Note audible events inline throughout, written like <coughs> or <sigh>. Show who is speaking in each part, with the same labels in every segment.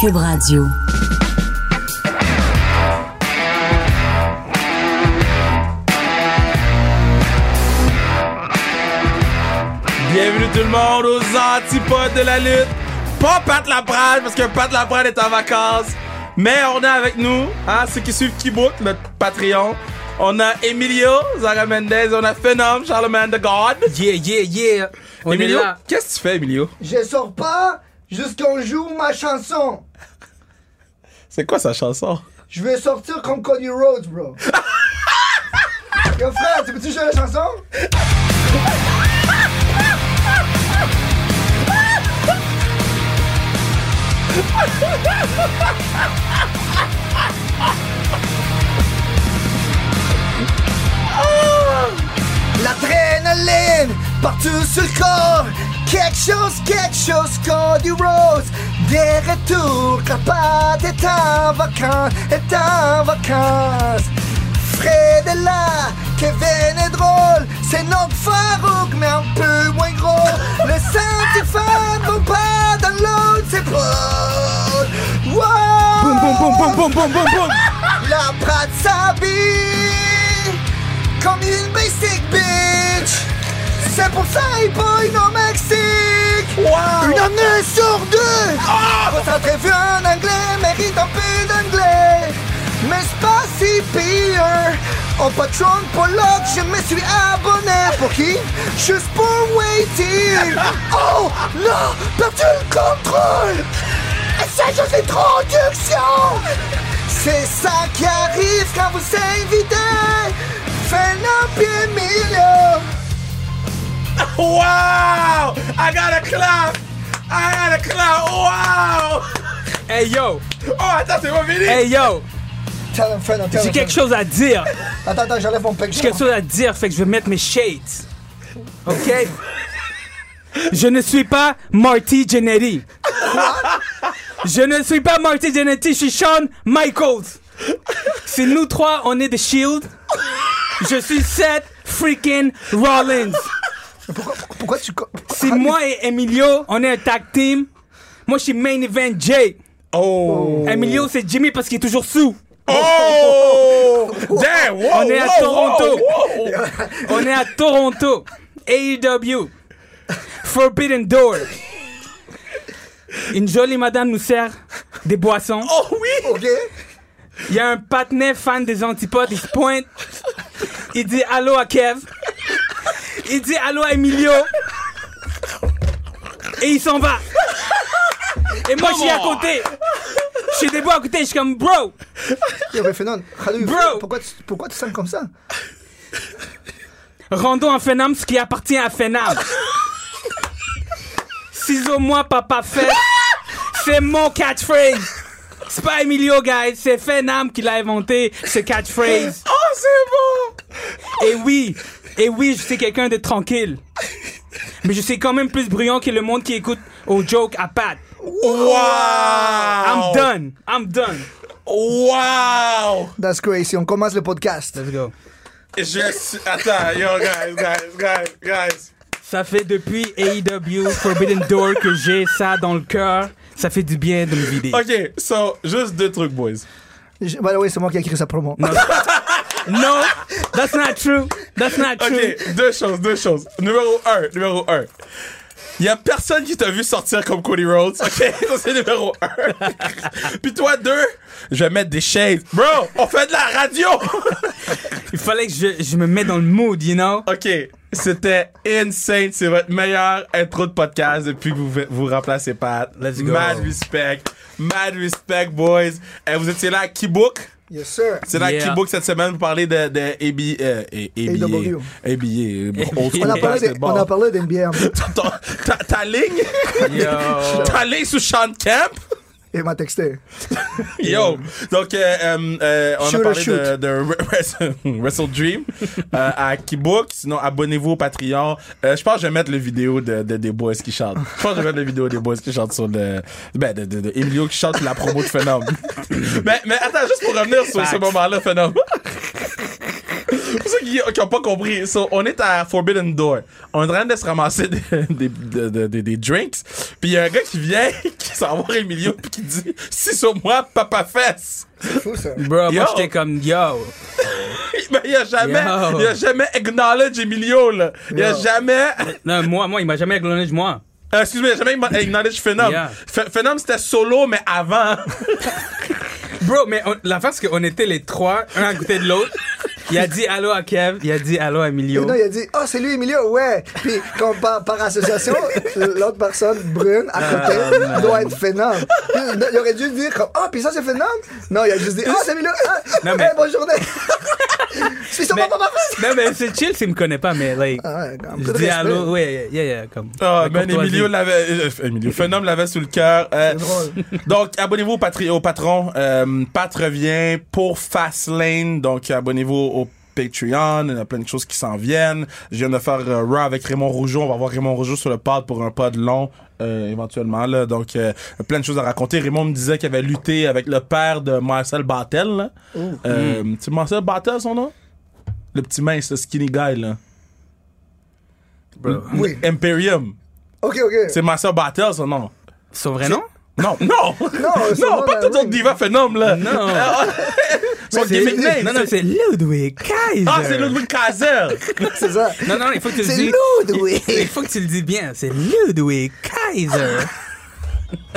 Speaker 1: Cube Radio.
Speaker 2: Bienvenue tout le monde aux antipodes de la lutte. Pas Pat Laprade, parce que Pat Laprade est en vacances. Mais on a avec nous, hein, ceux qui suivent Keybook, notre Patreon. On a Emilio, Zara Mendez, on a Phenom, Charlemagne the God.
Speaker 3: Yeah, yeah, yeah. On est
Speaker 2: Emilio,
Speaker 3: là.
Speaker 2: qu'est-ce que tu fais, Emilio?
Speaker 4: Je sors pas jusqu'au jour où ma chanson.
Speaker 2: C'est quoi sa chanson?
Speaker 4: Je veux sortir comme Cody Rhodes, bro. Yo frère, tu peux-tu jouer la chanson? L'adrénaline partout sur le corps. Quelque chose, quelque chose, Cody Rhodes. Des retours, la pâte est en vacances, est en vacances. Fred est là, Kevin est drôle. C'est notre Farouk, mais un peu moins gros. Le saint vont pas dans l'autre, c'est Paul. Wow!
Speaker 2: Boum, boum, boum, boum, boum, boum, boum, boum.
Speaker 4: La prate s'habille comme une basic bitch. C'est pour ça il boy au Mexique.
Speaker 2: Wow!
Speaker 4: Une année sur deux. Votre entrevue en anglais mérite un peu d'anglais. Mais c'est pas si pire. Au patron Pollock, je me suis abonné. Pour qui Juste pour waiting. Oh là, perdu le contrôle. Et ça, je fais traduction. C'est ça qui arrive quand vous invitez. Phénomène Emilio.
Speaker 2: Wow! I got a clap! I got a clap! Wow!
Speaker 3: Hey yo,
Speaker 2: Oh, attends, c'est pas fini!
Speaker 3: hey yo,
Speaker 4: Tell him, Fernand, tell
Speaker 3: j'ai
Speaker 4: him,
Speaker 3: quelque
Speaker 4: Fernand.
Speaker 3: chose à dire.
Speaker 4: Attends, attends, j'enlève mon pec.
Speaker 3: J'ai quelque chose à dire, fait que je vais mettre mes shades. Ok? Je ne suis pas Marty Jannetty. Je ne suis pas Marty Jannetty, je suis Shawn Michaels. C'est nous trois, on est The Shield. Je suis Seth freaking Rollins.
Speaker 4: Pourquoi, pourquoi tu. co-
Speaker 3: C'est moi et Emilio, on est un tag team. Moi, je suis main event Jay.
Speaker 2: Oh!
Speaker 3: Emilio, c'est Jimmy parce qu'il est toujours sous.
Speaker 2: Oh! Damn! Wow,
Speaker 3: On est à
Speaker 2: wow,
Speaker 3: Toronto.
Speaker 2: wow, wow.
Speaker 3: On est à Toronto. AEW. Forbidden Door. Une jolie madame nous sert des boissons.
Speaker 2: Oh oui!
Speaker 4: Ok.
Speaker 3: Il y a un patinet fan des antipodes, il se pointe. Il dit allô à Kev. Il dit allô à Emilio. Et il s'en va. Et moi, je suis à
Speaker 2: Come on.
Speaker 3: côté. Je suis debout à côté, je suis comme bro.
Speaker 4: Yo, mais Fernand, Khalil,
Speaker 3: Bro.
Speaker 4: pourquoi tu, pourquoi tu sens comme ça?
Speaker 3: Rendons à Fenam ce qui appartient à
Speaker 2: <laughs>
Speaker 3: Fenam. Ciseaux moi papa fait. C'est mon catchphrase. C'est pas Emilio, guys. C'est Fenam qui l'a inventé, ce catchphrase.
Speaker 2: Oh, c'est bon!
Speaker 3: Et oui, et oui, je suis quelqu'un de tranquille. Mais je suis quand même plus bruyant que le monde qui écoute aux jokes à Pat.
Speaker 2: Wow!
Speaker 3: I'm done. I'm done.
Speaker 2: Wow!
Speaker 4: That's crazy. On commence le podcast.
Speaker 3: Let's go.
Speaker 2: Je suis... Attends, yo, guys, guys, guys, guys.
Speaker 3: Ça fait depuis AEW Forbidden Door que j'ai ça dans le cœur. Ça fait du bien de me vider.
Speaker 2: OK, so, juste deux trucs, boys.
Speaker 4: Je- By the way, c'est moi qui ai écrit sa promo.
Speaker 3: No, that's not true. That's not true. <laughs>
Speaker 2: OK, deux choses, deux choses. Numéro un, numéro un. Y a personne qui t'a vu sortir comme Cody Rhodes, OK? <laughs> Ça, c'est numéro
Speaker 3: <laughs>
Speaker 2: un. Puis toi, deux, je vais mettre des shades. Bro, on fait de la radio!
Speaker 3: Il fallait que je, je me mette dans le mood, you know?
Speaker 4: <laughs>
Speaker 2: OK, c'était insane. C'est votre meilleure intro de podcast depuis que vous vous remplacez Pat.
Speaker 3: Let's go.
Speaker 2: Mad respect. Mad respect, boys. Et vous étiez là à Keybook.
Speaker 4: Yes, sir.
Speaker 2: C'est là
Speaker 3: Yeah.
Speaker 2: qui book cette semaine pour parler de, de AB, euh,
Speaker 4: AW.
Speaker 2: ABA. ABA.
Speaker 3: <laughs>
Speaker 2: old
Speaker 4: On a
Speaker 2: school
Speaker 4: parlé, des-
Speaker 2: basketball.
Speaker 4: on a parlé d'NBA.
Speaker 2: Ton- ta, ta ligne?
Speaker 3: <laughs> Yo.
Speaker 2: ta ligne sous Sean Camp?
Speaker 4: Et il m'a texté.
Speaker 2: Yo! Donc, euh, euh, euh, on
Speaker 4: Shoot
Speaker 2: a
Speaker 4: or
Speaker 2: parlé
Speaker 4: shoot.
Speaker 2: de, de <laughs> Wrestle, Wrestle Dream euh, à Keybook. Sinon, abonnez-vous au Patreon. Euh, je pense que je vais mettre le vidéo de, de- des boys qui chantent. Je pense que je vais mettre le vidéo des boys qui chantent sur le... Ben, de, de, de Emilio qui chante sur la promo de Phenom. mais, mais attends, juste pour revenir sur ce
Speaker 3: Facts.
Speaker 2: moment-là, Phenom. Pour ceux qui n'ont pas compris, so, on est à Forbidden Door. On est en train de se ramasser des, des, de- de- de- des drinks. Puis il y a un gars qui vient, <laughs> qui, qui s'en va voir Emilio puis qui dit C'est sur moi, papa fesse.
Speaker 4: C'est fou, ça.
Speaker 3: Bro,
Speaker 2: Yo.
Speaker 3: moi j'étais comme yo.
Speaker 2: Mais il a jamais,
Speaker 3: Yo.
Speaker 2: il a jamais acknowledge Emilio, là. Il a
Speaker 4: Yo.
Speaker 2: jamais.
Speaker 3: Non, moi, moi, il m'a jamais acknowledge moi.
Speaker 2: Euh, Excuse-moi, il a jamais acknowledge Phenom.
Speaker 3: Yeah.
Speaker 2: Ph- Phenom, c'était solo, mais avant.
Speaker 3: Bro, mais on- l'affaire, c'est qu'on était les trois, un à côté de l'autre. Il a dit allô à Kev, il a dit allô à Emilio.
Speaker 4: Non, il a dit, oh, c'est lui, Emilio, ouais. Puis, comme par, par association, l'autre personne brune à côté
Speaker 3: Ah,
Speaker 4: doit être phénomène. Il aurait dû dire, comme, oh, puis ça, c'est phénomène. Non, il a juste dit, oh, c'est Emilio. Ah,
Speaker 3: Non,
Speaker 4: hey,
Speaker 3: mais- <laughs>
Speaker 4: bonne journée. Je suis sur
Speaker 3: Mais-
Speaker 4: mon papa.
Speaker 3: Non, mais c'est chill s'il me connaît pas, mais like.
Speaker 4: Ah, ouais, un peu
Speaker 3: Je
Speaker 4: de
Speaker 3: dis
Speaker 4: respect.
Speaker 3: allô, ouais, yeah, yeah, yeah, comme.
Speaker 2: Ah,
Speaker 3: la
Speaker 2: man,
Speaker 3: courtoisie.
Speaker 2: Emilio l'avait. euh, euh, Emilio. Phenom l'avait sous le cœur. euh. <laughs> donc, abonnez-vous au, patri- au patron. Euh, Pat revient pour Fastlane. Donc, abonnez-vous au Patreon. Il y a plein de choses qui s'en viennent. Je viens de faire euh, Raw avec Raymond Rougeau. On va voir Raymond Rougeau sur le pod pour un pod long. euh, éventuellement là donc euh, plein de choses à raconter Raymond me disait qu'il avait lutté avec le père de Marcel Battel là. Euh,
Speaker 3: Mm.
Speaker 2: tu sais Marcel Battel son nom le petit mince le skinny guy là
Speaker 4: Oui.
Speaker 2: Imperium
Speaker 4: Ok, ok.
Speaker 2: c'est Marcel Battel son nom
Speaker 3: Son vrai nom?
Speaker 2: Non, non!
Speaker 4: c'est
Speaker 2: non,
Speaker 4: bon,
Speaker 2: pas
Speaker 4: ben
Speaker 2: tout
Speaker 4: oui.
Speaker 2: autre diva phénomène, là! <laughs> Ah,
Speaker 3: Non.
Speaker 2: Son
Speaker 3: C'est-
Speaker 2: gimmick name!
Speaker 3: Non, non, c'est Ludwig Kaiser.
Speaker 2: Ah, c'est Ludwig Kaiser!
Speaker 4: C'est ça.
Speaker 3: Non, non, il faut que tu le
Speaker 4: C'est
Speaker 3: dises.
Speaker 4: Ludwig.
Speaker 3: <laughs> Il, il faut que tu le dises bien. C'est Ludwig Kaiser.
Speaker 4: Ah.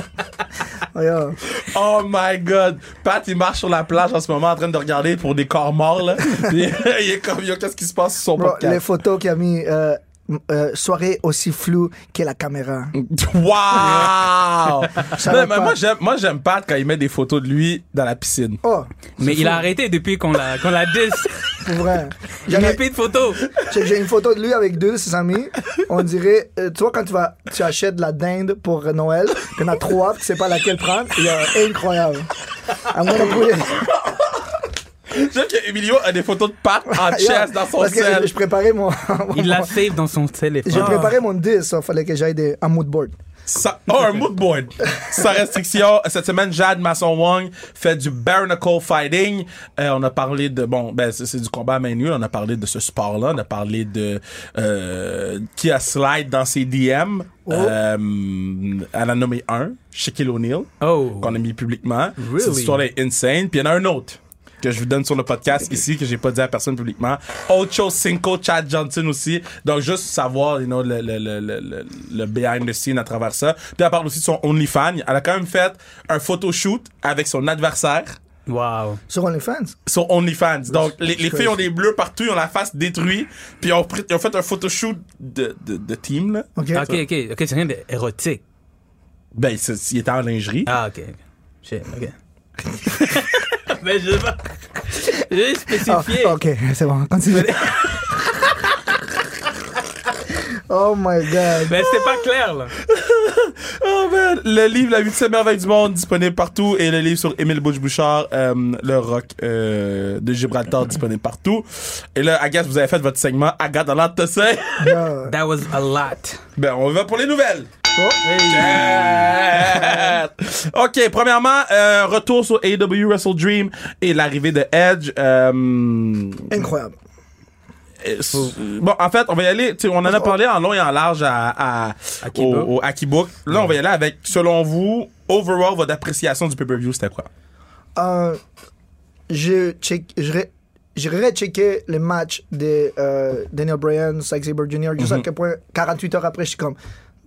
Speaker 4: Regarde.
Speaker 2: Oh my god! Pat, il marche sur la plage en ce moment en train de regarder pour des corps morts,
Speaker 4: <laughs>
Speaker 2: là. Puis, il est comme, yo, qu'est-ce qui se passe sur son
Speaker 4: Bro, les
Speaker 2: podcast?
Speaker 4: photos qu'il a mis, euh, m- euh, soirée aussi floue que la caméra.
Speaker 2: Mm.
Speaker 4: <laughs>
Speaker 2: Wow!
Speaker 4: savais
Speaker 2: Non, mais
Speaker 4: pas.
Speaker 2: moi, j'aime, moi, j'aime Pat quand il met des photos de lui dans la piscine.
Speaker 4: Oh,
Speaker 3: Mais il a arrêté depuis qu'on l'a, qu'on l'a dis.
Speaker 4: pour vrai.
Speaker 3: Il n'y a
Speaker 4: J'avais-
Speaker 3: plus de photos.
Speaker 4: J'ai j'ai une photo de lui avec deux de ses amis. On dirait, euh, tu vois, quand tu, vas, tu achètes de la dinde pour euh, Noël, il y en a trois, tu sais pas laquelle prendre. Il y a incroyable. I'm gonna put it-
Speaker 2: J'aime que Emilio a euh, des photos de Pat
Speaker 4: <laughs>
Speaker 2: en chest dans son
Speaker 4: Parce que
Speaker 2: sel.
Speaker 4: je préparais mon.
Speaker 3: Il l'a save dans son
Speaker 4: <laughs> J'ai
Speaker 3: téléphone.
Speaker 4: préparé mon disque, il fallait que j'aille des, un mood board.
Speaker 2: Sa- oh, un mood board. Sans restriction, cette semaine, Jade Masson-Wong fait du barnacle fighting. Euh, on a parlé de, bon, ben, c'est, c'est du combat à main nue. On a parlé de ce sport-là. On a parlé de euh, qui a slide dans ses DM. Euh, elle a nommé un, Shaquille O'Neal,
Speaker 3: Oh.
Speaker 2: qu'on a mis publiquement.
Speaker 3: Really?
Speaker 2: Cette histoire est insane. Puis il y en a un autre que je vous donne sur le podcast ici, que j'ai pas dit à personne publiquement. Ocho Cinco, Chad Johnson aussi. Donc, juste savoir, you know, le, le, le, le, le- le behind the scene à travers ça. Puis, elle parle aussi de son OnlyFans. Elle a quand même fait un photoshoot avec son adversaire
Speaker 3: Ah, Wow.
Speaker 4: Sur OnlyFans.
Speaker 2: sur OnlyFans. Donc, les, les
Speaker 4: crazy.
Speaker 2: filles ont des bleus partout, ils ont la face détruite. Puis, ils ont, pris- ils ont fait un photoshoot de, de, de team, là.
Speaker 4: Ok.
Speaker 3: Ok, ok, ok, c'est rien d'érotique.
Speaker 2: Ben, c'est- il était en lingerie.
Speaker 3: Ah, ok. Shit, ok. <laughs> Mais je vais. Je vais
Speaker 4: Ah,
Speaker 3: spécifier.
Speaker 4: ok, c'est bon, continue. <laughs> oh my god.
Speaker 3: Mais c'était pas clair, là.
Speaker 2: Oh man, le livre La huitième merveille du monde disponible partout et le livre sur Émile Bouche Bouchard, euh, le rock euh, de Gibraltar disponible partout. Et là, Agathe, vous avez fait votre segment Agathe dans l'Antessin.
Speaker 4: Yeah.
Speaker 3: That was a lot.
Speaker 2: <laughs> ben, on va pour les nouvelles.
Speaker 4: Oh,
Speaker 2: Yeah. ok, premièrement, euh, retour sur AW Wrestle Dream et l'arrivée de Edge. euh,
Speaker 4: incroyable.
Speaker 2: Euh, Bon, en fait, on va y aller. tu sais, on en a parlé en long et en large à, à,
Speaker 3: Akibook.
Speaker 2: au, au Akibook. Là, on va y aller avec, selon vous, overall, votre appréciation du pay-per-view, c'était quoi?
Speaker 4: Euh, je check, je ré- j'irai checker les matchs de euh, Daniel Bryan, Zack Sabre Jr. Juste
Speaker 2: Mhm.
Speaker 4: à quel point 48 heures après, je suis comme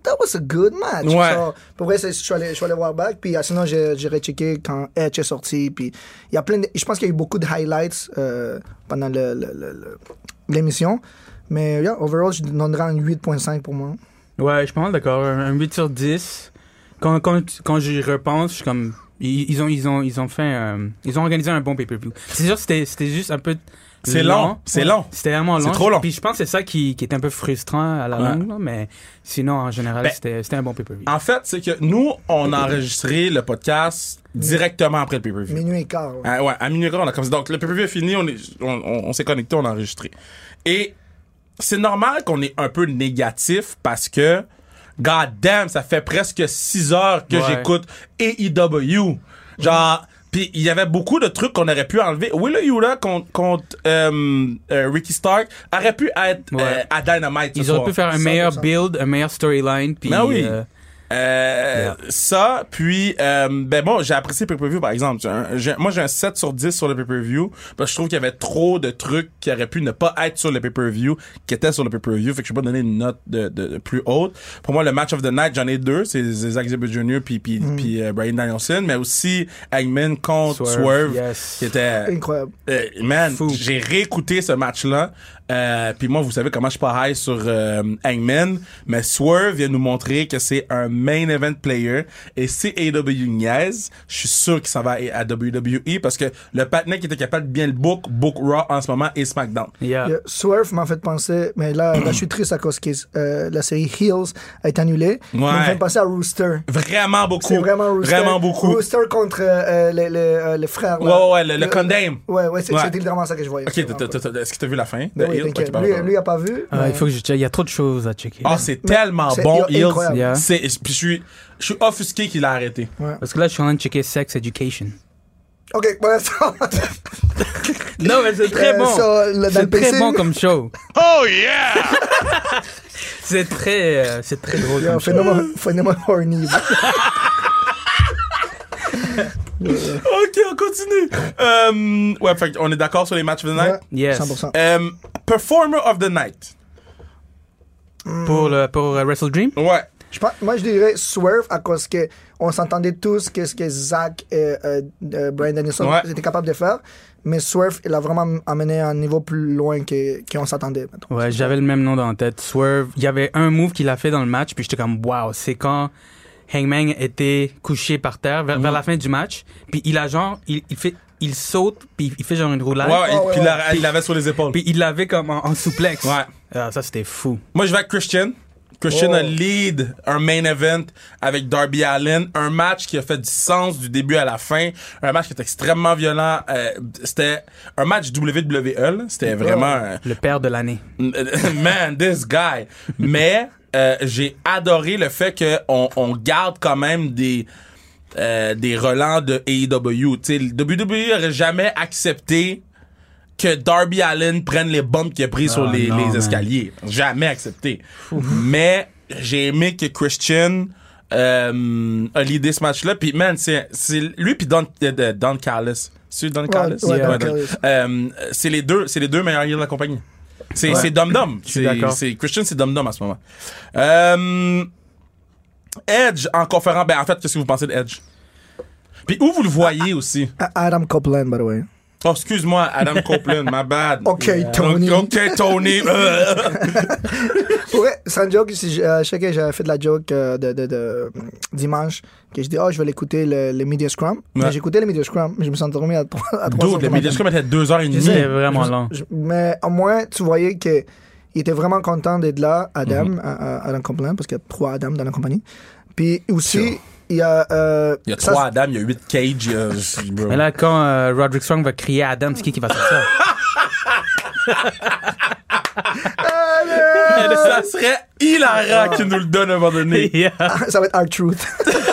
Speaker 4: That was a good match.
Speaker 2: Ouais.
Speaker 4: So, pour vrai, c'est- je suis allé, je suis allé voir back. Puis ah, sinon, j'ai- j'irai checker quand Edge est sorti. Puis il y a plein de- je pense qu'il y a eu beaucoup de highlights euh, pendant le- le- le- le- l'émission. Mais yeah, overall, je donnerai un 8.5 pour moi.
Speaker 3: Ouais, je pense, d'accord. Un 8 sur 10. Quand, quand, quand j'y repense, je suis comme. Ils, ils ont, ils, ont, ils ont fait. euh, ils ont organisé un bon pay-per-view. C'est sûr, c'était c'était juste un peu.
Speaker 2: C'est long, c'est long.
Speaker 3: C'était vraiment
Speaker 2: C'est
Speaker 3: long.
Speaker 2: trop long.
Speaker 3: Puis je pense que c'est ça qui, qui est un peu frustrant à la
Speaker 2: Ouais.
Speaker 3: longue, là, mais sinon, en général,
Speaker 2: Ben,
Speaker 3: c'était c'était un bon pay-per-view.
Speaker 2: En fait, c'est que nous, on a enregistré le podcast directement après le pay-per-view.
Speaker 4: Minuit et quart. ouais.
Speaker 2: Ah ouais, à minuit et quart, on a commencé. Donc, le pay-per-view est fini, on, est- on, on- on s'est connecté, on a enregistré. Et c'est normal qu'on est un peu négatif parce que, god damn, ça fait presque 6 heures que
Speaker 3: Ouais.
Speaker 2: j'écoute AEW. Genre, puis il y avait beaucoup de trucs qu'on aurait pu enlever. Willa Yura contre, contre euh, euh, Ricky Stark aurait pu être
Speaker 3: Ouais.
Speaker 2: euh, à Dynamite ce
Speaker 3: Ils auraient
Speaker 2: soir.
Speaker 3: pu faire un meilleur build, un meilleur storyline, puis
Speaker 2: Ben oui.
Speaker 3: euh,
Speaker 2: Euh, Ça, puis, euh, ben bon, j'ai apprécié le pay-per-view, par exemple. J'ai un- j'ai- moi, j'ai un 7 sur 10 sur le pay-per-view, parce que je trouve qu'il y avait trop de trucs qui auraient pu ne pas être sur le pay-per-view, qui étaient sur le pay-per-view, fait que je peux pas donner une note de, de- de plus haute. Pour moi, le match of the night, j'en ai deux, c'est c'est Zack Sabre Jr. puis, puis, puis, euh, Brian Danielson, mais aussi Hangman contre
Speaker 3: Mm. Swerve,
Speaker 2: Swerve,
Speaker 3: yes.
Speaker 2: qui était...
Speaker 4: Incroyable.
Speaker 2: Euh, man,
Speaker 3: Fou.
Speaker 2: j'ai réécouté ce match-là. Euh, Puis moi, vous savez comment je suis pas high sur euh, Hangman, mais Swerve vient nous montrer que c'est un main event player. Et si AEW niaise, je suis sûr qu'il s'en va à à WWE parce que le patinet qui était capable de bien le book, book Raw en ce moment et SmackDown.
Speaker 3: Yeah.
Speaker 4: Yeah, Swerve m'a fait penser, mais là, là, je suis triste à cause que euh, la série Heels a été annulée. Donc, Ça me fait penser à Rooster.
Speaker 2: Vraiment beaucoup.
Speaker 4: C'est vraiment Rooster.
Speaker 2: beaucoup.
Speaker 4: Rooster contre euh, les, les, euh, les frères. là.
Speaker 2: Ouais, ouais, ouais, le- le Condemn.
Speaker 4: Ouais, ouais, c'est-
Speaker 2: Ouais.
Speaker 4: c'était littéralement ça que je voyais.
Speaker 2: Ok, t'as- t'as- t'as- est-ce que t'as vu la fin? de
Speaker 4: Ben oui,
Speaker 2: Hill?
Speaker 4: t'inquiète.
Speaker 2: Ok, parle,
Speaker 4: lui,
Speaker 2: parle.
Speaker 4: lui, il a pas vu.
Speaker 3: Ah,
Speaker 4: mais-
Speaker 3: il faut que je check. Il y a trop de choses à checker.
Speaker 2: Ah, c'est tellement
Speaker 4: c'est
Speaker 2: bon, Hills.
Speaker 4: incroyable.
Speaker 3: Yeah.
Speaker 2: C'est, puis je suis, je suis offusqué qu'il a arrêté.
Speaker 3: Parce que là, je suis en train de checker Sex Education.
Speaker 4: Ok, <laughs> pour l'instant.
Speaker 3: Non, mais c'est
Speaker 4: très Euh, bon. ça, le- dans
Speaker 3: c'est
Speaker 4: le
Speaker 3: très
Speaker 4: PC,
Speaker 3: bon
Speaker 4: là.
Speaker 3: comme show. Oh yeah! <laughs> c'est très, euh, c'est très drôle.
Speaker 4: Yo,
Speaker 3: comme
Speaker 2: <laughs>
Speaker 3: show.
Speaker 4: phénomène, phénomène horny.
Speaker 2: Ok, on continue. Euh, ouais, fait on est d'accord sur les matchs of the night.
Speaker 3: Yes.
Speaker 4: 100%.
Speaker 2: Euh, performer of the night.
Speaker 3: Pour le, pour euh, Wrestle Dream.
Speaker 2: Ouais.
Speaker 4: Je pense- moi, je dirais Swerve à cause que on s'entendait tous que ce que Zach et euh, euh, Brian Danielson
Speaker 2: Ouais.
Speaker 4: étaient capables de faire. Mais Swerve, il a vraiment amené à un niveau plus loin que- qu'on s'attendait. mettons.
Speaker 3: Ouais, j'avais le même nom dans la tête. Swerve. Il y avait un move qu'il a fait dans le match, puis j'étais comme, wow, c'est quand Hangman était couché par terre vers,
Speaker 4: Mhm.
Speaker 3: vers la fin du match, puis il a genre, il, il fait, il saute, puis il fait genre une roulade.
Speaker 2: Ouais, ouais,
Speaker 4: Ah, ouais,
Speaker 2: puis
Speaker 4: ouais.
Speaker 2: il l'a- il l'avait sur les épaules.
Speaker 3: Ah. Puis il l'avait comme en, en souplex.
Speaker 2: Ouais.
Speaker 3: Ah, ça c'était fou.
Speaker 2: Moi, je vais avec Christian. Christian
Speaker 4: Oh.
Speaker 2: a lead un main event avec Darby Allen. Un match qui a fait du sens du début à la fin. Un match qui est extrêmement violent. Euh, c'était un match WWE. là.
Speaker 4: Oh.
Speaker 2: C'était vraiment... euh,
Speaker 3: Le père de l'année.
Speaker 2: <laughs> Man, this guy. Mais euh, j'ai adoré le fait que on, on garde quand même des euh, des relents de AEW. Tu sais, le WWE aurait jamais accepté que Darby Allen prenne les bombes qu'il a pris sur les,
Speaker 3: Ah, non,
Speaker 2: les
Speaker 3: man.
Speaker 2: escaliers. Jamais accepté. Mais j'ai aimé que Christian euh, a l'idée ce match-là. Puis man, c'est c'est lui puis Don, euh, de- Don Callis. C'est Don Callis.
Speaker 4: ouais,
Speaker 3: Don
Speaker 2: Don-
Speaker 4: Callis.
Speaker 2: Euh, c'est les deux, c'est les deux meilleurs heels de la compagnie. C'est c'est Dum Dum.
Speaker 3: suis
Speaker 2: C'est-
Speaker 3: d'accord.
Speaker 2: c'est- Christian, c'est Dum Dum à ce moment. Euh, Edge en conférence. Ben en fait, qu'est-ce que vous pensez de Edge? Puis où vous le voyez aussi?
Speaker 4: A- Adam Copeland, by the way.
Speaker 2: Oh, excuse-moi, Adam Copeland, my bad.
Speaker 4: <laughs> Ok, Tony.
Speaker 2: Ok,
Speaker 4: <laughs>
Speaker 2: Tony. Euh,
Speaker 4: Ouais, sans joke, si je- euh, je sais que j'avais fait de la joke euh, de, de, de- dimanche, que je dis, oh, je vais l'écouter le, le Media Scrum. Mais
Speaker 2: Ouais.
Speaker 4: j'écoutais le Media Scrum, mais je me suis endormi à 3 à trois heures
Speaker 2: Dude,
Speaker 4: du
Speaker 2: le
Speaker 4: matin.
Speaker 2: Media Scrum était deux heures et demie.
Speaker 3: C'était vraiment lent.
Speaker 4: Je- mais au moins, tu voyais que il était vraiment content d'être là, Adam, à- à- Adam Copeland, parce qu'il y a trois Adam dans la compagnie. Puis aussi, il y a. euh,
Speaker 2: Il y a
Speaker 4: ça,
Speaker 2: trois Adam, il y a huit Cage. il y a- bro. <laughs>
Speaker 3: Mais là, quand euh, Roderick Strong va crier à Adam, c'est qui qui va sortir?
Speaker 2: ça serait hilarant qu'il nous le donne à un moment donné.
Speaker 3: <laughs> yeah.
Speaker 4: ça va être
Speaker 2: <laughs>
Speaker 4: Our Truth. <laughs>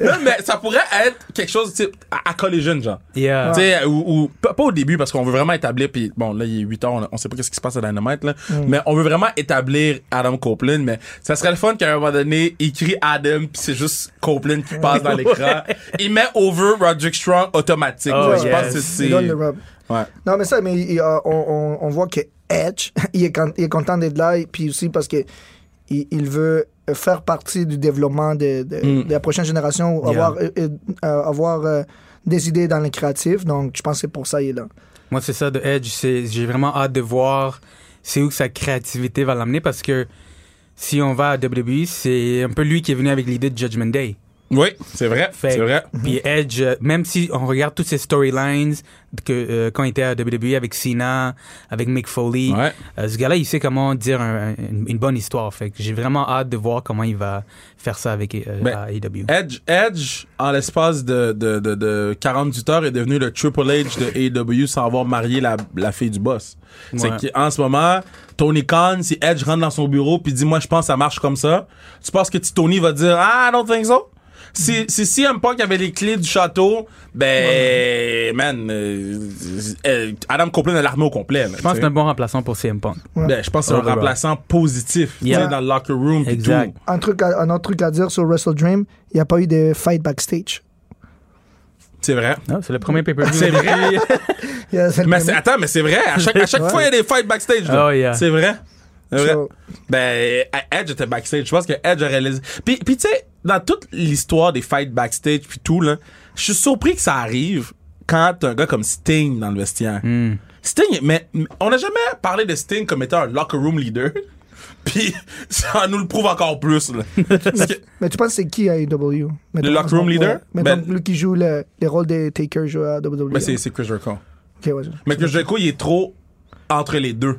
Speaker 2: Non, mais ça pourrait être quelque chose type à, à collision, genre.
Speaker 3: Yeah.
Speaker 2: Tu sais, ou, ou- pas, pas au début, parce qu'on veut vraiment établir, puis bon, là, il est 8 heures, on, on sait pas qu'est-ce qui se passe à Dynamite, là, mais on veut vraiment établir Adam Copeland, mais ça serait le fun qu'à un moment donné, il crie Adam, puis c'est juste Copeland qui passe dans l'écran. Il met over Roderick Strong automatique.
Speaker 3: Oh,
Speaker 2: Ouais, Je pense
Speaker 3: yes.
Speaker 2: que
Speaker 4: Il
Speaker 2: c'est...
Speaker 4: donne le rub.
Speaker 2: Ouais.
Speaker 4: Non, mais ça, mais il- il a- on, on- on voit que Edge, <laughs> il est, con- il est content d'être là, et puis aussi parce que il, il veut faire partie du développement de, de- de la prochaine génération, ou avoir, euh, euh, euh, avoir euh, des idées dans le créatif. Donc, je pense que c'est pour ça qu'il est là.
Speaker 3: Moi, c'est ça de Edge. c'est- J'ai vraiment hâte de voir c'est où que sa créativité va l'amener parce que si on va à WWE, c'est un peu lui qui est venu avec l'idée de Judgment Day.
Speaker 2: Oui, c'est vrai,
Speaker 3: Fait-
Speaker 2: c'est vrai.
Speaker 3: Puis Edge, euh, même si on regarde toutes ces storylines que euh, quand il était à WWE avec Cena, avec Mick Foley,
Speaker 2: Ouais.
Speaker 3: euh, ce gars-là, il sait comment dire un- un- une, une bonne histoire. Fait que j'ai vraiment hâte de voir comment il va faire ça avec euh,
Speaker 2: Ben,
Speaker 3: à AEW.
Speaker 2: Edge, Edge, en l'espace de, de, de, de 48 heures, est devenu le Triple H de AEW sans avoir marié la, la fille du boss.
Speaker 3: Ouais.
Speaker 2: C'est qu'en ce moment, Tony Khan, si Edge rentre dans son bureau puis dit, moi, je pense que ça marche comme ça, tu penses que Tony va dire, ah, I don't think so? si, si CM Punk avait les clés du château, ben, man, euh, euh, Adam Copeland a l'armée au complet. là,
Speaker 3: Je pense
Speaker 2: tu
Speaker 3: que c'est
Speaker 2: sais.
Speaker 3: un bon remplaçant pour CM Punk.
Speaker 2: Ben, je pense que c'est un
Speaker 3: Overall.
Speaker 2: remplaçant positif, tu sais,
Speaker 3: Yeah.
Speaker 2: dans le locker room et tout.
Speaker 3: Exact.
Speaker 4: Un, truc à- un autre truc à dire sur Wrestle Dream, il n'y a pas eu de fight backstage. <laughs>
Speaker 2: C'est vrai.
Speaker 3: Ah, c'est le premier pay-per-view.
Speaker 2: C'est vrai.
Speaker 4: Il y a- c'est le
Speaker 2: mais
Speaker 4: premier.
Speaker 2: c'est- attends, mais c'est vrai. À chaque, à chaque
Speaker 3: <laughs>
Speaker 4: Ouais.
Speaker 2: fois, il y a des fights backstage. là.
Speaker 3: Oh, yeah.
Speaker 2: C'est vrai. C'est vrai.
Speaker 4: So-
Speaker 2: Ben, Edge était backstage. Je pense que Edge a réalisé. Puis, puis tu sais, dans toute l'histoire des fights backstage puis tout, là, je suis surpris que ça arrive quand t'as un gars comme Sting dans le vestiaire.
Speaker 3: Hmm.
Speaker 2: Sting, mais mais on n'a jamais parlé de Sting comme étant un locker room leader. <laughs> Puis ça nous le prouve encore plus.
Speaker 3: <laughs>
Speaker 2: Là. Parce que-
Speaker 4: Mais tu penses c'est qui à AEW Mettons,
Speaker 2: locker room
Speaker 4: ouais.
Speaker 2: leader?
Speaker 4: Mettons,
Speaker 2: Ben-
Speaker 4: lui qui joue le, les rôles des Taker joue à WWE.
Speaker 2: Mais ben, c'est c'est Chris Jericho.
Speaker 4: Ok, ouais, je-
Speaker 2: Mais que Jericho, il est trop entre les deux.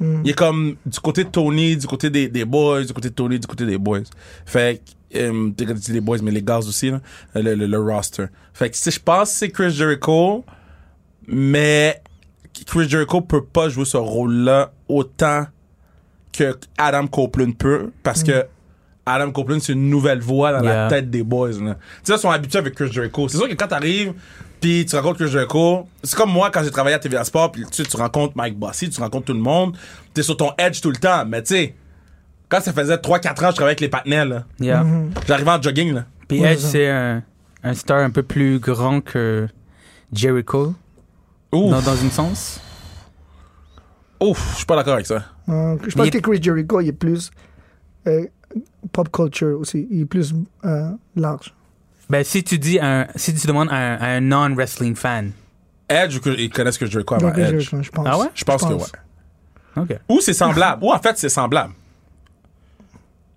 Speaker 2: Il est comme du côté de Tony, du côté des, des boys, du côté de Tony, du côté des boys. Fait que, euh, t'es- quand tu dis les boys, mais les gars aussi, là, le, le- le roster. Fait que si je pense que c'est Chris Jericho, mais Chris Jericho peut pas jouer ce rôle-là autant que Adam Copeland peut, parce que Adam Copeland, c'est une nouvelle voix dans la
Speaker 3: Yeah.
Speaker 2: tête des boys. là. Tu sais, ils sont habitués avec Chris Jericho. C'est sûr que quand t'arrives, puis tu rencontres Chris Jericho, c'est comme moi quand j'ai travaillé à TVA Sport, puis tu, sais, tu rencontres Mike Bossy, tu rencontres tout le monde, t'es sur ton edge tout le temps, mais tu sais, quand ça faisait 3-4 ans, je travaillais avec les patinets, là.
Speaker 3: <laughs> Yeah.
Speaker 2: J'arrivais en jogging, là.
Speaker 3: Puis
Speaker 4: Ouais,
Speaker 3: Edge,
Speaker 4: c'est ça.
Speaker 3: c'est un, un star un peu plus grand que Jericho,
Speaker 2: Ouf,
Speaker 3: dans, dans une sens.
Speaker 2: ouf, je suis pas d'accord avec ça.
Speaker 4: Euh, je
Speaker 3: Mais
Speaker 4: pense
Speaker 3: il-
Speaker 4: que Chris Jericho, il est plus euh, pop culture aussi. Il est plus euh, large.
Speaker 3: Ben, si tu dis un, si tu demandes à un, à un non-wrestling fan.
Speaker 2: Edge, ils connaissent Chris Jericho avant
Speaker 4: Donc, Chris
Speaker 2: Edge.
Speaker 4: Jericho, je pense.
Speaker 3: Ah ouais?
Speaker 2: Ah, Je pense que ouais.
Speaker 3: OK.
Speaker 2: Ou c'est semblable. Ou en fait, c'est semblable.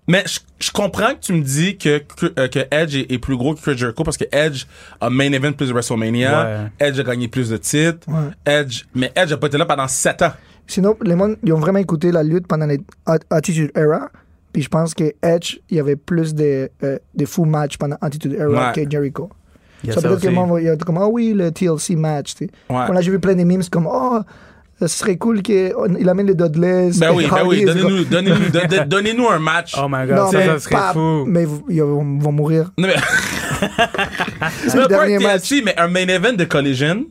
Speaker 2: Mais je, je comprends que tu me dis que, que, euh, que Edge est, est plus gros que Chris Jericho parce que Edge a main event plus de WrestleMania. Edge a gagné plus de titres.
Speaker 4: Ouais.
Speaker 2: Edge, mais Edge a pas été là pendant 7 ans.
Speaker 4: Sinon, les monde, ils ont vraiment écouté la lutte pendant les At- Attitude Era. Puis je pense que Edge, il y avait plus de, euh, de full match pendant Attitude Era
Speaker 2: Ouais.
Speaker 4: que Jericho.
Speaker 3: Il y a
Speaker 4: Ça
Speaker 3: ça
Speaker 4: peut-être que
Speaker 3: aussi.
Speaker 4: le monde va- il y a comme, ah oui, le TLC match. tu sais.
Speaker 2: Ouais.
Speaker 4: Bon, là, j'ai vu plein de memes comme, oh, ce serait cool qu'il amène les Dudleys.
Speaker 2: Ben
Speaker 4: les
Speaker 2: oui,
Speaker 4: <laughs>
Speaker 2: ben
Speaker 4: Hardys,
Speaker 2: oui.
Speaker 4: et
Speaker 2: Donnez-nous, donnez-nous, don- don- donnez-nous un match.
Speaker 3: Oh my god,
Speaker 4: Non,
Speaker 3: ça,
Speaker 4: mais
Speaker 3: ça serait
Speaker 4: paf,
Speaker 3: fou.
Speaker 4: Mais vous- ils vont vont mourir. <laughs>
Speaker 2: Non, mais-
Speaker 4: C'est
Speaker 2: Peu
Speaker 4: le
Speaker 2: importe
Speaker 4: dernier match. Hmm.
Speaker 2: TLC, mais un main event de Collision.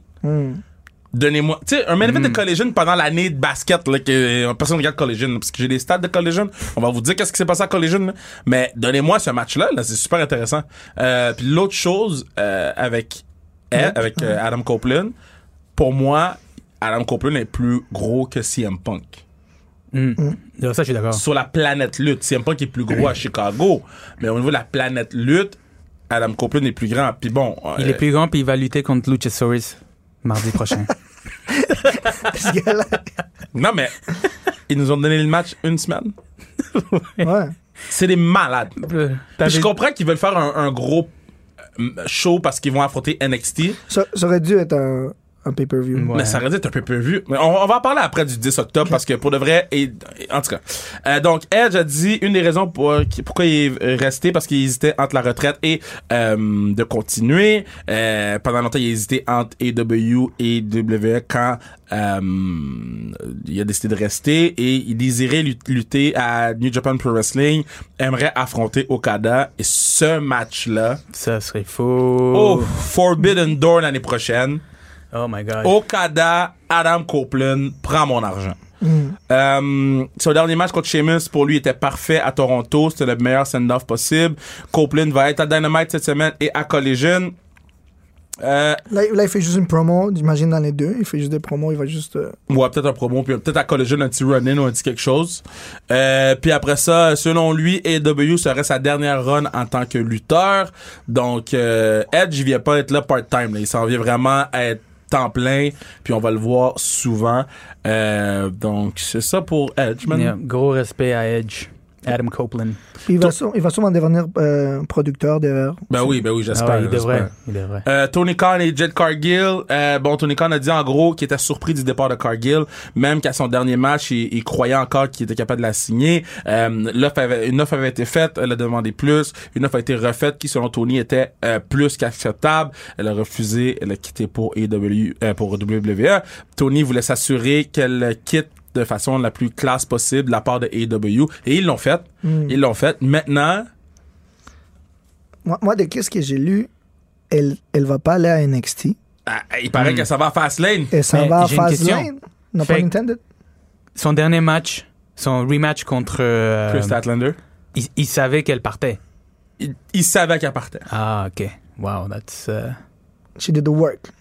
Speaker 2: Donnez-moi. Tu sais, un main event de Collision pendant l'année de basket, là, que euh, personne regarde Collision, parce que j'ai des stats de Collision. On va vous dire qu'est-ce qui s'est passé à Collision, là. Mais donnez-moi ce match-là, là, c'est super intéressant. Euh, puis l'autre chose, euh, avec, Ed- avec euh, Adam Copeland, pour moi, Adam Copeland est plus gros que CM Punk. Hmm.
Speaker 3: Non, Hmm. Ça, je suis d'accord.
Speaker 2: Sur la planète lutte, CM Punk est plus gros à Chicago, mais au niveau de la planète lutte, Adam Copeland est plus grand. Puis bon,
Speaker 3: Il
Speaker 2: euh,
Speaker 3: est plus grand, puis il va lutter contre Luchasaurus mardi prochain.
Speaker 4: Ce gars-là.
Speaker 2: non mais ils nous ont donné le match une semaine.
Speaker 4: Ouais.
Speaker 2: C'est des malades. <laughs>
Speaker 3: Euh,
Speaker 2: Puis je
Speaker 3: t'avais-
Speaker 2: comprends qu'ils veulent faire un, un gros euh, show parce qu'ils vont affronter NXT,
Speaker 4: Ça, ça aurait dû être un, un pay-per-view.
Speaker 3: Ouais.
Speaker 2: mais ça aurait dû être un peu peu vu. Mais on, on va en parler après du 10 octobre parce que pour de vrai, et, et- en tout cas. Euh, donc Edge a dit une des raisons pour, qui- pourquoi il est resté parce qu'il hésitait entre la retraite et euh, de continuer. Euh, pendant longtemps, il a hésité entre AEW et WWE quand euh, il a décidé de rester et il désirait lut- lutter à New Japan Pro Wrestling, aimerait affronter Okada et ce match-là.
Speaker 3: Ça serait fou.
Speaker 2: Oh,
Speaker 3: Oh,
Speaker 2: Forbidden Door l'année prochaine.
Speaker 3: my god.
Speaker 2: Oh, Okada, Adam Copeland, prends mon argent. Euh, son dernier match contre Sheamus pour lui était parfait à Toronto. C'était le meilleur send-off possible. Copeland va être à Dynamite cette semaine et à Collision. Euh,
Speaker 4: Là, il- là, il fait juste une promo, j'imagine, dans les deux. Il fait juste des promos, il va juste. euh,
Speaker 2: Ouais, peut-être un promo, puis peut-être à Collision, un petit run-in ou un petit quelque chose. Euh, puis après ça, selon lui, AW serait sa dernière run en tant que lutteur. Donc, euh, Edge, il vient pas être là part-time. là. Il s'en vient vraiment à être temps plein, puis on va le voir souvent. Euh, donc, c'est ça pour Edge, man.
Speaker 3: Yeah, Gros respect à Edge. Adam Copeland.
Speaker 4: Il va,
Speaker 2: Toi-
Speaker 4: sou- il va sûrement devenir euh, producteur de.
Speaker 2: Ben oui, ben oui,
Speaker 3: Ah
Speaker 2: j'espère.
Speaker 3: ouais, il
Speaker 2: j'espère.
Speaker 3: devrait. Il devrait.
Speaker 2: Euh, Tony Khan et Jed Cargill. Euh, bon, Tony Khan a dit en gros qu'il était surpris du départ de Cargill, même qu'à son dernier match, il, il croyait encore qu'il était capable de la signer. Euh, l'offre avait- une offre avait été faite, elle a demandé plus. Une offre a été refaite qui, selon Tony, était euh, plus qu'acceptable. Elle a refusé, elle a quitté pour, AEW, euh, pour WWE. Tony voulait s'assurer qu'elle quitte de façon la plus classe possible
Speaker 4: Hmm.
Speaker 2: de la part de AEW. Et ils l'ont fait. Ils l'ont fait. Maintenant,
Speaker 4: moi, moi, de qu'est-ce que j'ai lu, elle, elle va pas aller à NXT.
Speaker 2: Ah, il paraît que ça va à Fastlane.
Speaker 4: Elle s'en
Speaker 3: Mais
Speaker 4: va à
Speaker 3: Ben, j'ai une question.
Speaker 4: Fastlane. Non, pas
Speaker 3: Fait-
Speaker 4: Nintendo.
Speaker 3: Son dernier match, son rematch contre. euh,
Speaker 2: Chris Statlander.
Speaker 3: il, il savait qu'elle partait.
Speaker 2: Il, il savait qu'elle partait.
Speaker 3: Ah, ok. Wow, that's. uh,
Speaker 4: She did the work.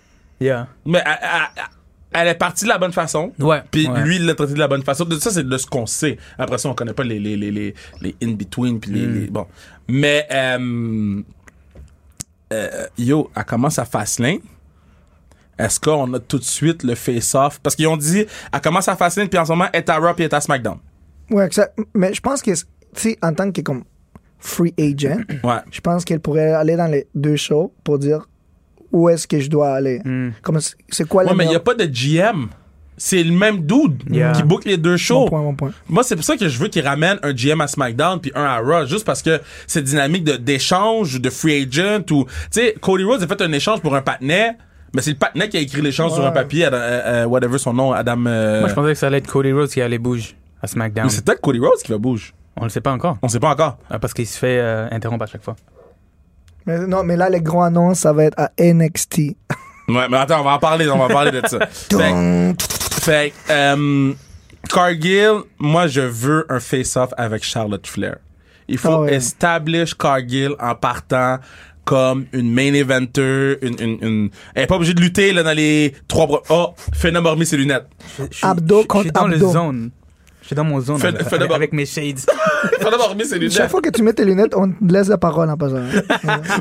Speaker 3: Yeah.
Speaker 2: Mais elle, elle- elle est partie de la bonne façon.
Speaker 3: Ouais.
Speaker 2: Puis
Speaker 3: ouais.
Speaker 2: lui, il l'a traité de la bonne façon. De ça, c'est de ce qu'on sait. Après ça, on connaît pas les, les, les, les, les in-between. Puis les, les-
Speaker 3: Mm.
Speaker 2: Bon. Mais, euh, euh, yo, elle commence à Fastlane. Est-ce qu'on a tout de suite le face-off? Parce qu'ils ont dit, elle commence à Fastlane, puis en ce moment, elle est à Raw, puis elle est à SmackDown.
Speaker 4: Ouais, que ça- mais je pense que, tu sais, en tant que comme free agent,
Speaker 2: Ouais.
Speaker 4: je pense qu'elle pourrait aller dans les deux shows pour dire où est-ce que je dois aller.
Speaker 3: Hmm.
Speaker 4: Comme c'est- c'est quoi
Speaker 2: Ouais,
Speaker 4: le
Speaker 2: mais il n'y a
Speaker 4: meilleur-
Speaker 2: pas de GM. C'est le même dude
Speaker 3: Yeah.
Speaker 2: qui book les deux
Speaker 4: Mon
Speaker 2: shows.
Speaker 4: point, mon point.
Speaker 2: Moi, c'est pour ça que je veux qu'ils ramènent un GM à SmackDown puis un à Raw, juste parce que cette dynamique de- d'échange ou de free agent ou... Tu sais, Cody Rhodes a fait un échange pour un patinet, mais c'est le patinet qui a écrit l'échange sur un papier, Adam- euh, euh, whatever son nom, Adam... euh,
Speaker 3: Moi, je pensais que ça allait être Cody Rhodes qui allait bouger à SmackDown.
Speaker 2: Mais c'est peut-être Cody Rhodes qui va bouger.
Speaker 3: On le sait pas encore.
Speaker 2: On sait pas encore.
Speaker 3: Ah, Parce qu'il se fait euh, interrompre à chaque fois.
Speaker 4: Mais non, mais là, les grands annonces, ça va être à NXT.
Speaker 2: Ouais, mais attends, on va en parler, on va en parler de
Speaker 4: <laughs>
Speaker 2: ça. Fait que- Fait que, euh, Cargill, moi, je veux un face-off avec Charlotte Flair. Il faut
Speaker 4: Ah ouais.
Speaker 2: establish Cargill en partant comme une main eventer, une, une, une- Elle est pas obligée de lutter, là, dans les trois bras. Oh, Phenom a remis ses lunettes.
Speaker 4: Abdo
Speaker 3: Je suis
Speaker 4: contre
Speaker 3: dans le
Speaker 4: abdo.
Speaker 3: zone. Je suis dans mon zone
Speaker 2: Fais-
Speaker 3: avec,
Speaker 2: fais d'abord.
Speaker 3: avec mes shades.
Speaker 2: <laughs> Phenom a remis ses
Speaker 4: Chaque
Speaker 2: lunettes.
Speaker 4: fois que tu mets tes lunettes, on te laisse la parole en
Speaker 2: <laughs>
Speaker 4: passant.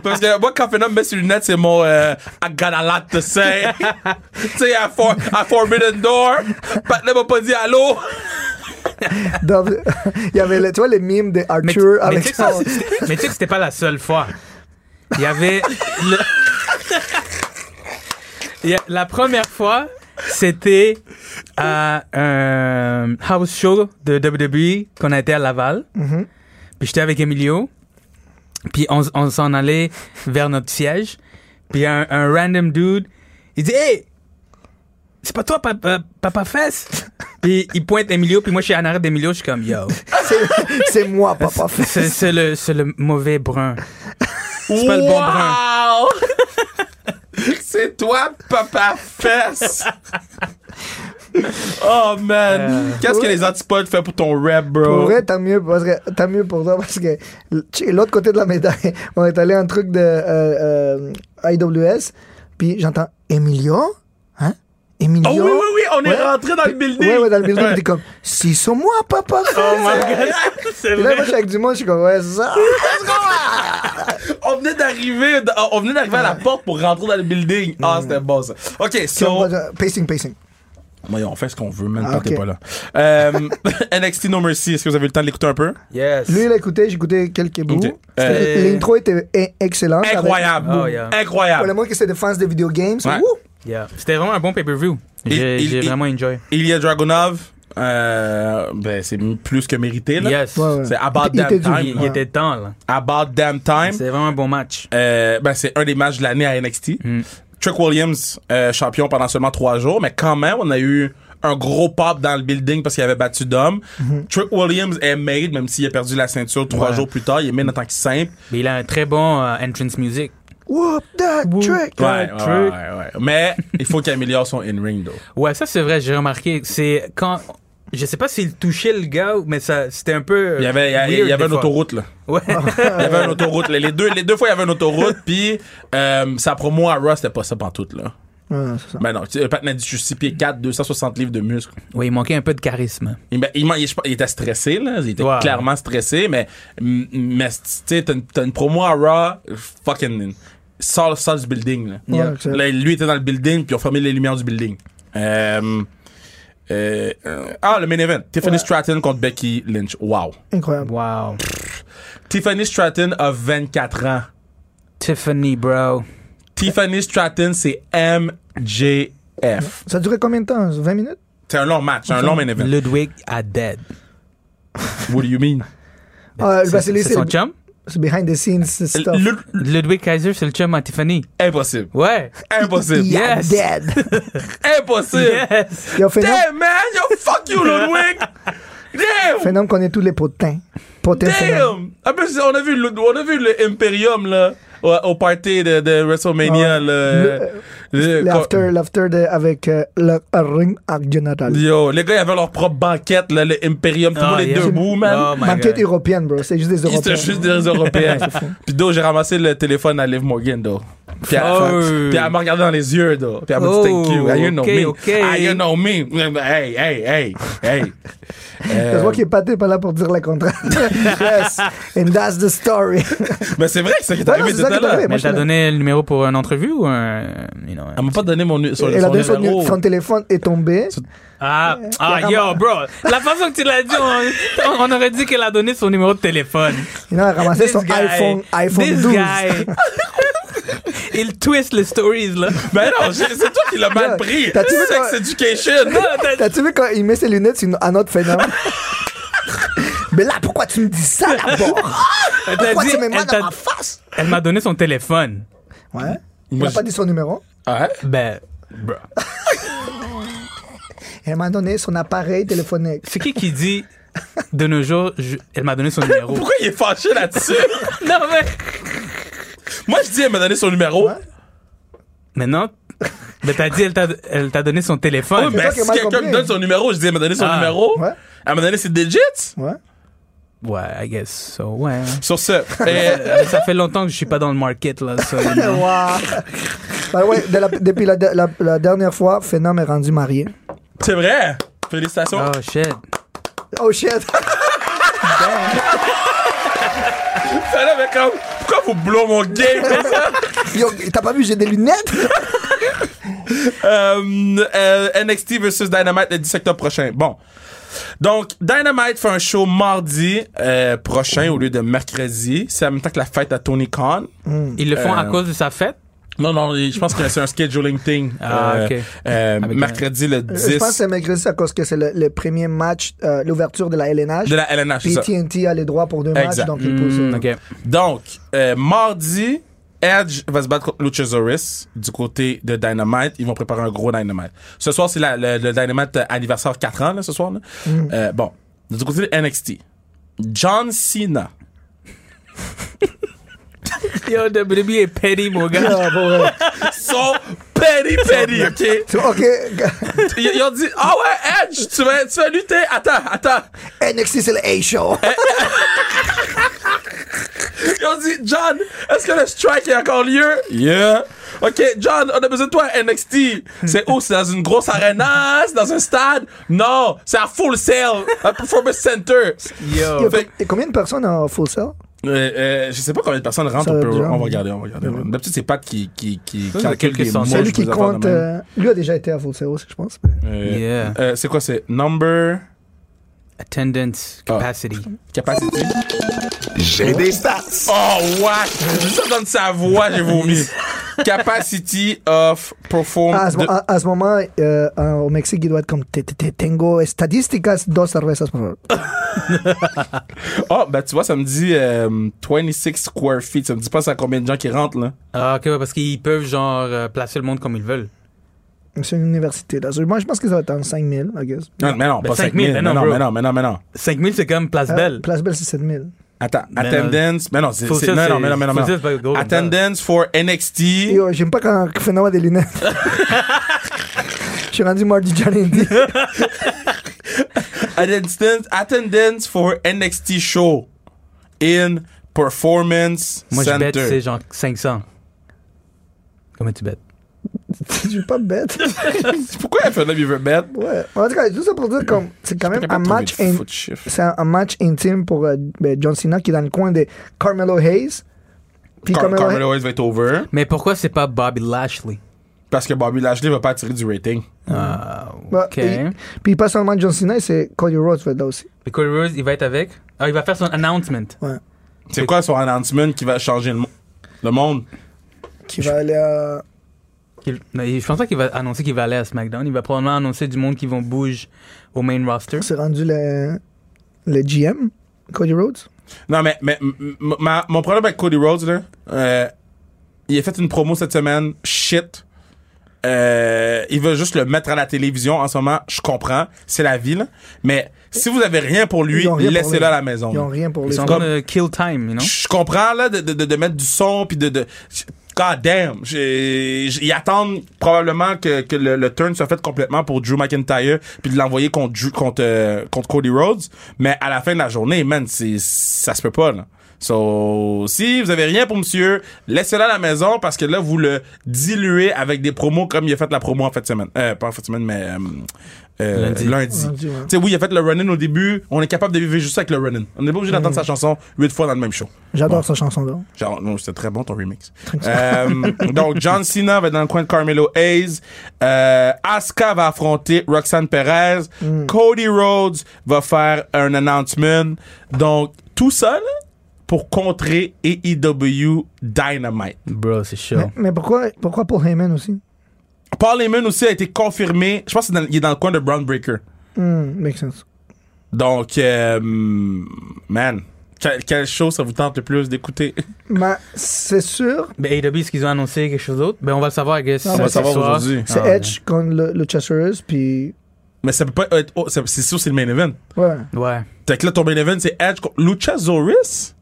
Speaker 2: Parce que moi, quand Phenom met ses lunettes, c'est mon, euh, I got a lot to
Speaker 4: <laughs>
Speaker 2: say. tu sais, à, for, à Forbidden Door, Pat ne m'a pas dit allô.
Speaker 4: Dans- <laughs> il y avait, le- tu vois, les mimes de
Speaker 3: Mais tu
Speaker 4: Arthur
Speaker 3: mais tu
Speaker 4: avec
Speaker 3: sais que
Speaker 4: ça.
Speaker 3: ça, c'était- mais tu sais que c'était pas la seule fois. Il y avait le- Il y a- la première fois, c'était à un house show de WWE qu'on a été à Laval.
Speaker 4: Mm-hmm.
Speaker 3: Puis j'étais avec Emilio. Puis on, s- on s'en allait vers notre siège. Puis un, un random dude, il dit Hey, c'est pas toi, papa, papa Fess Puis il pointe Emilio. Puis moi, je suis en arrière d'Emilio. Je suis comme Yo.
Speaker 4: C'est- <laughs> C'est moi, papa.
Speaker 2: <laughs>
Speaker 3: C'est c'est le, c'est le mauvais brun.
Speaker 2: C'est
Speaker 3: pas le bon
Speaker 2: <laughs> C'est toi, papa fesse. <laughs> oh man. Qu'est-ce que les antipodes font pour ton rap,
Speaker 4: Euh, Pour
Speaker 2: bro?
Speaker 4: vrai, tant mieux, parce que, tant mieux pour toi, parce que l- tu- l'autre côté de la médaille, <laughs> on est allé à un truc de euh, euh, IWS, puis j'entends Emilio, hein? Emilio?
Speaker 2: oh oui, oui, oui, on est
Speaker 4: Ouais.
Speaker 2: rentré dans le building.
Speaker 4: Ouais, ouais, dans le building,
Speaker 2: Ouais.
Speaker 4: t'es comme, si c'est moi, papa.
Speaker 2: Oh my God. <laughs> C'est
Speaker 4: <laughs> Puis là, moi,
Speaker 2: vrai.
Speaker 4: je suis avec du monde, je suis comme, ouais,
Speaker 2: <laughs>
Speaker 4: c'est ça.
Speaker 2: On venait d'arriver, on venait d'arriver à la porte pour rentrer dans le building.
Speaker 4: Mm.
Speaker 2: Ah, c'était bon ça. Ok, so.
Speaker 4: Pacing, pacing.
Speaker 2: Voyons, on fait ce qu'on veut, même
Speaker 4: Ah,
Speaker 2: quand t'es
Speaker 4: ok.
Speaker 2: pas là. Euh, <laughs> NXT No Mercy, est-ce que vous avez le temps de l'écouter un peu?
Speaker 3: Yes.
Speaker 4: Lui, il a écouté, j'écoutais quelques bouts.
Speaker 2: Ok.
Speaker 4: C'était-
Speaker 3: Euh,
Speaker 4: L'intro était e- excellente. avec-
Speaker 2: Incroyable.
Speaker 3: Oh, yeah.
Speaker 4: Pour le
Speaker 2: Incroyable.
Speaker 4: moins que c'est des fans de video games.
Speaker 2: Ouais.
Speaker 4: wouh!
Speaker 3: Yeah. C'était vraiment un bon pay-per-view.
Speaker 2: Et-
Speaker 3: J'ai
Speaker 2: et-
Speaker 3: j'ai
Speaker 2: et-
Speaker 3: vraiment enjoy.
Speaker 2: Ilya Dragunov, euh, ben, c'est plus que mérité, là.
Speaker 3: Yes. Ah,
Speaker 4: Ouais, ouais.
Speaker 2: C'est About
Speaker 4: Il était
Speaker 2: Damn Time.
Speaker 4: dur.
Speaker 3: Il était temps, là.
Speaker 2: About Damn Time.
Speaker 3: C'est vraiment un bon match.
Speaker 2: Euh, ben, c'est un des matchs de l'année à NXT.
Speaker 3: Mm.
Speaker 2: Trick Williams, euh, champion pendant seulement trois jours, mais quand même, on a eu un gros pop dans le building parce qu'il avait battu Dom. Trick Williams est made, même s'il a perdu la ceinture trois
Speaker 3: Ouais.
Speaker 2: jours plus tard. Il est made en tant que simple.
Speaker 3: Mais il a un très bon euh, entrance music.
Speaker 4: Whoop that
Speaker 3: Whoop.
Speaker 4: trick!
Speaker 2: Ouais,
Speaker 3: Ouais,
Speaker 2: ouais,
Speaker 3: Trick.
Speaker 2: ouais, ouais. Mais il faut qu'il améliore son in-ring, though.
Speaker 3: Ouais, ça c'est vrai, j'ai remarqué. C'est quand. Je sais pas s'il touchait le gars, mais ça c'était un peu. euh,
Speaker 2: Il y avait, il y avait- il y avait une autoroute, là.
Speaker 3: Ouais. <laughs>
Speaker 2: Il y avait une autoroute. là. Les deux, les deux fois, il y avait une autoroute, puis euh, sa promo à Raw, c'était pas ça pantoute, là.
Speaker 4: Ah, c'est ça.
Speaker 2: Ben non, tu sais, Pat m'a dit, je suis 6 pieds 4, 260 livres de muscles.
Speaker 3: ouais, il manquait un peu de charisme.
Speaker 2: Il, ben, il, man- il- je pense- il était stressé, là. Il était
Speaker 3: Ouais.
Speaker 2: clairement stressé, mais, m- mais tu sais, t'as une, t'as une promo à Raw, fucking, sort, sort du building, là.
Speaker 4: Ouais, c'est-
Speaker 2: Là, lui était dans le building, puis ils ont fermé les lumières du building. Euh, euh, euh, ah, le main event. Tiffany Stratton contre Becky Lynch. Wow.
Speaker 4: Incroyable.
Speaker 3: Wow.
Speaker 2: Tiffany Stratton a 24 ans.
Speaker 3: Tiffany, bro.
Speaker 2: Tiffany Stratton, c'est MJF.
Speaker 4: Ça durait combien de temps? 20 minutes?
Speaker 2: C'est un long match, c'est un long main event.
Speaker 3: Ludwig à dead.
Speaker 2: What do you mean?
Speaker 4: Ah, bah, c'est les-
Speaker 3: Ben, c'est son chum?
Speaker 4: c'est behind the scenes stuff.
Speaker 2: Lu-
Speaker 3: Ludwig Kaiser, c'est le chum à Tiffany.
Speaker 2: Impossible.
Speaker 3: Ouais.
Speaker 2: Impossible.
Speaker 4: Yeah,
Speaker 3: Yes.
Speaker 4: dead.
Speaker 3: <laughs>
Speaker 2: Impossible.
Speaker 3: Yes.
Speaker 4: Il y a Phenom,
Speaker 2: Damn, man. Yo, fuck you, Ludwig. Damn.
Speaker 4: Phenom connaît tous les potins. potentiellement.
Speaker 2: Damn! En plus, on a vu, le- on a vu le Imperium, là, au, au party de, de WrestleMania, là. Ah Le-
Speaker 4: L'after, l'after de- avec euh, le ring argentale.
Speaker 2: Yo, les gars, ils avaient leur propre banquette, là, le Imperium, tout le
Speaker 3: Ah,
Speaker 2: monde est
Speaker 3: yeah.
Speaker 2: debout, man.
Speaker 3: Oh my
Speaker 4: Banquette
Speaker 3: God.
Speaker 4: européenne, bro. C'est juste des
Speaker 2: C'était
Speaker 4: Européens.
Speaker 2: juste des <laughs> Européens. Puis d'où j'ai ramassé le téléphone à Liv Morgan, d'où. Puis elle,
Speaker 3: Oh.
Speaker 2: puis elle m'a regardé dans les yeux, d'où. Puis elle m'a dit
Speaker 3: Oh,
Speaker 2: thank you. Ah, you know
Speaker 3: ok,
Speaker 2: me.
Speaker 3: ok.
Speaker 2: Ah, you know me. Hey, hey, hey, hey.
Speaker 4: Je
Speaker 2: Euh,
Speaker 4: vois qu'il est pâté pas là pour dire la contraire.
Speaker 3: <laughs>
Speaker 4: yes. And that's the story.
Speaker 2: mais c'est vrai que c'est ce qui est
Speaker 4: Ouais,
Speaker 2: arrivé
Speaker 4: non, c'est
Speaker 2: tout
Speaker 4: ça
Speaker 2: à
Speaker 4: qui est
Speaker 2: l'heure.
Speaker 4: arrivé.
Speaker 3: Mais t'as donné le numéro pour une entrevue ou un. you know, un-
Speaker 2: Elle m'a pas donné mon nu- son,
Speaker 4: Et la
Speaker 2: son
Speaker 4: deuxième, son,
Speaker 2: numéro.
Speaker 4: son téléphone est tombé.
Speaker 3: Ah,
Speaker 4: Euh,
Speaker 3: ah,
Speaker 4: la
Speaker 3: yo,
Speaker 4: rampe.
Speaker 3: bro. La façon que tu l'as dit, <laughs> on, on aurait dit qu'elle a donné son numéro de téléphone.
Speaker 4: Il a ramassé
Speaker 3: This
Speaker 4: son
Speaker 3: guy.
Speaker 4: iPhone, iPhone
Speaker 3: This
Speaker 4: 12. <laughs>
Speaker 3: guy. Il twist les stories, là.
Speaker 2: Ben non, j'ai- c'est toi
Speaker 4: <laughs>
Speaker 2: qui l'as mal
Speaker 4: Yo,
Speaker 2: pris.
Speaker 4: t'as-tu vu
Speaker 2: Sex
Speaker 4: quoi? <laughs>
Speaker 2: Education.
Speaker 3: Non, t'as-
Speaker 4: T'as-tu vu quand il met ses lunettes sur une- un autre <laughs> phénomène? Mais là, pourquoi tu me dis ça d'abord?
Speaker 3: elle t'a
Speaker 4: Pourquoi
Speaker 3: dit-
Speaker 4: tu mets moi
Speaker 3: elle t'a-
Speaker 4: dans ma face?
Speaker 3: elle m'a donné son téléphone.
Speaker 4: Ouais. Il n'a
Speaker 2: je-
Speaker 4: pas dit son numéro.
Speaker 2: Ouais.
Speaker 3: Ben,
Speaker 4: Elle m'a donné son appareil téléphonique.
Speaker 3: c'est qui qui dit de nos jours, je- elle m'a donné son numéro?
Speaker 4: <laughs>
Speaker 2: Pourquoi il est fâché là-dessus?
Speaker 3: Non, mais.
Speaker 2: Moi, je dis, elle m'a donné son numéro.
Speaker 3: Maintenant, mais t'as dit, elle t'a- elle t'a donné son
Speaker 2: Ouais,
Speaker 3: téléphone.
Speaker 2: ben,
Speaker 4: toi qui as
Speaker 2: si
Speaker 4: mal
Speaker 2: quelqu'un me
Speaker 4: compris.
Speaker 2: donne son numéro, je dis, elle m'a donné son
Speaker 3: Ah.
Speaker 2: numéro.
Speaker 4: Ouais.
Speaker 2: Elle m'a donné ses digits.
Speaker 4: <laughs> Ouais.
Speaker 3: Ouais, I guess so, ouais.
Speaker 2: Sur
Speaker 4: <laughs>
Speaker 2: ce, euh,
Speaker 3: Euh, ça fait longtemps que je suis pas dans le market, là. so, you know.
Speaker 4: Wow. Bah ouais, de la- depuis la, de- la- la dernière fois, Phenom est rendu marié.
Speaker 2: c'est vrai. Félicitations.
Speaker 3: Oh, shit.
Speaker 4: Oh shit! <laughs>
Speaker 2: Ça, là, mais comme, pourquoi vous blow mon game comme ça?
Speaker 4: Yo, t'as pas vu, j'ai des lunettes?
Speaker 2: Euh, euh, NXT versus Dynamite le 10 octobre prochain. Bon. Donc, Dynamite fait un show mardi euh, prochain au lieu de mercredi. C'est en même temps que la fête à Tony Khan.
Speaker 3: Ils le font à
Speaker 2: Euh,
Speaker 3: cause de sa fête?
Speaker 2: Non, non, je pense que c'est un scheduling thing.
Speaker 3: Ah,
Speaker 2: Euh,
Speaker 3: ok.
Speaker 2: euh,
Speaker 3: Avec
Speaker 2: mercredi le 10
Speaker 4: Je pense que c'est mercredi c'est à cause que c'est le, le premier match, euh, l'ouverture de la LNH.
Speaker 2: de la LNH. c'est
Speaker 4: Puis
Speaker 2: ça.
Speaker 4: TNT a les droits pour deux
Speaker 2: Exact.
Speaker 4: matchs, donc il pousse.
Speaker 2: Mm.
Speaker 4: euh,
Speaker 3: Hmm, ok.
Speaker 2: Donc, euh, mardi, Edge va se battre contre Luchasaurus du côté de Dynamite. Ils vont préparer un gros Dynamite. Ce soir, c'est la- le, le Dynamite euh, anniversaire 4 ans, là, ce soir. là. Euh, bon, du côté de NXT, John Cena.
Speaker 3: Yo, WWE est petty, mon gars.
Speaker 4: Ah, pour vrai.
Speaker 2: Son petty, petty, OK?
Speaker 4: Tu- Ok, <laughs>
Speaker 2: Ils, ils ont dit, ah ouais, Edge, tu vas, tu vas lutter. Attends, attends.
Speaker 4: NXT c'est le A-Show.
Speaker 2: Ils ont dit, John, est-ce que le strike a encore lieu? Yeah. OK, John, on a besoin de toi à NXT. C'est où? C'est dans une grosse arena? C'est dans un stade? Non, c'est à Full Sail, à Performance Center.
Speaker 3: Yo.
Speaker 4: Yo,
Speaker 2: Fait-
Speaker 4: Et combien de personnes ont full sale?
Speaker 2: Euh, euh, je sais pas combien de personnes rentrent
Speaker 4: Ça
Speaker 2: au
Speaker 4: va
Speaker 2: Pro
Speaker 4: être
Speaker 2: Raw. On
Speaker 4: genre-
Speaker 2: va regarder, on va regarder. on va regarder. D'habitude, c'est Pat qui, qui, qui
Speaker 3: Ça, c'est
Speaker 2: calcule
Speaker 3: quelques
Speaker 2: les
Speaker 3: centaines.
Speaker 2: moches,
Speaker 4: Celui qui
Speaker 2: les affaires de
Speaker 4: compte,
Speaker 2: même.
Speaker 4: euh, lui a déjà été à full sale aussi, je pense. mais-
Speaker 2: Euh,
Speaker 3: Yeah.
Speaker 2: euh, c'est quoi? C'est number, Ah.
Speaker 3: Attendance, capacity.
Speaker 2: capacity.
Speaker 1: J'ai des stats.
Speaker 2: Oh, what? Ça donne sa voix, j'ai vomi.
Speaker 4: <laughs>
Speaker 2: capacity of perform...
Speaker 4: Ah, à, ce,
Speaker 2: de-
Speaker 4: mo- à- à ce moment, euh, en- au Mexique, il doit être comme te- te- te- Tengo estadísticas dos cervezas por favor.
Speaker 2: Ah, ben tu vois, ça me dit euh, 26 square feet. Ça me dit pas c'est à combien de gens qui rentrent, là.
Speaker 3: Ah, ok, ouais, parce qu'ils peuvent, genre, euh, placer le monde comme ils veulent.
Speaker 4: C'est une université. Là. Moi, je pense que ça va être en 5000, I guess.
Speaker 2: Non, mais non,
Speaker 3: Ben,
Speaker 2: pas
Speaker 3: 5
Speaker 2: 5
Speaker 3: 000,
Speaker 2: 000.
Speaker 3: ben
Speaker 2: mais,
Speaker 3: non,
Speaker 2: non,
Speaker 3: bro.
Speaker 2: mais non, mais non, mais non.
Speaker 3: 5000, c'est comme place
Speaker 4: Ah,
Speaker 3: belle.
Speaker 4: Place Belle, c'est 7000.
Speaker 2: Attends,
Speaker 3: Ben non.
Speaker 2: attendance. Mais non, c'est.
Speaker 3: Faut
Speaker 2: c'est-
Speaker 3: ça,
Speaker 2: Non, non,
Speaker 3: c'est-
Speaker 2: mais non, mais non,
Speaker 3: faut
Speaker 2: mais
Speaker 3: ça, c'est pas
Speaker 2: non.
Speaker 3: Golden
Speaker 2: Attendance for NXT.
Speaker 4: Yo, j'aime pas quand Phenom a
Speaker 2: <laughs>
Speaker 4: des lunettes. Je suis rendu Marty Johnny.
Speaker 2: Attendance, attendance for NXT show in Performance
Speaker 3: Moi, je bête, c'est
Speaker 2: Center.
Speaker 3: genre 500. Comment tu bêtes?
Speaker 4: <laughs> Je suis pas bête.
Speaker 2: <laughs> Pourquoi elle fait là, il veut mettre?
Speaker 4: Ouais. En tout cas, tout ça pour dire comme c'est quand même un match, in- c'est un, un match intime pour euh, ben, John Cena qui est dans le coin de Carmelo Hayes. Puis
Speaker 2: Car-
Speaker 4: Carmelo,
Speaker 2: Carmelo Hayes va être over
Speaker 3: Mais pourquoi c'est pas Bobby Lashley?
Speaker 2: parce que Bobby Lashley va pas attirer du rating.
Speaker 3: Ah,
Speaker 4: Bah,
Speaker 3: ok.
Speaker 4: et- puis pas seulement John Cena, c'est Cody Rhodes va être là aussi.
Speaker 3: Mais Cody Rhodes, il va être avec? Ah, il va faire son announcement.
Speaker 4: Ouais.
Speaker 2: C'est quoi son announcement qui va changer le, mo- le monde?
Speaker 4: Qui va aller à.
Speaker 3: Qu'il- non, il- Je pense pas qu'il va annoncer qu'il va aller à SmackDown. Il va probablement annoncer du monde qui vont bouger au main roster.
Speaker 4: C'est rendu le, le GM, Cody Rhodes.
Speaker 2: Non, mais, mais m- m- ma- mon problème avec Cody Rhodes, là, euh, il a fait une promo cette semaine, shit. euh, ils veulent juste le mettre à la télévision en ce moment. Je comprends, c'est la ville. Mais si vous avez rien pour lui,
Speaker 4: Ils ont rien pour
Speaker 2: laissez-le
Speaker 4: lui.
Speaker 2: à la maison.
Speaker 4: Ils ont rien pour
Speaker 3: Ils
Speaker 4: lui.
Speaker 3: sont en
Speaker 2: Comme-
Speaker 3: train de kill time, you know?
Speaker 2: Je comprends là de, de, de mettre du son puis de, de God damn, j'ai- j'ai- ils attendent probablement que, que le, le turn soit fait complètement pour Drew McIntyre puis de l'envoyer contre Drew- contre euh, contre Cody Rhodes, mais à la fin de la journée, man, c'est ça se peut pas là. So, si vous avez rien pour monsieur, laissez-le à la maison parce que là vous le diluez avec des promos comme il a fait la promo en fin de semaine, euh, pas en fin de semaine mais euh, euh,
Speaker 3: Lundi.
Speaker 2: lundi.
Speaker 4: Lundi, ouais.
Speaker 2: Tu sais, oui, il a fait le run-in au début. On est capable de vivre juste avec le run-in. On n'est pas obligé d'entendre sa chanson huit fois dans le même show.
Speaker 4: J'adore cette chanson-là.
Speaker 2: Genre, non, c'était très bon ton remix. Euh, donc, John Cena va être dans le coin de Carmelo Hayes. Euh, Asuka va affronter Roxanne Perez. Cody Rhodes va faire un announcement. Donc, tout ça, là, pour contrer AEW Dynamite.
Speaker 3: Bro, c'est chaud.
Speaker 4: Mais pourquoi, pourquoi Paul Heyman aussi?
Speaker 2: Paul Heyman aussi a été confirmé. Je pense qu'il est dans- il est dans le coin de Brown Breaker.
Speaker 4: Hmm, makes sense.
Speaker 2: Donc, euh, man, quel- quelle chose ça vous tente le plus d'écouter? <laughs>
Speaker 4: Mais c'est sûr,
Speaker 3: Ben, AW, est-ce qu'ils ont annoncé quelque chose d'autre? Ben, on va le savoir, I guess.
Speaker 4: On va le
Speaker 3: ce
Speaker 2: savoir
Speaker 3: soir.
Speaker 2: aujourd'hui.
Speaker 4: c'est
Speaker 3: Ah,
Speaker 4: Edge contre le, le Chasserus, puis...
Speaker 2: Mais ça peut pas être. oh, ça- c'est sûr, c'est le main event.
Speaker 4: Ouais.
Speaker 3: Ouais.
Speaker 2: Fait que là, ton main event, c'est Edge contre Luchasaurus?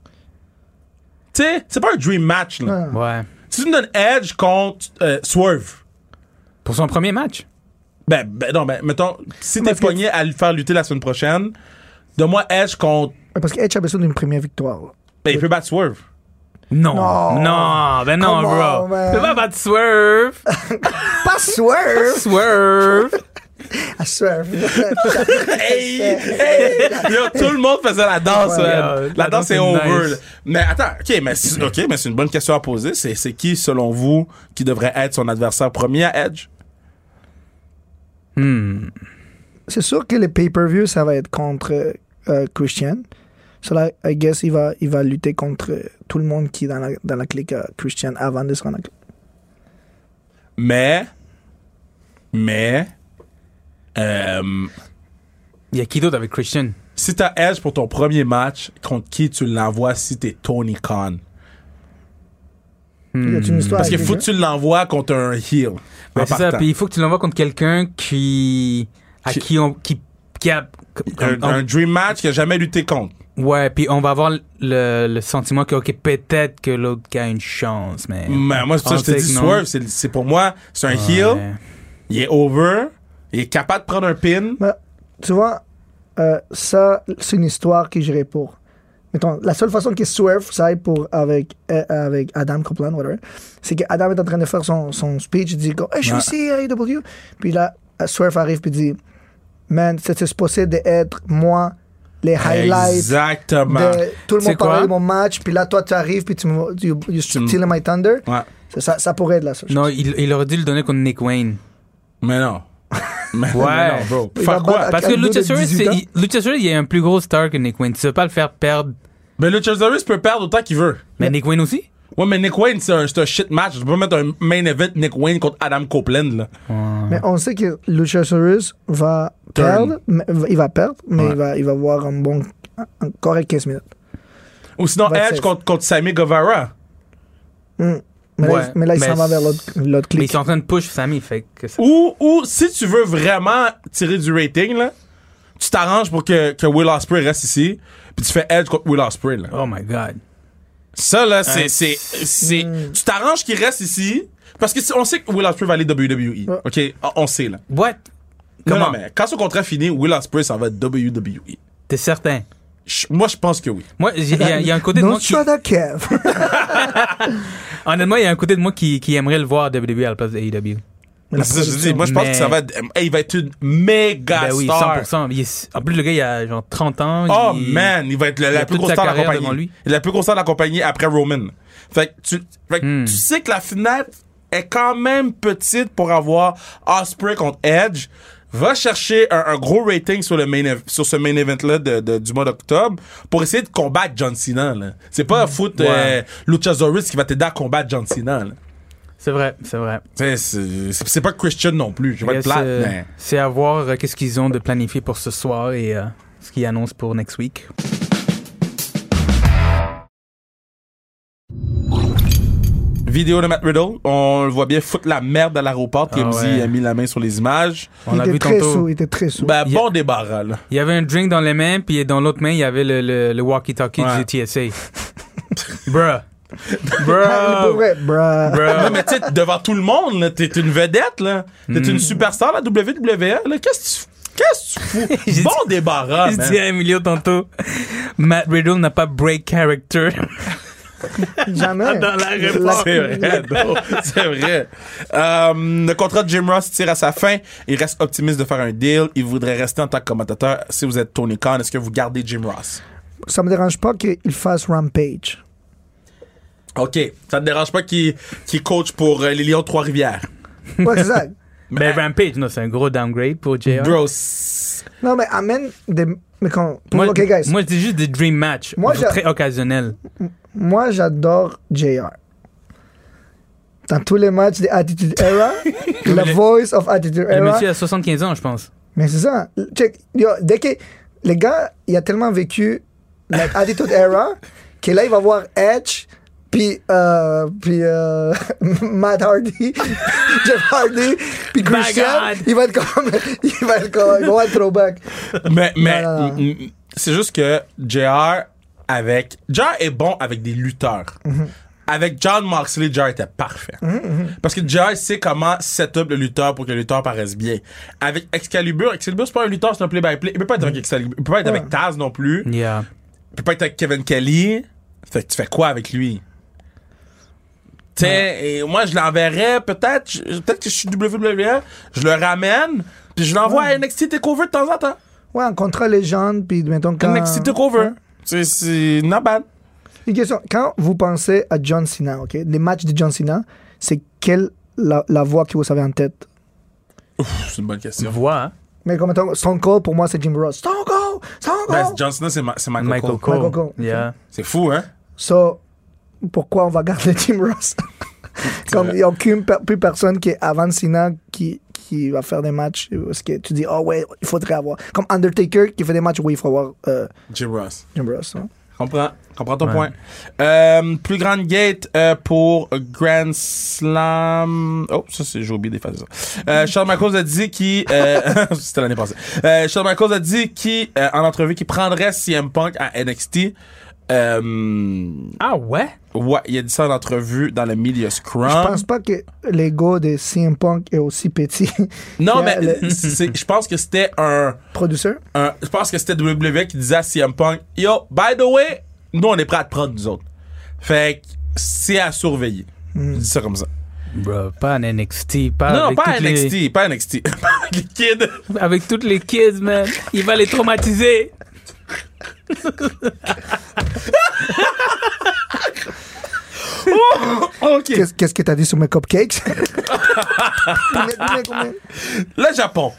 Speaker 2: Tu sais, c'est pas un dream match, là.
Speaker 4: Ah.
Speaker 3: Ouais.
Speaker 2: Si tu me donnes Edge contre euh, Swerve,
Speaker 3: Pour son premier match.
Speaker 2: ben, ben non, ben, mettons, si t'es
Speaker 4: Parce que-
Speaker 2: pogné à le faire lutter la semaine prochaine, donne-moi Edge contre.
Speaker 4: Parce que Edge a besoin d'une première victoire. là.
Speaker 2: Ben, il peut battre Swerve.
Speaker 3: Non.
Speaker 4: Non.
Speaker 3: Non, ben non,
Speaker 4: Come
Speaker 3: bro.
Speaker 4: on, man.
Speaker 3: Tu vas battre
Speaker 4: <laughs>
Speaker 3: Swerve.
Speaker 4: Pas Swerve! <laughs>
Speaker 3: Swerve.
Speaker 4: Ah, Swerve!
Speaker 2: Hey! hey! <laughs> Yo, tout le monde faisait la danse,
Speaker 4: Ouais,
Speaker 2: man.
Speaker 3: ouais,
Speaker 2: la,
Speaker 3: la
Speaker 2: danse
Speaker 3: danse
Speaker 2: est
Speaker 3: est
Speaker 2: over.
Speaker 3: nice.
Speaker 2: là. Mais attends, ok, mais c'est ok, mais c'est une bonne question à poser. C'est c'est qui, selon vous, qui devrait être son adversaire premier à Edge?
Speaker 3: Hmm.
Speaker 4: c'est sûr que le pay-per-view, ça va être contre euh, euh, Christian. So, là, I guess, il va, il va lutter contre euh, tout le monde qui est dans la, dans la clique euh, Christian avant de se rendre à
Speaker 2: Mais, mais, euh,
Speaker 3: Il y a qui d'autre avec Christian?
Speaker 2: si t'as Edge pour ton premier match, contre qui tu l'envoies si t'es Tony Khan?
Speaker 3: Hmm.
Speaker 4: Il y a une histoire
Speaker 2: Hmm. Parce qu'il
Speaker 4: avec
Speaker 2: faut que
Speaker 4: lui,
Speaker 2: tu l'envoies contre un heel.
Speaker 3: Ben,
Speaker 2: en
Speaker 3: c'est ça,
Speaker 2: partant.
Speaker 3: puis il faut que tu l'envoies contre quelqu'un qui. à
Speaker 2: Qui-
Speaker 3: qui, on. qui. qui a.
Speaker 2: Un,
Speaker 3: on-
Speaker 2: un dream match qu'il a jamais lutté contre.
Speaker 3: ouais, puis on va avoir le, le sentiment que, ok, peut-être que l'autre gars a une chance, mais.
Speaker 2: Mais moi, c'est ça,
Speaker 3: on
Speaker 2: je te
Speaker 3: sait
Speaker 2: dis,
Speaker 3: que non.
Speaker 2: Swerve, c'est c'est pour moi, c'est un heel,
Speaker 3: Ouais.
Speaker 2: il est over, il est capable de prendre un pin.
Speaker 4: Mais, tu vois, euh, ça, c'est une histoire que j'irai pour. Mettons, la seule façon que Swerve ça aille pour avec, euh, avec Adam Copeland, whatever, c'est que Adam est en train de faire son, son speech, il dit comme, Hey, Je suis
Speaker 2: Ouais.
Speaker 4: aussi à AEW. Puis là, euh, Swerve arrive et dit Man, c'était supposé d'être moi, les highlights.
Speaker 2: Exactement.
Speaker 4: de- tout
Speaker 3: Bah,
Speaker 4: le
Speaker 3: Tu sais
Speaker 4: monde parlait
Speaker 3: quoi?
Speaker 4: de mon match, puis là, toi, tu arrives, puis tu me. You, you
Speaker 2: me-
Speaker 4: stealing my thunder.
Speaker 2: Ouais.
Speaker 4: Ça, ça, ça pourrait être la seule chose.
Speaker 3: Non, il, il aurait dû le donner contre Nick Wayne.
Speaker 2: Mais
Speaker 4: <laughs>
Speaker 2: non. mais,
Speaker 3: Ouais.
Speaker 2: mais non, bro.
Speaker 4: Il
Speaker 2: Faire
Speaker 4: va
Speaker 2: quoi?
Speaker 4: battre-
Speaker 3: Parce que
Speaker 4: Quelqu'un de
Speaker 3: Luchasaurus,
Speaker 4: 18
Speaker 3: c'est-
Speaker 4: Ah, ans?
Speaker 3: il- Luchasaurus, il est un plus gros star que Nick Wayne. Tu peux pas le faire perdre.
Speaker 2: Mais Luchasaurus peut perdre autant qu'il veut.
Speaker 3: Mais Nick Wayne aussi?
Speaker 2: Ouais, mais Nick Wayne, c'est un, c'est un shit match. Je peux pas mettre un main event Nick Wayne contre Adam Copeland, là.
Speaker 4: Mais on sait que Luchasaurus va
Speaker 2: Turn.
Speaker 4: perdre, mais- il va perdre, mais
Speaker 2: Ouais.
Speaker 4: il, va, il va avoir un bon. un- un correct 15 minutes.
Speaker 2: Ou sinon,
Speaker 4: That's
Speaker 2: Edge
Speaker 4: it.
Speaker 2: contre, contre Sammy Guevara.
Speaker 4: Mais,
Speaker 3: Ouais,
Speaker 4: là, il- mais là, il
Speaker 3: mais
Speaker 4: s'en va vers l'autre- l'autre
Speaker 3: Mais ils
Speaker 4: clique.
Speaker 3: sont en train de push Sammy, fait que ça-
Speaker 2: Ou, ou, si tu veux vraiment tirer du rating, là, tu t'arranges pour que, que Will Ospreay reste ici, puis tu fais Edge contre Will Ospreay, là.
Speaker 3: Oh my god.
Speaker 2: Ça, là, c'est,
Speaker 3: Hein.
Speaker 2: c'est, c'est,
Speaker 4: Hmm.
Speaker 2: tu t'arranges qu'il reste ici, parce que si- on sait que Will Ospreay va aller WWE.
Speaker 4: Ouais.
Speaker 2: OK? Ah, On- On sait, là.
Speaker 3: What?
Speaker 2: Non,
Speaker 3: Comment?
Speaker 2: non, mais quand son contrat finit, Will Ospreay s'en va WWE.
Speaker 3: T'es certain?
Speaker 2: Je- moi, je pense que oui.
Speaker 3: Moi, j'ai- il y, a- il y a un côté de
Speaker 4: Non,
Speaker 3: moi
Speaker 4: tu
Speaker 3: qui.
Speaker 4: as de Kev.
Speaker 3: Honnêtement, il y a un côté de moi qui, qui aimerait le voir à WWE à la place de E AEW.
Speaker 4: Mais la
Speaker 2: C'est ça, que je dis.
Speaker 4: production-
Speaker 2: Moi, je pense
Speaker 3: mais-
Speaker 2: que ça va être, hey, il va être une méga
Speaker 3: Ben oui,
Speaker 2: star.
Speaker 3: 100%. Il est- En plus, le gars, il a genre 30 ans.
Speaker 2: Oh
Speaker 3: il-
Speaker 2: man, il va être la,
Speaker 3: il
Speaker 2: la
Speaker 3: a
Speaker 2: plus
Speaker 3: toute
Speaker 2: grosse
Speaker 3: sa
Speaker 2: star de la
Speaker 3: carrière
Speaker 2: compagnie.
Speaker 3: devant lui.
Speaker 2: La plus grosse star de la compagnie après Roman. Fait que tu, fait que
Speaker 3: Hmm.
Speaker 2: tu sais que la fenêtre est quand même petite pour avoir Osprey contre Edge. Va chercher un, un gros rating sur le main ev- sur ce main event là du mois d'octobre pour essayer de combattre John Cena. là. C'est pas foutre
Speaker 3: Hmm. Ouais.
Speaker 2: euh, Luchasaurus qui va t'aider à combattre John Cena. là.
Speaker 3: C'est vrai, c'est vrai.
Speaker 2: C'est- C'est c'est pas Christian non plus. Je vais être
Speaker 3: Yes,
Speaker 2: plate.
Speaker 3: euh,
Speaker 2: mais-
Speaker 3: C'est à voir euh, qu'est-ce qu'ils ont de planifié pour ce soir et euh, ce qu'ils annoncent pour next week.
Speaker 2: vidéo de Matt Riddle. On le voit bien foutre la merde à l'aéroport. TMZ
Speaker 3: Ah ouais.
Speaker 2: a mis la main sur les images.
Speaker 3: On
Speaker 4: il
Speaker 3: l'a
Speaker 4: était
Speaker 3: vu
Speaker 4: très
Speaker 3: tantôt. Bah,
Speaker 4: saoul, il était très saoul.
Speaker 2: Ben, bon débarras, là.
Speaker 3: Il y avait un drink dans les mains, puis dans l'autre main, il y avait le, le, le walkie-talkie
Speaker 2: Ouais. <laughs>
Speaker 3: du TSA. Bruh.
Speaker 4: <laughs> Ah, mais pour
Speaker 3: Bruh.
Speaker 4: vrai, bruh.
Speaker 3: Euh,
Speaker 2: Ouais, mais tu sais, devant tout le monde, là, t'es une vedette, là. T'es une superstar, la WWE, là. Qu'est-ce que tu Qu'est-ce que tu
Speaker 3: J'ai
Speaker 2: fous? Bon débarras,
Speaker 3: Je
Speaker 2: man. <laughs>
Speaker 3: dis à Emilio tantôt, Matt Riddle n'a pas
Speaker 2: <laughs>
Speaker 3: break character.
Speaker 4: <laughs>
Speaker 3: <laughs>
Speaker 4: Jamais.
Speaker 3: Dans la réponse.
Speaker 2: C'est vrai, non, Oh, c'est vrai. Euh, le contrat de Jim Ross tire à sa fin. Il reste optimiste de faire un deal. Il voudrait rester en tant que commentateur. Si vous êtes Tony Khan, est-ce que vous gardez Jim Ross?
Speaker 4: Ça me dérange pas qu'il fasse Rampage.
Speaker 2: OK. Ça te dérange pas qu'il qu'il coach pour euh, les Lions de Trois-Rivières?
Speaker 3: <laughs>
Speaker 4: Ouais, exact.
Speaker 3: Mais Ben, Rampage, non, c'est un gros downgrade pour JR.
Speaker 2: Bro, c'est-
Speaker 4: Non, mais amène des. Mais quand. pour-
Speaker 3: Moi,
Speaker 4: ok, guys.
Speaker 3: moi, c'est juste des dream match.
Speaker 4: Moi, j'a-
Speaker 3: très occasionnel.
Speaker 4: Moi, j'adore JR. Dans tous les matchs des Attitude
Speaker 3: <laughs>
Speaker 4: Era, la voice of Attitude
Speaker 3: Le
Speaker 4: Era.
Speaker 3: monsieur a 75 ans, je pense.
Speaker 4: Mais c'est ça. Check. Yo, dès que. Les gars, il a tellement vécu la
Speaker 3: <laughs>
Speaker 4: Attitude Era que là, il va voir Edge, puis. Euh, puis. euh, <laughs> Matt Hardy, <laughs> Jeff Hardy, puis Christian.
Speaker 3: God.
Speaker 4: Il va être comme. <laughs> Il va être comme. Il va être throwback.
Speaker 2: Mais, mais
Speaker 4: Non, non, non.
Speaker 2: mm, mm, c'est juste que JR avec JR est bon avec des lutteurs.
Speaker 4: Mhm.
Speaker 2: Avec John Moxley, JR était parfait. Parce que JR sait comment set up le lutteur pour que le lutteur paraisse bien. Avec Excalibur, Excalibur c'est pas un lutteur, c'est un play-by-play. Il peut pas être
Speaker 4: Mhm.
Speaker 2: avec Excalibur, il peut pas être avec Taz non plus.
Speaker 3: Yeah.
Speaker 2: Il peut pas être avec Kevin Kelly. Fait que tu fais quoi avec lui? T'sais, et moi, je l'enverrais peut-être, je- peut-être que je suis WWE, je le ramène, puis je l'envoie à NXT TakeOver de temps en temps.
Speaker 4: Ouais, on contrôle les gens, puis mettons quand.
Speaker 2: NXT TakeOver. C'est, c'est not bad.
Speaker 4: Une question. Quand vous pensez à John Cena, OK, les matchs de John Cena, c'est quelle la, la voix que vous avez en tête?
Speaker 2: C'est une bonne question.
Speaker 3: Voix, hein.
Speaker 4: Mais comme mettons, Stone Cold, pour moi, c'est Jim Ross. Stone Cold! Stone
Speaker 2: Ben,
Speaker 4: Cold!
Speaker 2: John Cena, c'est, Ma- c'est Michael,
Speaker 3: Michael
Speaker 2: Cole.
Speaker 3: Cole.
Speaker 4: Michael Cole.
Speaker 3: Yeah.
Speaker 2: C'est fou, hein?
Speaker 4: So, pourquoi on va garder <laughs> Jim Ross? comme il n'y a aucune per- plus personne qui est avant Cena qui, qui va faire des matchs. Parce que tu dis, oh ouais, il faudrait avoir. Comme Undertaker qui fait des matchs, oui, il faut avoir euh,
Speaker 2: Jim Ross.
Speaker 4: Jim Ross. hein.
Speaker 2: Comprends. Comprends ton point. Euh, plus grande gate euh, pour Grand Slam. Oh, ça, c'est, j'ai oublié d'effacer ça. Euh, Charles Michaels a dit qu'il, euh, <laughs> c'était l'année passée. Euh, Charles Michaels a dit qu'il, euh, en entrevue, qu'il prendrait CM Punk à NXT. Euh,
Speaker 3: Ah ouais?
Speaker 2: ouais, il a dit ça en entrevue dans le Media Scrum.
Speaker 4: Je pense pas que l'ego de CM Punk est aussi petit. <laughs>
Speaker 2: non,
Speaker 4: que
Speaker 2: mais
Speaker 4: le
Speaker 2: c'est- je pense que c'était un,
Speaker 4: producteur.
Speaker 2: un- je pense que c'était WWE qui disait à CM Punk, yo, by the way, nous on est prêts à te prendre nous autres. Fait que c'est à surveiller. Je dis ça comme ça.
Speaker 3: Bro, pas en NXT. Pas
Speaker 2: non, non, pas
Speaker 3: Ah, avec
Speaker 2: à
Speaker 3: toutes les-
Speaker 2: NXT, pas à NXT. <laughs> Pas avec les kids.
Speaker 3: Avec toutes les kids, man. Il va les traumatiser.
Speaker 2: OK.
Speaker 4: Qu'est-ce qu'est-ce que t'as dit sur mes cupcakes? <laughs> Dis-le, dis-le combien.
Speaker 2: Le Japon.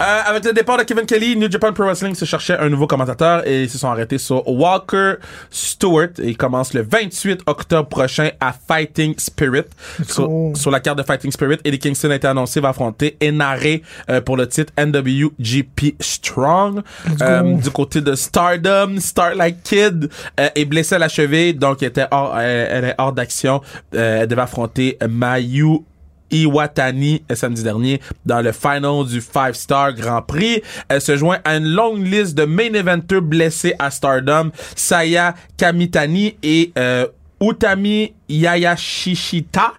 Speaker 2: Euh, avec le départ de Kevin Kelly, New Japan Pro Wrestling se cherchait un nouveau commentateur et ils se sont arrêtés sur Walker Stewart. Et il commence le 28 octobre prochain à Fighting Spirit. Sur,
Speaker 4: go.
Speaker 2: sur la carte de Fighting Spirit, Eddie Kingston a été annoncé va affronter Enare euh, pour le titre NWGP Strong. Euh, du côté de Stardom, Starlight Kid euh, est blessée à la cheville, donc elle, était hors, euh, elle est hors d'action. Euh, elle devait affronter Mayu Iwatani euh, samedi dernier dans le final du Five Star Grand Prix. Elle se joint à une longue liste de main eventers blessés à Stardom. Saya Kamitani et euh, Utami Yayashishita,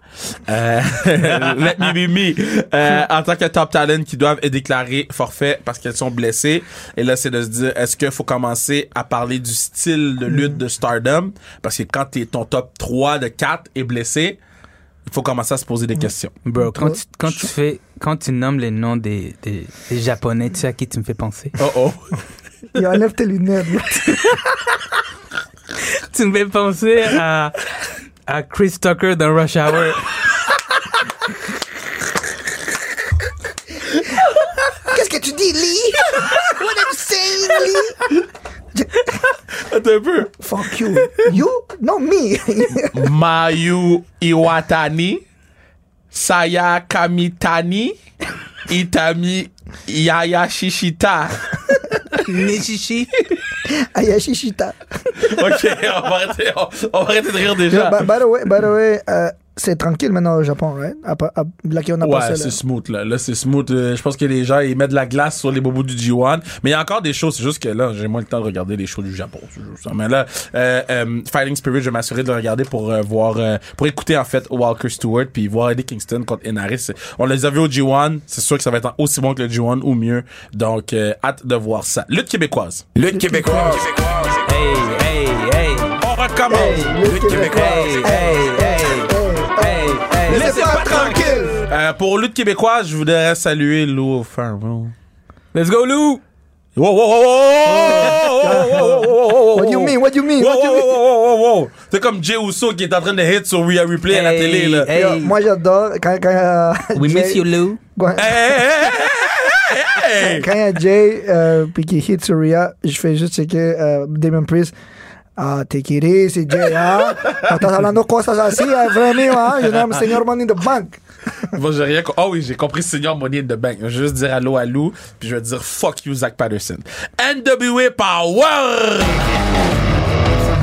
Speaker 2: euh, <laughs> Let Me Be Me, euh, en tant que top talent qui doivent déclarer forfait parce qu'elles sont blessées. Et là, c'est de se dire, est-ce qu'il faut commencer à parler du style de lutte de Stardom? Parce que quand t'es ton top 3 de 4 est blessé, il faut commencer à se poser des questions.
Speaker 3: Bro, quand tu, quand tu fais, quand tu nommes les noms des, des, des Japonais, tu sais à qui tu me fais penser?
Speaker 2: Oh oh.
Speaker 4: Yo, enlève tes lunettes. <laughs> bro.
Speaker 3: <laughs> tu me fais penser à, à Chris Tucker dans Rush Hour.
Speaker 4: Qu'est-ce que tu dis, Lee? <laughs> What I'm saying, Lee?
Speaker 2: <laughs> Attends un peu.
Speaker 4: Fuck you. You? No, me. <laughs>
Speaker 2: Mayu Iwatani, Saya Kamitani, Itami Yayashishita,
Speaker 3: <laughs> Nishishi.
Speaker 4: Ayashishita.
Speaker 2: Ok, on va arrêter, on, on va arrêter de rire déjà.
Speaker 4: By, by the way, by the way, euh, c'est tranquille maintenant au Japon, right? Après, à- là qu'on a
Speaker 2: Ouais,
Speaker 4: passé.
Speaker 2: c'est
Speaker 4: là.
Speaker 2: smooth, là. Là, c'est smooth. Euh, je pense que les gens, ils mettent de la glace sur les bobos du G1. Mais il y a encore des shows. C'est juste que là, j'ai moins le temps de regarder les shows du Japon. c'est juste ça. Mais là, euh, euh, Fighting Spirit, je vais m'assurer de le regarder pour euh, voir, euh, pour écouter, en fait, Walker Stewart puis voir Eddie Kingston contre Enaris. On les a vus au G1. C'est sûr que ça va être aussi bon que le G1 ou mieux. Donc, euh, hâte de voir ça. Lutte québécoise.
Speaker 1: Lutte québécoise.
Speaker 3: Hey, hey, hey.
Speaker 2: On recommence.
Speaker 1: Lutte québécoise.
Speaker 3: hey,
Speaker 4: Oh,
Speaker 3: hey, hey.
Speaker 2: Laissez pas tranquille. Euh, pour Lutte québécoise, je voudrais saluer Lou Farrell.
Speaker 3: Let's go, Lou.
Speaker 2: Wow, wow, wow, wow, wow, wow, wow, wow, wow, wow.
Speaker 4: What do you mean? What do you mean?
Speaker 2: Oh. Wow,
Speaker 4: What do
Speaker 2: wow,
Speaker 4: you
Speaker 2: wow,
Speaker 4: mean?
Speaker 2: wow, wow, wow. C'est comme Jay Uso qui est en train de hit sur We Are Replay à la
Speaker 3: Hey,
Speaker 2: télé, là.
Speaker 3: hey.
Speaker 4: Yo, Moi, j'adore quand. quand euh,
Speaker 3: We
Speaker 4: Jay-
Speaker 3: miss you, Lou.
Speaker 4: Quand
Speaker 2: Hey, hey, hey, hey, hey.
Speaker 4: quand il y a Jay euh, puis qui hit sur Rhea, je fais juste checker euh, Damon Priest. Ah, take it easy, Jay,
Speaker 3: <laughs>
Speaker 4: ah. Quand t'as hablando cosas así, ah, vraiment, ah. Je nomme Senior Money in the Bank.
Speaker 2: Moi, j'ai rien com- Ah oui, j'ai compris Senior Money in the Bank. Je vais juste dire allô à Lou, puis je vais dire fuck you, Zach Patterson. NWA Power!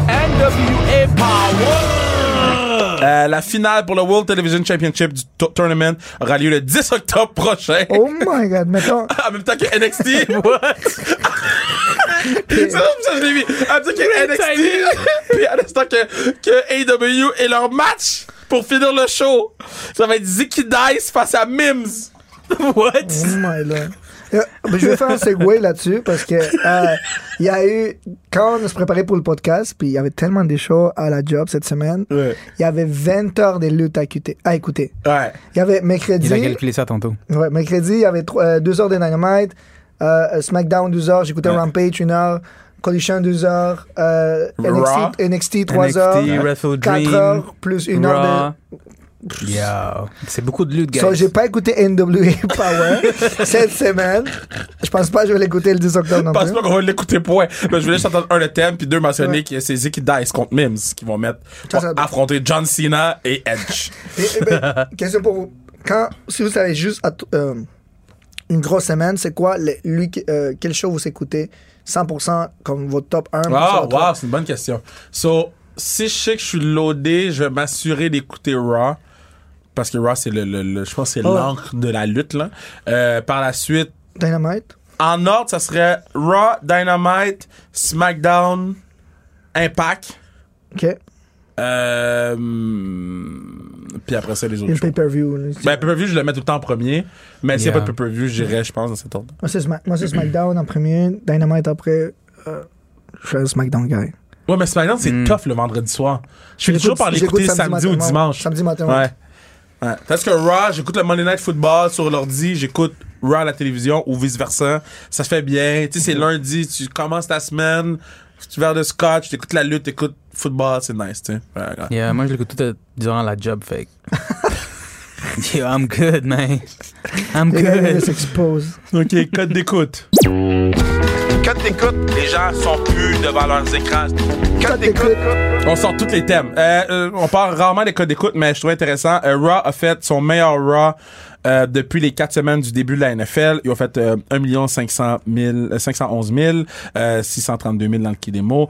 Speaker 2: NWA Power! Euh, la finale pour le World Television Championship du to- tournament aura lieu le 10 octobre prochain.
Speaker 4: Oh my god, mettons.
Speaker 2: Ah, en même temps que NXT. <laughs> What? c'est ça, ça, je l'ai vu. En même temps que <laughs> NXT, puis en même temps que, que AW et leur match pour finir le show. Ça va être Ziki Dice face à Mims. <laughs> What?
Speaker 4: Oh my god. Euh, ben, Je vais faire un segway là-dessus parce que euh, il y a eu quand on se préparait pour le podcast, puis il y avait tellement de shows à la job cette semaine. Il
Speaker 2: Ouais.
Speaker 4: y avait 20 heures de lutte à, écouter- à écouter.
Speaker 2: Ouais.
Speaker 4: Il y avait mercredi,
Speaker 3: Il a calculé ça tantôt.
Speaker 4: ouais, mercredi, il y avait 2 heures de Dynamite, euh, SmackDown 12 heures, j'écoutais Rampage 1 heure, Collision 12 heures, euh,
Speaker 2: Raw.
Speaker 4: NXT, NXT 3
Speaker 3: NXT,
Speaker 4: heures,
Speaker 3: Wrestle
Speaker 4: 4
Speaker 3: Dream,
Speaker 4: heures plus 1 heure de,
Speaker 3: Raw. Yo. C'est beaucoup de lutte, guys.
Speaker 4: So, j'ai pas écouté NWA <laughs> Power cette semaine. Je pense pas que je vais l'écouter le 10 octobre non
Speaker 2: Je pense
Speaker 4: plus.
Speaker 2: pas qu'on va l'écouter point. Mais je voulais juste entendre un le thème puis deux mentionner que c'est Ziki Dice contre Mims qui vont mettre pour
Speaker 4: Ça, ça-
Speaker 2: affronter John Cena et Edge.
Speaker 4: Et- et ben, question pour vous. Quand, si vous avez juste att- euh, une grosse semaine, c'est quoi le- lui, qui- euh, quel show vous écoutez 100% comme votre top 1
Speaker 2: Ah, wow, c'est une bonne question. So, si je sais que je suis loadé, je vais m'assurer d'écouter Raw. Parce que Raw, c'est le, le- le- je pense que c'est l'encre de la lutte, là. Euh, par la suite,
Speaker 4: Dynamite
Speaker 2: en ordre, ça serait Raw, Dynamite, SmackDown, Impact.
Speaker 4: Ok.
Speaker 2: Euh, puis après ça, les
Speaker 4: Et
Speaker 2: autres
Speaker 4: le
Speaker 2: choses.
Speaker 4: pay-per-view. là.
Speaker 2: Ben, pay-per-view, je le mets tout le temps en premier. Mais s'il n'y a
Speaker 3: Yeah.
Speaker 2: pas de pay-per-view, j'irai, je pense, dans cet ordre.
Speaker 4: Moi, c'est Sma- moi, c'est SmackDown en premier, Dynamite après. euh, je suis un SmackDown guy.
Speaker 2: Ouais, mais SmackDown, c'est tough le vendredi soir. Je suis
Speaker 4: J'écoute-
Speaker 2: toujours par l'écouter
Speaker 4: j'écoute
Speaker 2: samedi,
Speaker 4: samedi
Speaker 2: ou
Speaker 4: matin,
Speaker 2: dimanche.
Speaker 4: samedi matin, ouais.
Speaker 2: Ouais. ouais. Parce que Raw, j'écoute le Monday Night Football sur l'ordi, j'écoute Raw à la télévision ou vice-versa. Ça se fait bien. Tu sais, c'est lundi, tu commences ta semaine, tu verres de scotch, t'écoutes la lutte, t'écoutes football, c'est nice, tu sais. Ouais, ouais.
Speaker 3: Yeah, moi je l'écoute tout euh, durant la job fake. <laughs> Yo, I'm good, man. I'm
Speaker 4: Les gars, ils
Speaker 3: good.
Speaker 4: s'exposent.
Speaker 2: OK, code d'écoute. Code d'écoute, les gens sont plus devant leurs écrans.
Speaker 4: Code d'écoute.
Speaker 2: On sort tous les thèmes. Euh, euh, on parle rarement des codes d'écoute, mais je trouve intéressant. Euh, Raw a fait son meilleur Raw euh, depuis les quatre semaines du début de la NFL. Ils ont fait euh, 1 500 000, euh, 511 000, euh, 632 000 dans le qui démo.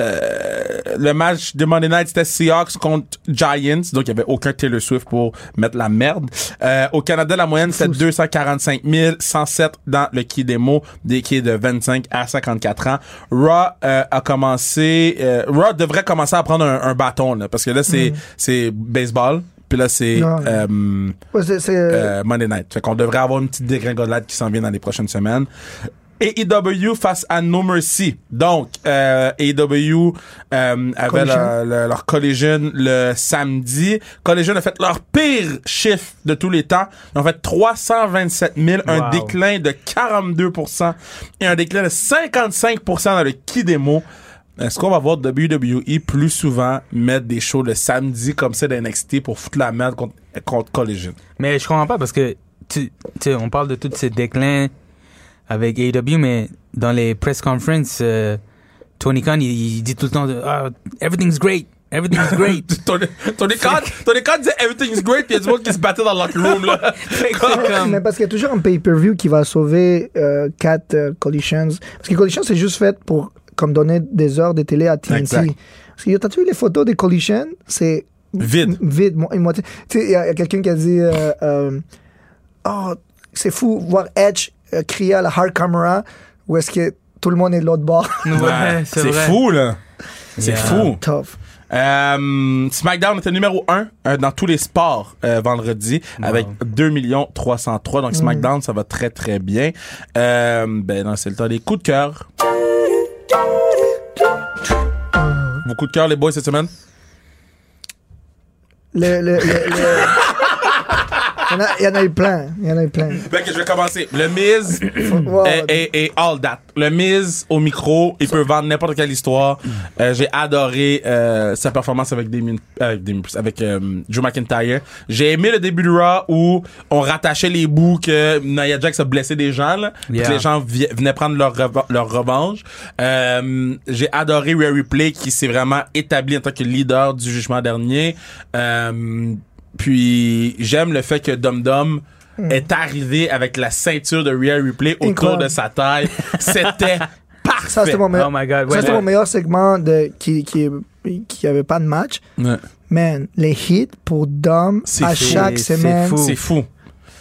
Speaker 2: Euh, le match de Monday Night, c'était Seahawks contre Giants. Donc, il y avait aucun Taylor Swift pour mettre la merde. Euh, au Canada, la moyenne, c'est 245 107 dans le qui démo, des qui est de 25 à 54 ans. Raw euh, a commencé... euh, Raw devrait commencer à prendre un, un bâton, là, parce que là, c'est c'est baseball. Puis là, c'est
Speaker 4: Non.
Speaker 2: euh,
Speaker 4: Ouais, c'est- c'est-
Speaker 2: euh, Monday Night. Fait qu'on devrait avoir une petite dégringolade qui s'en vient dans les prochaines semaines. AEW face à No Mercy. Donc, euh, AEW euh, avait
Speaker 4: Collision.
Speaker 2: leur, leur- leur collision le samedi. Collision a fait leur pire chiffre de tous les temps. Ils ont fait 327 000, un
Speaker 3: Wow.
Speaker 2: déclin de 42 et un déclin de 55 dans le qui démo. Est-ce qu'on va voir WWE plus souvent mettre des shows le samedi comme ça d'NXT pour foutre la merde contre, contre Collision?
Speaker 3: Mais je comprends pas parce que tu, tu sais, on parle de tous ces déclins avec AEW, mais dans les press conferences, euh, Tony Khan il, il dit tout le temps de, ah, everything's great, Everything's great.
Speaker 4: <laughs>
Speaker 2: <laughs> ton, ton écran, ton écran disait Everything's great, puis il y a du monde qui se battait dans le locker room,
Speaker 3: <laughs>
Speaker 2: là.
Speaker 3: Fait que c'est
Speaker 4: <coughs> Mais
Speaker 3: comme-
Speaker 4: parce qu'il y a toujours un pay-per-view qui va sauver euh, Cat euh, Collisions. Parce que Collisions, c'est juste fait pour comme donner des heures de télé à TNT.
Speaker 2: Exact.
Speaker 4: Parce que t'as vu les photos des Collisions? C'est
Speaker 2: Vide.
Speaker 4: vide. mo- et moitié. Tu sais, il y a, il y a quelqu'un qui a dit euh, euh, Oh, c'est fou voir Edge euh, crier à la hard camera où est-ce que tout le monde est de l'autre bord.
Speaker 3: Ouais, c'est vrai.
Speaker 2: fou, là. C'est
Speaker 3: Yeah.
Speaker 2: fou.
Speaker 4: <laughs> Tough.
Speaker 2: Euh, SmackDown était numéro 1 dans tous les sports euh, vendredi avec 2 303
Speaker 3: Mm.
Speaker 2: Donc SmackDown, ça va très très bien. Euh, ben non, c'est le temps des coups de cœur. Vos coups de cœur, les boys, cette semaine?
Speaker 4: Le, le, le- le- Il y en a- il y en a eu plein. Il y en a eu plein.
Speaker 2: Ben, que je vais commencer. Le Miz
Speaker 4: Wow.
Speaker 2: Hmm. et, et- et All That. Le Miz au micro, il peut vendre n'importe quelle histoire. Euh, J'ai adoré euh, sa performance avec Damien- avec, Damien- avec, euh, Drew McIntyre. J'ai aimé le début de Raw où on rattachait les bouts que Nia Jax a blessé des gens. Là, puis
Speaker 3: Yeah.
Speaker 2: que les gens vi- venaient prendre leur, reva- leur revanche. Euh, J'ai adoré Rare Replay qui s'est vraiment établi en tant que leader du jugement dernier. Euh, puis j'aime le fait que Dom Dom est arrivé avec la ceinture de Rare Replay autour
Speaker 4: Incroyable.
Speaker 2: de sa taille.
Speaker 3: <laughs>
Speaker 2: C'était parfait.
Speaker 4: euh, Ça, c'était mon meilleur.
Speaker 3: Oh my God, ouais,
Speaker 4: ça, c'était
Speaker 3: ouais.
Speaker 4: mon meilleur segment de, qui, qui, qui avait pas de match.
Speaker 2: Ouais.
Speaker 4: Man, les hits pour Dom
Speaker 2: C'est
Speaker 4: à
Speaker 2: fou.
Speaker 4: chaque
Speaker 3: C'est
Speaker 4: semaine.
Speaker 3: fou.
Speaker 2: C'est fou.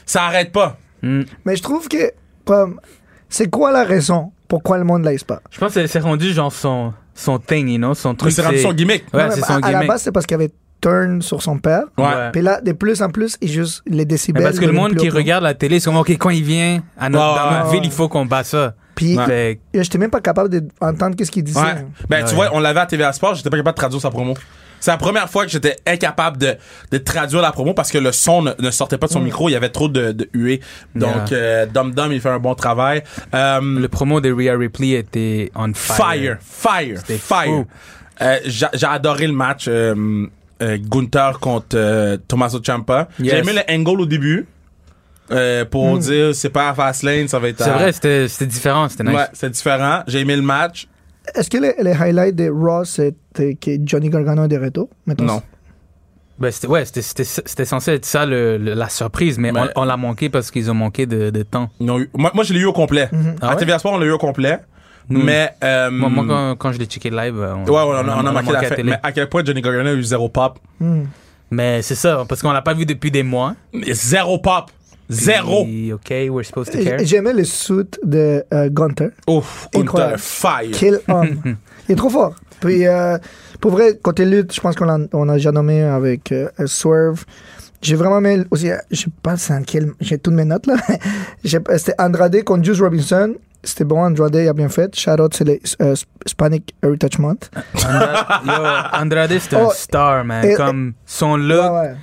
Speaker 2: Ça arrête pas.
Speaker 3: Hmm.
Speaker 4: Mais je trouve que, comme, c'est quoi la raison pourquoi le monde l'aise pas?
Speaker 3: Je pense que c'est rendu genre son, son thing, you know, son truc.
Speaker 2: c'est rendu son gimmick.
Speaker 3: Ouais,
Speaker 4: Non,
Speaker 3: c'est
Speaker 4: mais
Speaker 3: son
Speaker 4: à, à la
Speaker 3: gimmick.
Speaker 4: base, c'est parce qu'il avait turn sur son père.
Speaker 2: Ouais.
Speaker 3: Ouais.
Speaker 4: Puis là, de plus en plus, il juste les décibels.
Speaker 3: Mais parce que le
Speaker 4: deviennent
Speaker 3: monde
Speaker 4: plus
Speaker 3: qui
Speaker 4: hauts.
Speaker 3: regarde la télé, c'est comme, OK, quand il vient à notre,
Speaker 2: Ouais,
Speaker 3: dans notre
Speaker 4: ouais.
Speaker 3: ville, il faut qu'on bat ça.
Speaker 4: Puis, euh,
Speaker 3: Fait que-
Speaker 4: j'étais même pas capable d'entendre qu'est-ce qu'il disait.
Speaker 2: Ouais. Ben, tu
Speaker 3: Ouais.
Speaker 2: vois, on l'avait à TVA Sport, j'étais pas capable de traduire sa promo. C'est la première fois que j'étais incapable de, de traduire la promo parce que le son ne, ne sortait pas de son micro, il y avait trop de, de huées. Donc,
Speaker 3: Yeah.
Speaker 2: euh, Dom Dom, il fait un bon travail. Euh,
Speaker 3: Le promo de Rhea Ripley était on
Speaker 2: Fire,
Speaker 3: fire.
Speaker 2: fire,
Speaker 3: C'était
Speaker 2: fire.
Speaker 3: fou.
Speaker 2: Euh, J'ai j'ai adoré le match euh, euh, Gunther contre euh, Tommaso Ciampa. J'ai
Speaker 3: Yes. Hmm.
Speaker 2: aimé le angle au début euh, pour dire c'est pas à Fastlane, ça va être.
Speaker 3: C'est
Speaker 2: à-
Speaker 3: vrai, c'était c'était différent, c'était nice.
Speaker 2: Ouais, c'est différent. J'ai aimé le match.
Speaker 4: Est-ce que les, les highlights de Raw, c'était que Johnny Gargano est de retour? Mettons,
Speaker 2: Non.
Speaker 3: Ben, c'était ouais, c'était- c'était c'était censé être ça le- le- la surprise, mais
Speaker 2: Mais-
Speaker 3: on, on l'a manqué parce qu'ils ont manqué de, de temps.
Speaker 2: Ils ont eu- moi, moi, je l'ai eu au complet. à
Speaker 3: Ah ouais?
Speaker 2: TVA Sport, on l'a eu au complet.
Speaker 3: Nous.
Speaker 2: Mais. euh,
Speaker 3: Moi, moi, quand, quand je l'ai checké live, euh, on,
Speaker 2: Ouais, ouais, on, a- on a
Speaker 3: l'a
Speaker 2: marqué la fin.
Speaker 3: télé.
Speaker 2: Mais à quel point Johnny Gargano a eu zéro pop?
Speaker 4: Hmm.
Speaker 3: Mais c'est ça, parce qu'on l'a pas vu depuis des mois.
Speaker 2: Zéro pop! Zéro!
Speaker 3: Puis, OK, we're supposed to
Speaker 4: J-
Speaker 3: care.
Speaker 4: J'aimais le suit de euh, Gunther.
Speaker 2: Ouf,
Speaker 4: Incroyable.
Speaker 2: Gunther, fire!
Speaker 4: Quel homme. Il est trop fort. Puis, euh, pour vrai, côté lutte, je pense qu'on l'a- on a déjà nommé avec euh, euh, Swerve. J'ai vraiment aimé aussi, euh, je pense en quel, j'ai toutes mes notes là. <laughs> J'ai- euh, C'était Andrade contre Juice Robinson. C'était bon, Andrade, il a bien fait. Shout out, c'est les euh, Hispanic Heritage Month.
Speaker 3: Andrade, yo, Andrade, c'est un
Speaker 4: Oh,
Speaker 3: star, man.
Speaker 4: et-
Speaker 3: comme son look,
Speaker 4: Ouais, ouais.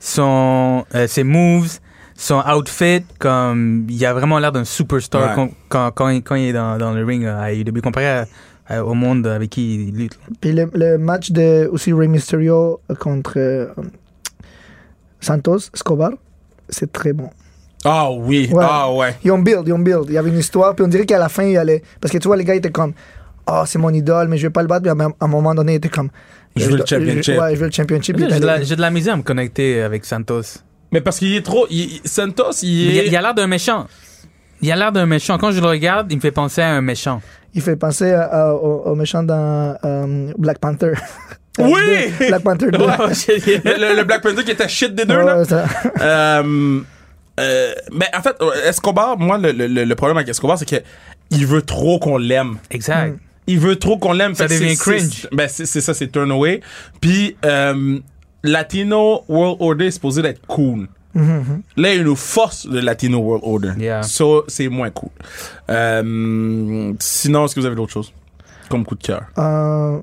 Speaker 3: son, euh, ses moves, son outfit, comme il a vraiment l'air d'un superstar
Speaker 2: Ouais.
Speaker 3: quand, quand, quand, il, quand il est dans, dans le ring euh, à IW, comparé à- à- au monde avec qui il lutte. là.
Speaker 4: Puis le, le match de aussi Rey Mysterio contre euh, Santos Escobar, c'est très bon.
Speaker 2: Ah oui,
Speaker 4: Ouais.
Speaker 2: ah ouais.
Speaker 4: Ils ont build, ils ont build. Il y avait une histoire, puis on dirait qu'à la fin, il allait. Parce que tu vois, les gars étaient comme, oh, c'est mon idole, mais je vais pas le battre. Mais à un moment donné, il était comme,
Speaker 2: Je veux le championship.
Speaker 4: Ouais, je veux le championship.
Speaker 3: J'ai
Speaker 4: Il
Speaker 3: de,
Speaker 4: était
Speaker 3: la-
Speaker 4: allé-
Speaker 3: j'ai de la misère à me connecter avec Santos.
Speaker 2: Mais parce qu'il est trop. il- il- Santos, il
Speaker 3: Il, a-
Speaker 2: est.
Speaker 3: il a l'air d'un méchant. Il a l'air d'un méchant. Quand je le regarde, il me fait penser à un méchant.
Speaker 4: Il fait penser à- à- au, au méchant dans euh, Black Panther.
Speaker 2: <laughs> Oui!
Speaker 4: <laughs> Deux, Black
Speaker 3: <laughs>
Speaker 4: Panther
Speaker 2: <laughs>
Speaker 4: 2.
Speaker 2: Ouais. le, le- le Black Panther qui était shit des deux,
Speaker 4: Ouais,
Speaker 2: là.
Speaker 4: ouais, ça-
Speaker 2: Euh, euh, mais en fait, euh, Escobar, moi, le, le- le- le problème avec Escobar, c'est que il veut trop qu'on l'aime.
Speaker 3: Exact.
Speaker 2: Il veut trop qu'on l'aime.
Speaker 3: Ça
Speaker 2: Fait que
Speaker 3: devient
Speaker 2: c'est-
Speaker 3: cringe.
Speaker 2: c'est- Ben, c'est c'est ça, c'est turn away. Puis, euh, Latino World Order est supposé être cool. Là, il nous force le Latino World Order.
Speaker 3: Yeah.
Speaker 2: So, c'est moins cool. Euh, sinon, est-ce que vous avez d'autres choses? Comme coup de cœur.
Speaker 4: Euh,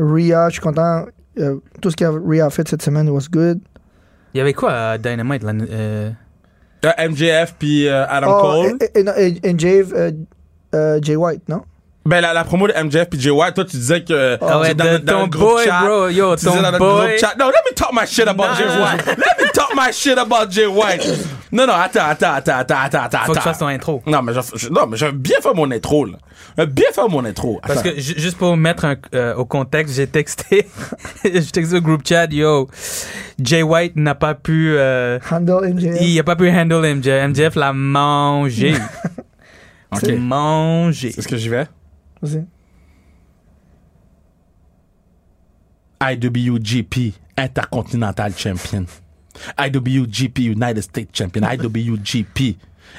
Speaker 4: Rhea, je suis content. Euh, tout ce que Rhea a fait cette semaine was good.
Speaker 3: Il y avait quoi à Dynamite? là, euh,
Speaker 2: Euh, MJF puis euh, Adam
Speaker 4: Oh,
Speaker 2: Cole.
Speaker 4: et, et, et, non, et- et Jave, euh, euh, Jay White, non?
Speaker 2: Ben, la, la promo de MJF puis JY, toi, tu disais que.
Speaker 3: Ah ouais,
Speaker 2: dans,
Speaker 3: de-
Speaker 2: notre- dans
Speaker 3: ton
Speaker 2: notre groupe
Speaker 3: boy,
Speaker 2: chat,
Speaker 3: bro, yo,
Speaker 2: tu disais
Speaker 3: ton
Speaker 2: dans notre
Speaker 3: boy.
Speaker 2: groupe chat. No, let me talk my shit about
Speaker 3: Non,
Speaker 2: JY.
Speaker 3: non, non.
Speaker 2: Let me talk my shit about JY. Non, non, attends, attends, attends, attends, attends, attends.
Speaker 3: Faut que tu fasses ton intro.
Speaker 2: Non, mais je- je- non, mais j'ai bien fait mon intro, là. J'ai bien fait mon intro.
Speaker 3: Parce
Speaker 2: Attends.
Speaker 3: que ju- juste pour mettre un- euh, au contexte, j'ai texté, <laughs> j'ai texté au groupe chat, yo, Jay White n'a pas pu, euh,
Speaker 4: Handle MJF.
Speaker 3: il a pas pu handle MJF. MJF l'a
Speaker 2: <laughs>
Speaker 3: mangé.
Speaker 2: Ok.
Speaker 3: Mangé.
Speaker 2: Est-ce que j'y vais?
Speaker 4: Vas-y.
Speaker 2: IWGP Intercontinental Champion. IWGP United States
Speaker 4: <laughs>
Speaker 2: Champion. IWGP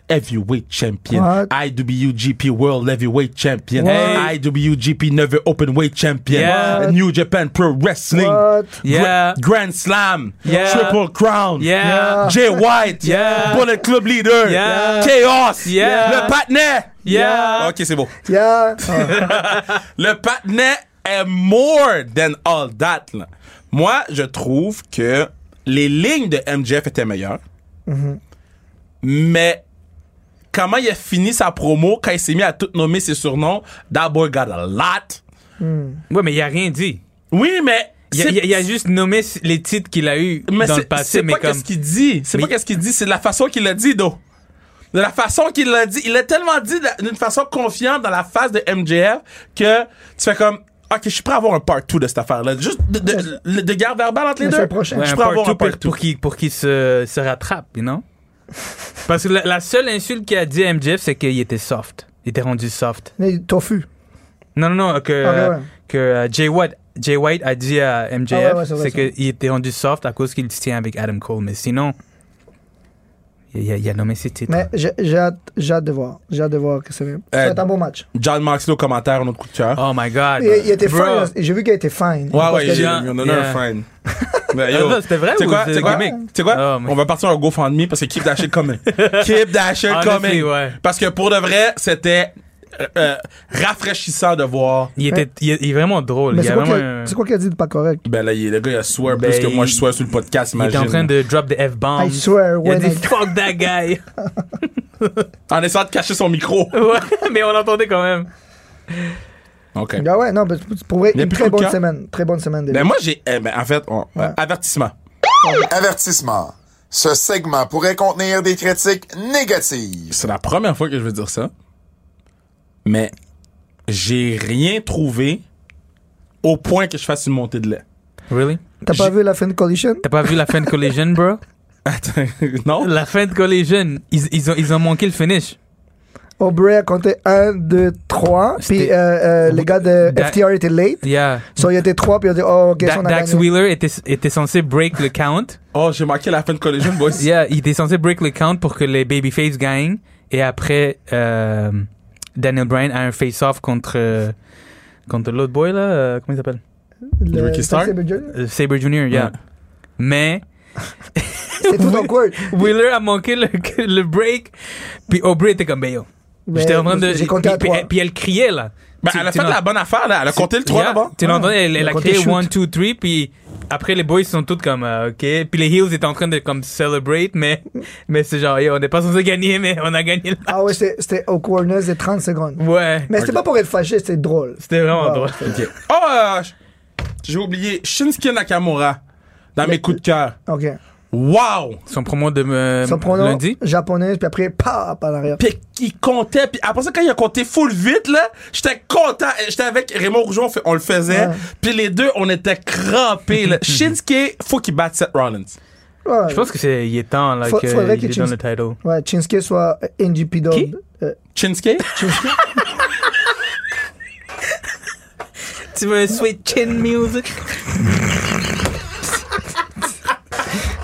Speaker 2: Heavyweight Champion.
Speaker 4: What?
Speaker 2: IWGP World Heavyweight Champion.
Speaker 3: Hey.
Speaker 2: IWGP Never Openweight Champion.
Speaker 3: Yeah. What?
Speaker 2: New Japan Pro Wrestling.
Speaker 4: What?
Speaker 3: Yeah.
Speaker 2: Grand Slam.
Speaker 3: Yeah.
Speaker 2: Triple Crown.
Speaker 3: Yeah.
Speaker 2: Jay White.
Speaker 3: Yeah.
Speaker 2: Bullet Club Leader.
Speaker 3: Yeah.
Speaker 2: Chaos.
Speaker 3: Yeah.
Speaker 2: Le Patnais.
Speaker 3: Yeah.
Speaker 2: Ok, c'est bon.
Speaker 4: Yeah. Ah.
Speaker 2: Le patinet est more than all that. là. Moi, je trouve que les lignes de MJF étaient meilleures.
Speaker 3: Mm-hmm.
Speaker 2: Mais comment il a fini sa promo quand il s'est mis à tout nommer ses surnoms? That boy got a lot.
Speaker 3: Ouais, mais il a rien dit.
Speaker 2: Oui, mais.
Speaker 3: Il a,
Speaker 2: c'est-
Speaker 3: il a- il a juste nommé s- les titres qu'il a eu
Speaker 2: mais
Speaker 3: dans
Speaker 2: c'est-
Speaker 3: le passé,
Speaker 2: c'est
Speaker 3: mais
Speaker 2: pas
Speaker 3: comme.
Speaker 2: qu'est-ce qu'il dit. C'est
Speaker 3: Mais-
Speaker 2: pas qu'est-ce qu'il dit, c'est de la façon qu'il l'a dit, d'eau. De la façon qu'il l'a dit. Il l'a tellement dit de- d'une façon confiante dans la face de MJF que tu fais comme. Ok, je suis prêt à avoir un part 2 de cette affaire-là. Juste de, de, le- de guerre verbale entre les
Speaker 4: Mais
Speaker 2: deux.
Speaker 4: c'est le prochain.
Speaker 3: Ouais,
Speaker 2: je
Speaker 3: un
Speaker 2: pourrais
Speaker 3: part
Speaker 2: avoir
Speaker 3: two
Speaker 2: un part
Speaker 3: pour,
Speaker 2: 2.
Speaker 3: pour qu'il pour qu'il se, se rattrape,
Speaker 2: <laughs>
Speaker 3: you know? Parce que la, la seule insulte qu'il a dit à MJF, c'est qu'il était soft. Il était rendu soft.
Speaker 4: Mais Tofu.
Speaker 3: Non, non, non, que,
Speaker 4: Ah, ouais,
Speaker 3: euh,
Speaker 4: ouais.
Speaker 3: que euh, Jay, White, Jay White a dit à MJF,
Speaker 4: Ah, ouais, ouais, c'est vrai,
Speaker 3: c'est
Speaker 4: c'est vrai.
Speaker 3: qu'il était rendu soft à cause qu'il se tient avec Adam Cole. Mais sinon, il, il a, il a nommé ses titres.
Speaker 4: Mais j'ai j'ai hâte, j'ai hâte de voir. J'ai hâte de voir que c'est vrai. Ça
Speaker 3: Euh,
Speaker 4: va être un bon match.
Speaker 2: John Moxley au commentaire, un autre coup de cœur.
Speaker 3: Oh my God.
Speaker 4: Il, il était
Speaker 3: Bro.
Speaker 4: fine. là. J'ai vu qu'il était fine.
Speaker 2: Ouais, ouais,
Speaker 4: Parce
Speaker 2: j'ai
Speaker 4: que-
Speaker 3: Jean-
Speaker 2: on en a un
Speaker 3: yeah. <laughs>
Speaker 2: fan. Ben,
Speaker 3: Ah, non, c'était vrai
Speaker 2: T'sais
Speaker 3: ou
Speaker 2: quoi,
Speaker 3: c'est
Speaker 2: t'sais quoi?
Speaker 3: gimmick?
Speaker 2: T'sais quoi?
Speaker 3: Ah, mais-
Speaker 2: On va partir en GoFundMe parce que keep that shit
Speaker 3: <laughs>
Speaker 2: coming. keep that shit
Speaker 3: Honestly,
Speaker 2: coming.
Speaker 3: ouais.
Speaker 2: Parce que pour de vrai, c'était euh, euh, rafraîchissant de voir.
Speaker 3: Il était il, il est vraiment drôle.
Speaker 4: Mais
Speaker 3: il
Speaker 4: c'est
Speaker 3: a
Speaker 4: quoi
Speaker 3: vraiment
Speaker 4: qu'il
Speaker 3: un-
Speaker 4: a- c'est quoi qu'il a dit de pas correct?
Speaker 2: Ben là, il- le gars, il a swear
Speaker 3: Ben,
Speaker 2: plus que moi, je
Speaker 3: il-
Speaker 2: swear sur le podcast,
Speaker 3: il était en
Speaker 2: imagine.
Speaker 3: train de drop des F-bombs.
Speaker 4: I
Speaker 3: Il
Speaker 4: swear,
Speaker 3: a
Speaker 4: when
Speaker 3: dit
Speaker 4: I...
Speaker 3: <laughs> fuck that guy. <laughs>
Speaker 2: En essayant de cacher son micro.
Speaker 3: Ouais, mais on l'entendait quand même.
Speaker 2: OK.
Speaker 4: Ah ouais, non, mais pour vrai,
Speaker 2: y a
Speaker 4: une
Speaker 2: plus
Speaker 4: très
Speaker 2: de
Speaker 4: bonne
Speaker 2: cas.
Speaker 4: semaine. Très bonne semaine. des
Speaker 2: Ben moi, j'ai... eh, ben, en fait, on-
Speaker 4: Ouais.
Speaker 2: avertissement.
Speaker 5: Avertissement. Ce segment pourrait contenir des critiques négatives.
Speaker 2: C'est la première fois que je veux dire ça. Mais j'ai rien trouvé au point que je fasse une montée de lait.
Speaker 3: Really?
Speaker 4: T'as pas vu la fin de Collision?
Speaker 3: T'as pas vu la fin de Collision, bro?
Speaker 2: Attends, <laughs> non?
Speaker 3: <laughs> La fin de Collision, ils, ils ont, ils ont manqué le finish.
Speaker 4: Aubrey a compté 1, 2, 3. Puis
Speaker 3: C'était-
Speaker 4: euh, euh, les gars de
Speaker 3: Da-
Speaker 4: FTR étaient late.
Speaker 3: Yeah.
Speaker 4: So, il y était 3, puis il a dit, oh, ok,
Speaker 3: Da-
Speaker 4: ça, on a
Speaker 3: Dax
Speaker 4: gagné.
Speaker 3: Wheeler était, était censé break le count.
Speaker 2: Oh, j'ai manqué la fin de collision, boys.
Speaker 3: Yeah, il était censé break le count pour que les babyface gagnent. Et après, euh, Daniel Bryan a un face-off contre, euh, contre l'autre boy, là. euh, comment il s'appelle?
Speaker 4: Le-
Speaker 2: Ricky Starr?
Speaker 4: Saber Jr.
Speaker 3: Euh, Sabre Jr., yeah.
Speaker 2: Ouais.
Speaker 4: <laughs>
Speaker 3: Mais <laughs>
Speaker 4: C'est tout awkward.
Speaker 3: Wheeler a manqué le, <laughs> le break. Puis Aubrey était comme, ben yo.
Speaker 4: Mais
Speaker 3: J'étais en train de.
Speaker 4: J'ai compté à
Speaker 3: puis,
Speaker 4: 3.
Speaker 3: puis- puis elle criait, là.
Speaker 2: Ben,
Speaker 3: Tu-
Speaker 2: elle a
Speaker 3: tu
Speaker 2: fait
Speaker 3: l'en-
Speaker 2: la bonne affaire, là. Elle a compté le 3
Speaker 3: Yeah,
Speaker 2: d'abord.
Speaker 3: Tu l'as entendu, elle, elle a
Speaker 4: Quand
Speaker 3: crié
Speaker 4: il shoot.
Speaker 3: 1, 2, 3, puis après les boys sont tous comme, euh, ok. Puis les Heels étaient en train de comme celebrate, mais, <laughs> mais c'est genre, yo, on n'est pas censé gagner, mais on a gagné là.
Speaker 4: Ah ouais, c'était c'était awkwardness de 30 secondes.
Speaker 3: Ouais.
Speaker 4: Mais Ah, c'était pas pour être fâché, c'était drôle.
Speaker 3: C'était vraiment
Speaker 4: Wow.
Speaker 3: drôle.
Speaker 2: Ok. Oh, euh, j'ai oublié Shinsuke Nakamura dans mes coups de cœur.
Speaker 4: Ok.
Speaker 2: Wow!
Speaker 3: Son promo de euh,
Speaker 4: Son pronom
Speaker 3: lundi.
Speaker 4: japonais, puis après, pa, par l'arrière.
Speaker 2: Puis il comptait, puis après ça, quand il a compté full vite, là, j'étais content. J'étais avec Raymond Rougeau, on, fait- on le faisait.
Speaker 4: Ouais.
Speaker 2: Puis les deux, on était crampés,
Speaker 4: <laughs>
Speaker 2: là. Shinsuke, faut qu'il batte Seth Rollins.
Speaker 4: Ouais.
Speaker 3: Je pense que c'est, il est temps, là,
Speaker 4: Faut-
Speaker 3: qu'il
Speaker 4: faudrait que
Speaker 3: est
Speaker 4: tu-
Speaker 3: dans le title.
Speaker 4: Ouais, Shinsuke soit euh, NGP dog.
Speaker 3: Qui?
Speaker 4: Euh,
Speaker 2: Shinsuke?
Speaker 3: <laughs> Tu veux un sweet chin music?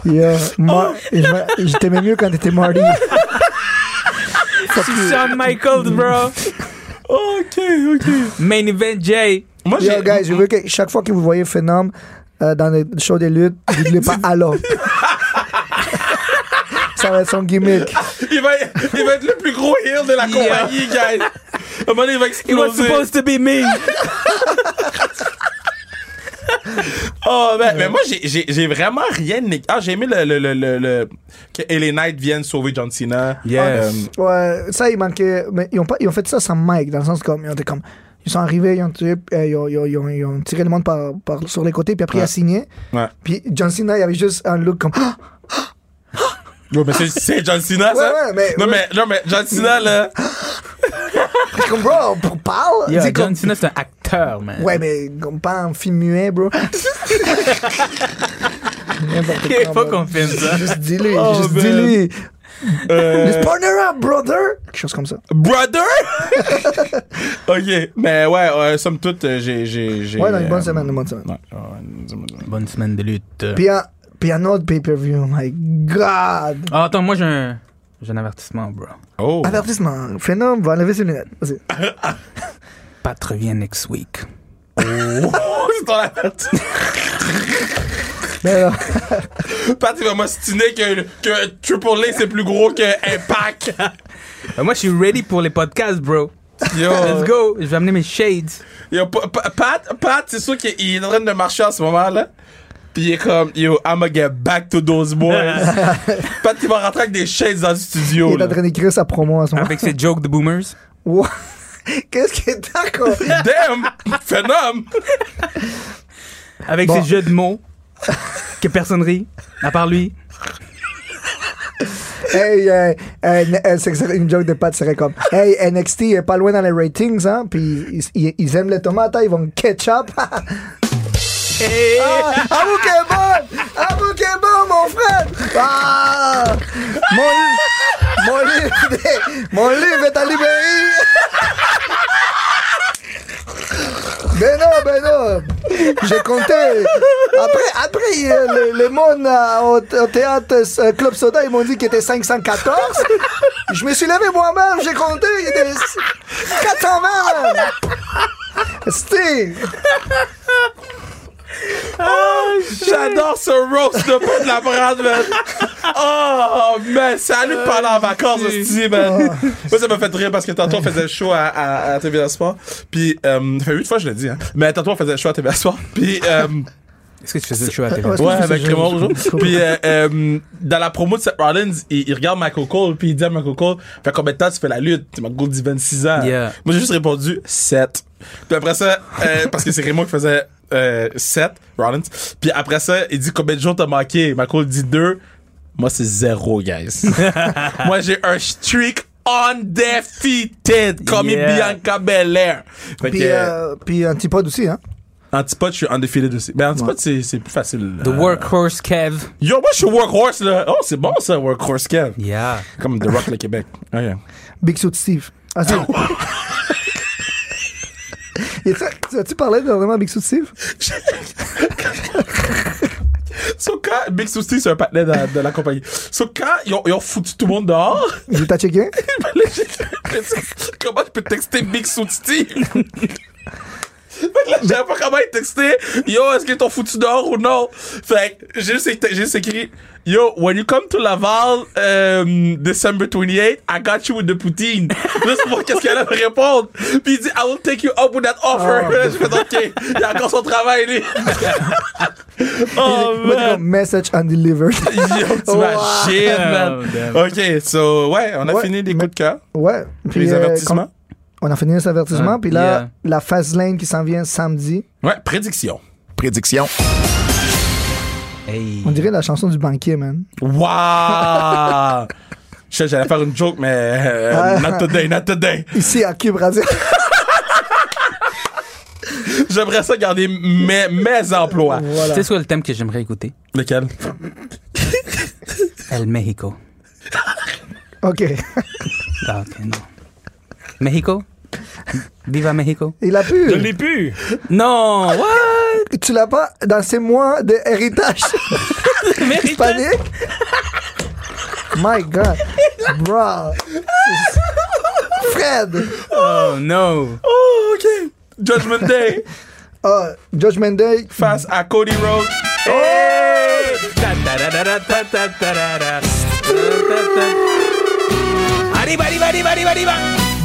Speaker 4: yeah. Moi, je m'a- je t'aimais mieux quand t'étais Marty.
Speaker 3: Shawn Michaels,
Speaker 4: <laughs>
Speaker 3: bro.
Speaker 2: ok, ok.
Speaker 3: Main event Jay.
Speaker 2: Moi, j'ai.
Speaker 4: Yo, guys, je veux que chaque fois que vous voyez Phenom euh, dans les shows des luttes, dites-le pas alors. Ça va être son gimmick.
Speaker 2: Il va, il va être le plus gros heel de la compagnie, guys. À un moment donné, il va
Speaker 3: It was
Speaker 2: exploser.
Speaker 3: supposed to be
Speaker 4: <laughs>
Speaker 3: me.
Speaker 2: Oh, ben, mais moi, j'ai- j'ai j'ai vraiment rien. né- Ah, j'ai aimé le, le, le, le, le- que Ellen Knight vienne sauver John Cena.
Speaker 3: Yes.
Speaker 2: Euh,
Speaker 4: Ouais, ça, il manquait. Mais ils ont, pas, ils ont fait ça sans Mike, dans le sens comme. Ils ont été comme. Ils sont arrivés, ils ont, tiré, euh, ils ont, ils ont- ils ont- ils ont tiré le monde par, par- sur les côtés, puis après il a signé.
Speaker 2: ben, Ouais.
Speaker 4: Puis John Cena, il avait juste un look comme. <gasps> Ah!
Speaker 2: Ouais, mais c'est- c'est John Cena, ça?
Speaker 4: Ouais, ouais, mais-
Speaker 2: Non,
Speaker 4: ouais.
Speaker 2: mais, non, mais John Cena, là.
Speaker 4: Je suis comme, bro, on parle.
Speaker 3: Yo,
Speaker 4: C'est comme-
Speaker 3: John Cena, c'est un acteur, man.
Speaker 4: Ouais, mais comme pas un film
Speaker 2: <laughs>
Speaker 4: muet, bro. N'importe
Speaker 3: Il
Speaker 4: quoi,
Speaker 3: <laughs> faut
Speaker 4: bro.
Speaker 3: qu'on filme ça.
Speaker 4: Juste dis-lui,
Speaker 2: Oh,
Speaker 4: juste
Speaker 2: man.
Speaker 4: dis-lui.
Speaker 2: Euh,
Speaker 4: Just partner up, brother! Quelque chose comme ça.
Speaker 2: Brother? <laughs> ok. Mais ouais, euh, somme toute, euh, j'ai. j'ai, j'ai
Speaker 4: Ouais, dans une
Speaker 2: euh,
Speaker 4: bonne semaine, une bonne semaine.
Speaker 2: Ouais, ouais, ouais, une bonne semaine.
Speaker 3: Bonne semaine de lutte.
Speaker 4: Puis un, puis un autre pay-per-view, Oh my god!
Speaker 3: Ah, attends, moi j'ai un... j'ai un avertissement, bro.
Speaker 2: Oh.
Speaker 4: Ah, ben,
Speaker 2: <laughs>
Speaker 4: Avertissement, Phenom va enlever ses lunettes. Vas-y.
Speaker 3: Pat revient next week.
Speaker 2: Oh, c'est ton avertissement.
Speaker 4: Mais alors, euh,
Speaker 2: <laughs> Pat, il va m'ostiner que, que Triple A, c'est plus gros que
Speaker 4: <laughs>
Speaker 2: Impact.
Speaker 3: Ben, moi, je suis ready pour les podcasts, bro.
Speaker 2: Yo.
Speaker 3: Let's go. Je vais amener mes shades.
Speaker 2: Yo, Pa- Pa- Pat, Pat, c'est sûr qu'il il est en train de marcher en ce moment, là. Puis il est comme, yo, I'ma get back to those boys. Pat, il va rentrer avec des chaises dans le
Speaker 4: il
Speaker 2: studio,
Speaker 4: est
Speaker 2: là.
Speaker 4: en train d'écrire sa promo en ce
Speaker 2: Ah,
Speaker 4: moment.
Speaker 3: Avec ses jokes de boomers.
Speaker 4: Wow. <laughs> Qu'est-ce que t'as, quoi?
Speaker 2: Damn! Phénomène!
Speaker 3: Avec
Speaker 4: Bon.
Speaker 3: ses jeux de mots. que personne rit. À part lui.
Speaker 4: Hey, euh, euh, n- euh, c'est- c'est une joke de Pat serait comme Hey, NXT est pas loin dans les ratings, hein? Puis ils, ils- ils aiment les tomates, hein, ils vont ketchup. <laughs> ah, ah, vous qui est bon! Ah, vous qui est bon, mon frère! Ah! Mon, li- mon livre, mon livre est à <laughs> librairie! Ben non, ben non! J'ai compté! Après, après euh, le, le monde euh, au, au théâtre euh, Club Soda, ils m'ont dit qu'il était 514. Je me suis levé moi-même, j'ai compté, il était 420! C'était.
Speaker 2: J'adore ce roast de Pat la brade, man! Oh, man! Salut de parler en vacances, aussi, man!
Speaker 4: Oh.
Speaker 2: Moi, ça m'a fait rire parce que tantôt, on faisait chaud à, à, à TVA Sport. Puis, euh, ça fait huit fois, je l'ai dit, hein. Mais tantôt, on faisait chaud à TVA Sport. Puis, euh,
Speaker 3: Est-ce que tu faisais le show à la télé?
Speaker 4: Ouais.
Speaker 2: Ouais,
Speaker 4: Excuse-moi,
Speaker 2: avec
Speaker 4: je-
Speaker 2: Raymond
Speaker 4: je-
Speaker 2: Rougeau.
Speaker 4: je- je-
Speaker 2: Puis euh, euh, dans la promo de Seth Rollins, il, il regarde Michael Cole, puis il dit à Michael Cole, fait combien de temps tu fais la lutte? Michael Cole dit 26 ans.
Speaker 3: Yeah.
Speaker 2: Moi, j'ai juste répondu 7. Puis après ça, euh, parce que c'est Raymond qui faisait euh, 7, Rollins. Puis après ça, il dit combien de jours t'as manqué? Michael Cole dit 2. Moi, c'est 0,
Speaker 3: <laughs>
Speaker 2: guys. Moi, j'ai un streak undefeated, comme
Speaker 3: Yeah.
Speaker 2: Bianca Belair. Fait
Speaker 4: Puis,
Speaker 2: que,
Speaker 4: euh, puis Antipode aussi, hein?
Speaker 2: Antipode, je suis undefeated aussi. Mais Antipode, c'est- c'est plus facile.
Speaker 3: The
Speaker 2: euh,
Speaker 3: Workhorse Kev.
Speaker 2: Yo, moi, je suis workhorse, là. Oh, c'est bon, ça, workhorse, Oh, Kev.
Speaker 3: Yeah.
Speaker 2: Comme The Rock, le Québec. OK.
Speaker 4: Big Suit Steve. Ah,
Speaker 2: <laughs>
Speaker 4: c'est. Et ça, tu as-tu parlé de vraiment Big Suit Steve?
Speaker 2: So, quand Big Sousty, c'est un partenaire de, de la compagnie. So, quand ils ont, ils ont foutu tout le monde dehors,
Speaker 4: Je t'ai checké?
Speaker 2: là, j'ai- <laughs> comment je peux texter Big Sousty? Fait que là, je savais pas comment il texter. Yo, est-ce qu'ils t'ont foutu dehors ou non? Fait que j'ai juste, écrit- j'ai juste écrit, Yo, when you come to Laval, um, December 28, I got you with the poutine. Juste pour voir qu'est-ce qu'elle allait me répondre. Puis il dit, I will take you up with that offer.
Speaker 4: Ah.
Speaker 2: Là, <laughs> je fais, OK, il a encore son travail,
Speaker 4: <laughs>
Speaker 2: lui. oh,
Speaker 4: Moi, t'es
Speaker 2: man.
Speaker 4: comme Message undelivered.
Speaker 2: Yo, t'imagines, man. OK, so, ouais, on a
Speaker 4: Ouais,
Speaker 2: fini les
Speaker 4: mais-
Speaker 2: coups de cœur.
Speaker 4: Ouais.
Speaker 2: Puis les
Speaker 4: euh,
Speaker 2: avertissements.
Speaker 4: On a fini les avertissements,
Speaker 3: Ah,
Speaker 4: puis là,
Speaker 3: yeah.
Speaker 4: la phase lane qui s'en vient samedi.
Speaker 2: Ouais, prédiction.
Speaker 5: Prédiction.
Speaker 3: Hey.
Speaker 4: On dirait la chanson du banquier, man.
Speaker 2: Waouh! Je sais, j'allais faire une joke, mais euh, not today, not today.
Speaker 4: Ici à Cube Radio.
Speaker 2: J'aimerais ça garder mes, mes emplois.
Speaker 4: voilà.
Speaker 3: Tu sais, c'est quoi le thème que j'aimerais écouter?
Speaker 2: Lequel?
Speaker 3: El Mexico.
Speaker 4: OK.
Speaker 3: Ah, ok, non. Mexico? Viva Mexico?
Speaker 4: Il a pu.
Speaker 2: pu!
Speaker 3: Non! <laughs> What?
Speaker 4: Tu l'as pas dans ces mois de héritage hispanique? My God. Bro. Fred.
Speaker 3: Oh, no!
Speaker 2: Oh, OK! Judgment Day
Speaker 4: Oh, Judgment Day.
Speaker 2: face à Cody Rhodes.
Speaker 3: Arriba, arriba, arriba, arriba, arriba!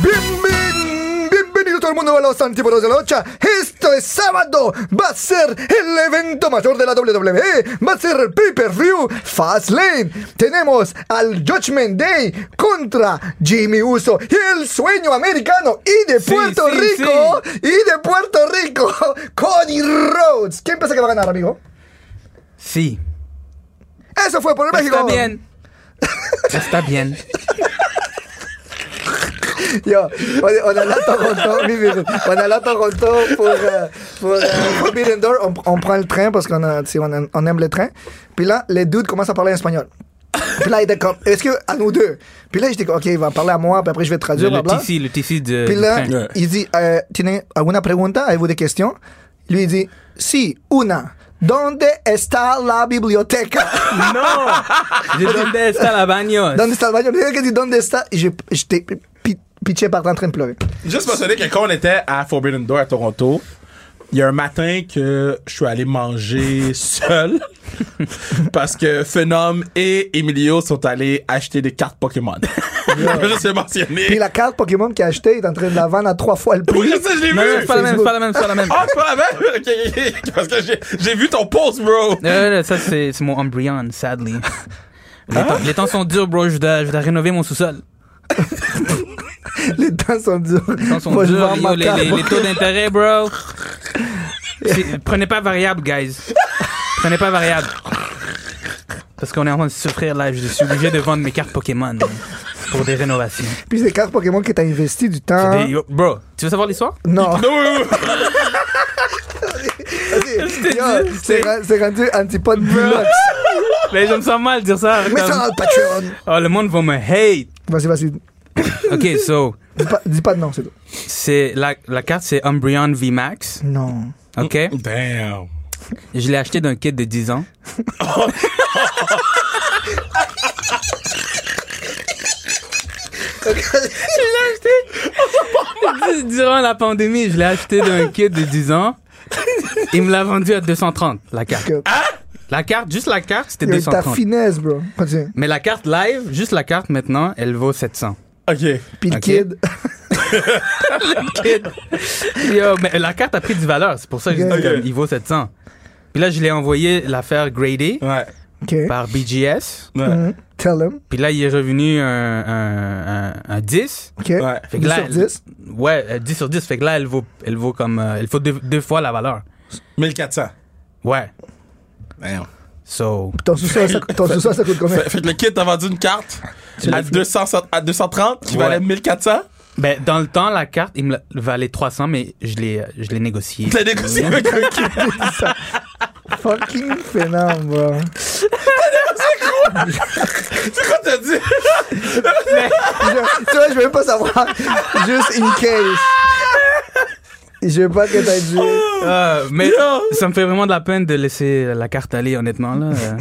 Speaker 4: Bienven- Bienvenidos el mundo a los antípodos de la lucha. Esto es sábado. Va a ser el evento mayor de la WWE. Va a ser el pay-per-view Fastlane. Tenemos al Judgment Day contra Jimmy Uso y el sueño americano y de
Speaker 3: Sí,
Speaker 4: Puerto
Speaker 3: sí,
Speaker 4: Rico y de Puerto Rico <laughs> Cody Rhodes. ¿Quién piensa que va a ganar, amigo?
Speaker 3: Sí.
Speaker 4: Eso fue por el México.
Speaker 3: Está bien. Está
Speaker 4: <laughs>
Speaker 3: bien.
Speaker 4: Yo, on, on a là ton content, oui, oui, oui. on a là ton content pour, euh, pour euh, Forbidden Door. On, on prend le train parce qu'on a, tu sais, on aime, on aime le train. Puis là, les dudes commencent à parler en espagnol. Puis là, il était comme, est-ce que à nous deux? Puis là, j'étais comme, OK, il va parler à moi, puis après, je vais traduire,
Speaker 3: Le
Speaker 4: blablabla.
Speaker 3: tissu, le tissu de.
Speaker 4: Puis
Speaker 3: du
Speaker 4: là,
Speaker 3: train.
Speaker 4: <laughs> il dit, euh, ¿tiene alguna pregunta? Avez-vous des questions? Lui, il dit, si, una. ¿Dónde está la biblioteca?
Speaker 3: Je demandais ça à la bagnole.
Speaker 4: <laughs> ¿Dónde está el baño? Le gars dit, ¿dónde está? Et j'ai- J'étais pi- pitché par terre en train de pleurer.
Speaker 2: Juste mentionner que quand on était à Forbidden Door à Toronto, il y a un matin que je suis allé manger seul <laughs> parce que Phenom et Emilio sont allés acheter des cartes Pokémon. <laughs> Je juste le mentionner.
Speaker 4: Puis la carte Pokémon qu'il a achetée est en train de la vendre à trois fois le
Speaker 2: Oui,
Speaker 4: prix.
Speaker 2: je sais, je l'ai
Speaker 3: Non, non,
Speaker 2: vu.
Speaker 3: c'est pas la même, c'est pas la même, c'est pas la même.
Speaker 2: Ah, c'est pas la même? <laughs> Ok, ok, ok. Parce que j'ai- j'ai vu ton post, bro.
Speaker 3: Non, non, non, Euh, ça c'est c'est mon Umbreon,
Speaker 4: <laughs>
Speaker 3: sadly. Les,
Speaker 4: Ah!
Speaker 3: temps, les temps sont durs, bro. Je dois, je dois rénover mon sous-sol.
Speaker 4: Les temps sont durs.
Speaker 3: Les temps sont
Speaker 4: Moi, je
Speaker 3: durs,
Speaker 4: vends
Speaker 3: yo,
Speaker 4: ma
Speaker 3: les,
Speaker 4: carte.
Speaker 3: les- les taux d'intérêt,
Speaker 4: <laughs>
Speaker 3: bro. C'est- Prenez pas variable, guys. Prenez pas variable. Parce qu'on est en train de souffrir là. Je suis obligé de vendre mes cartes Pokémon bro, pour des rénovations.
Speaker 4: Puis c'est les cartes Pokémon que t'as investi du temps.
Speaker 3: Des- yo, bro, tu veux savoir l'histoire?
Speaker 4: <laughs>
Speaker 3: <laughs>
Speaker 4: Non.
Speaker 2: Non, oui, oui.
Speaker 4: Yo, C'est ra- c'est rendu antipode Bulox.
Speaker 3: Les gens me sentent mal de dire ça.
Speaker 4: Mets ça
Speaker 3: comme-
Speaker 4: dans le Patreon.
Speaker 3: Oh, le monde va me hate.
Speaker 4: Vas-y, vas-y. Dis
Speaker 3: Ok, so,
Speaker 4: pas, dis pas de non, c'est tout.
Speaker 3: c'est la, la carte c'est Umbreon VMAX.
Speaker 4: Non.
Speaker 3: Ok.
Speaker 2: Damn.
Speaker 3: Je l'ai acheté d'un kid de 10
Speaker 4: <laughs>
Speaker 3: ans. D- <laughs> Durant la pandémie, je l'ai acheté d'un kid de 10 ans. Il me l'a vendu à 230, la carte. Ah!
Speaker 4: Que-
Speaker 3: La carte, juste la carte, c'était
Speaker 4: Yo, ta
Speaker 3: 230.
Speaker 4: finesse, bro. Continue.
Speaker 3: Mais la carte live, juste la carte maintenant, elle vaut 700.
Speaker 2: Ok.
Speaker 4: Puis le
Speaker 3: Ok.
Speaker 4: kid. <laughs>
Speaker 3: Yo, mais la carte a pris du valeur, c'est pour ça que je dis
Speaker 2: Ok.
Speaker 3: comme, il vaut 700. Puis là, je l'ai envoyé l'affaire gradée
Speaker 2: Ouais.
Speaker 4: Ok.
Speaker 3: par BGS.
Speaker 2: Ouais.
Speaker 4: Mhm. Tell him.
Speaker 3: Puis là, il est revenu un, un, un, un 10.
Speaker 4: Ok.
Speaker 2: Ouais.
Speaker 3: Fait que
Speaker 4: 10
Speaker 3: là,
Speaker 4: sur 10?
Speaker 3: elle- ouais, euh, 10 sur 10. Fait que là, elle vaut, elle vaut comme. euh, elle vaut deux, deux fois la valeur.
Speaker 2: 1400.
Speaker 3: Ouais.
Speaker 2: Damn.
Speaker 3: So.
Speaker 4: Ton sous-sol, ça, ton sous-sol, ça coûte
Speaker 3: <laughs>
Speaker 4: combien?
Speaker 2: Fait, fait que le kid t'a vendu une carte à,
Speaker 4: l'as
Speaker 2: 200, à 230 qui
Speaker 3: Ouais.
Speaker 2: valait 1400.
Speaker 3: Ben, dans le temps, la carte, il me l'a- valait 300, mais je l'ai, je l'ai négocié.
Speaker 2: T'as négocié avec un kid.
Speaker 4: Fucking phénomène, bro.
Speaker 2: C'est quoi t'as dit?
Speaker 4: Je- tu vois, je veux même pas savoir. Juste in case. Je veux pas que t'aies dit.
Speaker 3: Euh, mais
Speaker 2: Yo.
Speaker 3: ça me fait vraiment de la peine de laisser la carte aller, honnêtement,
Speaker 4: <laughs>
Speaker 3: là. Euh.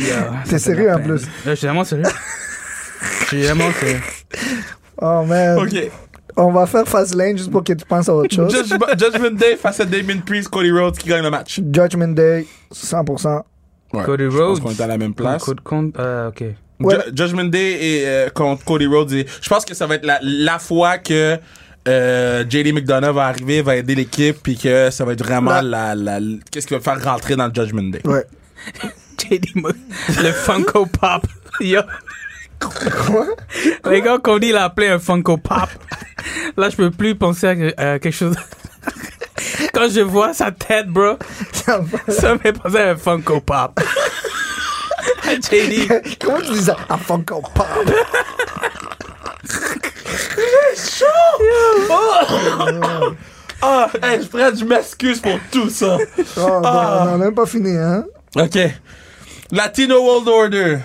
Speaker 3: Yo, ça fait de
Speaker 4: sérieux,
Speaker 3: la
Speaker 4: en
Speaker 3: peine.
Speaker 4: plus.
Speaker 3: Là, je suis vraiment sérieux. Je suis vraiment sérieux.
Speaker 4: Oh man.
Speaker 2: Ok.
Speaker 4: On va faire Fastlane juste pour que tu penses à autre chose.
Speaker 2: Judge- Judgment Day face à Damien Priest, Cody Rhodes qui gagne le match.
Speaker 4: Judgment Day, 100%.
Speaker 2: Ouais,
Speaker 3: Cody
Speaker 2: je pense
Speaker 3: Rhodes.
Speaker 2: qu'on est à la même place.
Speaker 3: Code compte, euh, ok.
Speaker 2: Ju-
Speaker 4: Ouais.
Speaker 2: Judgment Day et euh, contre Cody Rhodes. et je pense que ça va être la, la fois que euh, JD McDonough va arriver, va aider l'équipe, puis que ça va être vraiment la, la, la- qu'est-ce qui va faire rentrer dans le Judgment Day.
Speaker 4: Ouais.
Speaker 3: JD Mo- le Funko Pop. Yo. Quoi? Les gars, Cody il a appelé un Funko Pop. Là, je peux plus penser à, à quelque chose. Quand je vois sa tête, bro, ça me fait penser à un Funko
Speaker 4: <laughs>
Speaker 3: Pop. JD.
Speaker 4: <laughs> Comment tu dis ça? À Funko Pop.
Speaker 2: Ah, hey, Fred, je m'excuse pour tout ça.
Speaker 4: Oh,
Speaker 2: Ah.
Speaker 4: bon, on n'a même pas fini, hein?
Speaker 2: <laughs> ok. Latino World Order.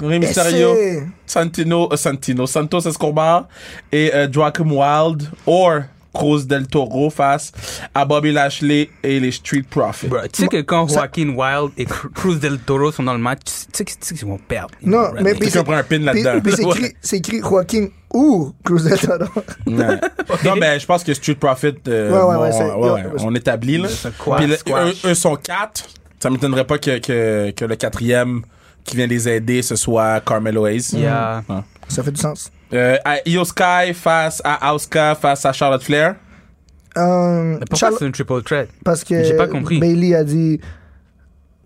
Speaker 2: Rey Mysterio,
Speaker 4: c'est-
Speaker 2: Santino, euh, Santino, Santos Escobar et euh, Joaquin Wild or Cruz del Toro face à Bobby Lashley et les Street Profits.
Speaker 3: Bro, tu sais que quand Joaquin Wild et Cru- Cruz del Toro sont dans le match, tu sais que- tu sais qu'ils vont perdre. Ils
Speaker 4: Non,
Speaker 3: vont
Speaker 4: mais
Speaker 3: rater.
Speaker 4: puis
Speaker 2: Quelqu'un prend un pin
Speaker 4: puis-
Speaker 2: là-dedans.
Speaker 4: puis
Speaker 2: <laughs>
Speaker 4: c'est écrit, c'est écrit Joaquin ou Cruz del Toro. <laughs>
Speaker 2: Ouais. Non, mais je pense que Street Profit, euh,
Speaker 4: Ouais, ouais, ouais,
Speaker 2: on-
Speaker 4: c'est-
Speaker 2: ouais, ouais, on établit. Là.
Speaker 3: quoi,
Speaker 2: Puis le-
Speaker 3: squash.
Speaker 2: eux, eux sont quatre. Ça m'étonnerait pas que, que, que le quatrième qui vient les aider, ce soit Carmelo Hayes.
Speaker 3: Yeah.
Speaker 4: Ça fait du sens.
Speaker 2: Euh, à Io Sky face à Auska face à Charlotte Flair.
Speaker 4: Euh,
Speaker 3: Mais pourquoi
Speaker 4: Charlo-
Speaker 3: c'est une triple threat?
Speaker 4: parce que
Speaker 3: J'ai pas compris.
Speaker 4: Bailey a dit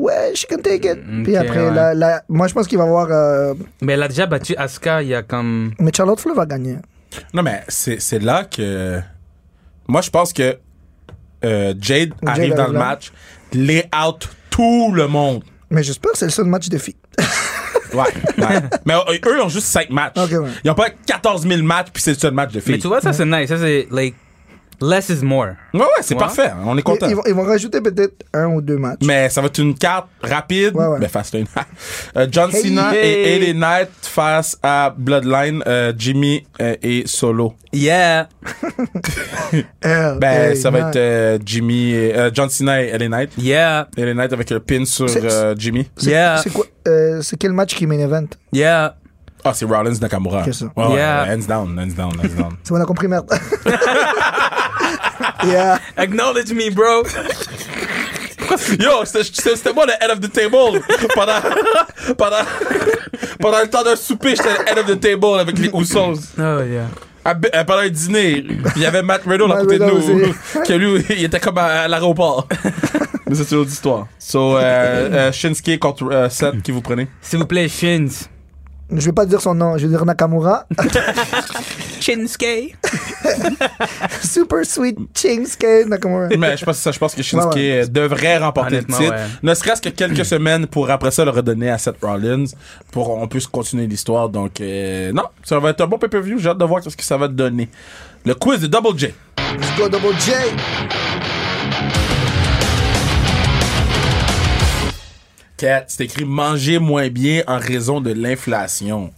Speaker 4: ouais she can take it puis
Speaker 3: Ok,
Speaker 4: après
Speaker 3: ouais.
Speaker 4: la, la- moi je pense qu'il va avoir euh,
Speaker 3: Mais elle a déjà battu Asuka il y a comme.
Speaker 4: mais Charlotte Flair va gagner
Speaker 2: Non, mais c'est c'est là que. Moi, je pense que euh, Jade arrive dans
Speaker 4: arrive
Speaker 2: le
Speaker 4: là.
Speaker 2: match, lay out tout le monde.
Speaker 4: mais j'espère que c'est le seul match de filles
Speaker 2: Ouais. ouais.
Speaker 4: <laughs>
Speaker 2: mais euh, eux, ils ont juste 5 matchs.
Speaker 4: Ok, ouais.
Speaker 2: Ils ont pas 14 000 matchs, puis c'est le seul match de filles.
Speaker 3: Mais tu vois, ça c'est nice. Ça c'est like. Less is more.
Speaker 2: Ouais, ouais, c'est
Speaker 3: Ouais.
Speaker 2: parfait. hein, On est
Speaker 4: Ils-
Speaker 2: content.
Speaker 4: ils, vont, ils vont rajouter peut-être un ou deux matchs
Speaker 2: Mais ça va être une carte rapide.
Speaker 4: Ouais, ouais.
Speaker 2: Ben, face à une- <laughs> Euh, John
Speaker 4: Hey.
Speaker 2: Cena et
Speaker 3: Hey.
Speaker 2: Ellie Knight face à Bloodline, euh, Jimmy euh, et Solo.
Speaker 3: Yeah!
Speaker 4: Euh,
Speaker 2: Ben,
Speaker 4: hey,
Speaker 2: ça va
Speaker 4: man.
Speaker 2: être euh, Jimmy, et- euh, John Cena et Ellie Knight.
Speaker 3: Yeah!
Speaker 2: Ellie Knight avec le pin sur
Speaker 4: C'est-
Speaker 2: euh, Jimmy.
Speaker 4: c'est
Speaker 3: Yeah.
Speaker 4: c'est quoi euh, c'est quel match qui main event
Speaker 3: Yeah!
Speaker 2: Ah, c'est Rollins Nakamura.
Speaker 4: Que ça.
Speaker 2: Ouais, ouais,
Speaker 3: Yeah.
Speaker 2: ouais, hands down, hands down, hands down.
Speaker 4: c'est bon on a compris merde <laughs> yeah
Speaker 3: Acknowledge me, bro!
Speaker 2: <laughs> Yo, c'était- c'était c'était moi le head of the <laughs> table pendant, pendant, pendant le temps d'un souper, j'étais le head of the table avec les Usos.
Speaker 3: Oh yeah.
Speaker 2: À Be- euh, pendant un dîner, il y avait Matt Riddle à
Speaker 4: Matt
Speaker 2: côté de
Speaker 4: Riddle
Speaker 2: nous, <laughs> que lui, il était comme à, à
Speaker 4: <laughs>
Speaker 2: l'aéroport. Mais c'est une autre histoire. So, euh, euh, Shinsuke contre euh, Seth, qui vous prenez?
Speaker 3: S'il vous plaît, Shins.
Speaker 4: je vais pas dire son nom je vais dire Nakamura <laughs>
Speaker 3: Shinsuke.
Speaker 4: super sweet Shinsuke Nakamura
Speaker 2: Mais je pense, que ça, je pense que Shinsuke
Speaker 4: Ouais, ouais.
Speaker 2: euh, devrait remporter le
Speaker 3: Honnêtement,
Speaker 2: titre.
Speaker 3: ouais.
Speaker 2: Ne serait-ce que quelques <clears throat> semaines pour après ça le redonner à Seth Rollins pour qu'on puisse continuer l'histoire. Donc, euh, non, ça va être un bon pay-per-view. J'ai hâte de voir ce que ça va donner. Le quiz de Double J.
Speaker 4: let's go double J
Speaker 2: Kat, c'est écrit manger moins bien en raison de l'inflation.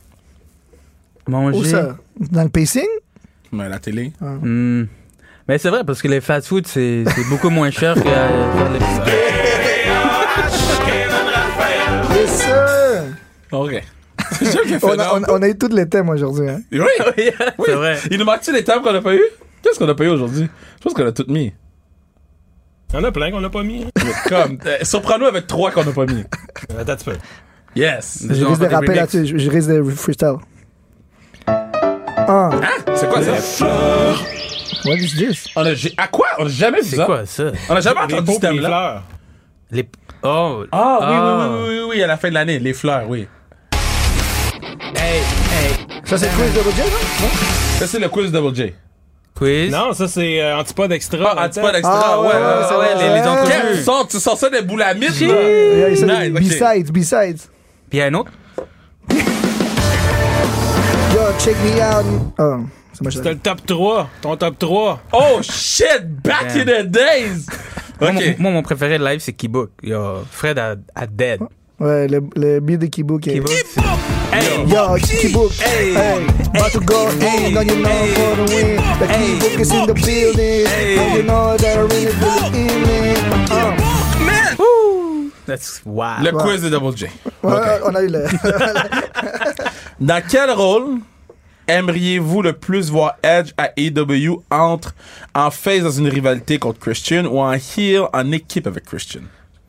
Speaker 4: où
Speaker 3: Manger.
Speaker 4: ça dans le pacing
Speaker 2: Mais à la télé.
Speaker 3: Hmm. Mais c'est vrai, parce que les fast food, c'est c'est beaucoup moins cher que euh, faire les pizzas.
Speaker 4: yes sir
Speaker 2: <laughs> Ok. C'est sûr qu'il a fait
Speaker 4: on a,
Speaker 2: non?
Speaker 4: on, a- on a eu tous les thèmes aujourd'hui hein.
Speaker 2: Oui, <laughs> oui.
Speaker 3: C'est vrai.
Speaker 2: Il nous manque-tu les tables qu'on a pas eu? Qu'est-ce qu'on a pas eu aujourd'hui? Je pense qu'on a tout mis.
Speaker 6: Il y en a plein qu'on n'a pas mis. hein.
Speaker 2: <laughs>
Speaker 6: Euh,
Speaker 2: Comme, euh, surprends-nous avec trois qu'on a pas mis.
Speaker 6: Attends un petit peu.
Speaker 2: Yes.
Speaker 4: Je
Speaker 3: Ils ont
Speaker 4: risque de
Speaker 3: fait des
Speaker 4: rappeler
Speaker 3: remixes.
Speaker 4: là-dessus, je, je risque de freestyle. Ah,
Speaker 2: Hein? C'est quoi ça?
Speaker 4: what is this?
Speaker 2: On a, j'ai- à quoi? On a jamais vu ça.
Speaker 3: C'est quoi ça?
Speaker 2: On a jamais
Speaker 6: Les
Speaker 2: entendu
Speaker 6: pots
Speaker 2: ce
Speaker 6: Ah, pis les
Speaker 2: thème-là.
Speaker 6: fleurs.
Speaker 3: Les. Oh!
Speaker 2: Ah oui, oui, oui, oui, oui, oui, à la fin de l'année, les fleurs, oui.
Speaker 3: Hey, hey!
Speaker 4: Ça, c'est le quiz de Roger, non?
Speaker 2: Ça, c'est le quiz Double J.
Speaker 3: Quiz?
Speaker 6: Non, ça, c'est euh, Antipode Extra.
Speaker 2: Ah, Antipode Extra,
Speaker 4: Ah,
Speaker 2: ouais,
Speaker 4: ouais,
Speaker 2: ouais,
Speaker 3: Ah
Speaker 2: ouais.
Speaker 3: ouais, les, les
Speaker 4: Ouais.
Speaker 2: Kev,
Speaker 3: inconnus.
Speaker 2: tu sors- tu sors ça des boulamites, là.
Speaker 4: Yeah, il s'appelle
Speaker 2: Nice, ok.
Speaker 4: Besides, besides.
Speaker 3: Puis il y a un autre?
Speaker 4: Yo, check me out. Oh, c'est moi, je
Speaker 6: T'as le top 3. Ton top 3.
Speaker 2: Oh shit, back in the days!
Speaker 3: Moi, mon-
Speaker 2: Ok.
Speaker 3: Moi, mon préféré live, c'est Keybook. Yo, Fred à, à dead.
Speaker 4: Ouais, le, le beat de Kibo qui est.
Speaker 3: Keybook, c'est- Hey!
Speaker 4: Yo, Kibo. Hey, about to go in, don't you know for the win. The
Speaker 3: Hey.
Speaker 4: Kibo is in the building. And you know that I really feel it in me. Ah,
Speaker 3: That's wow.
Speaker 2: Le quiz de Double J.
Speaker 4: ouais, On a eu le. <laughs>
Speaker 2: Dans quel rôle aimeriez-vous le plus voir Edge à AEW entre en face dans une rivalité contre Christian ou en heel en équipe avec Christian?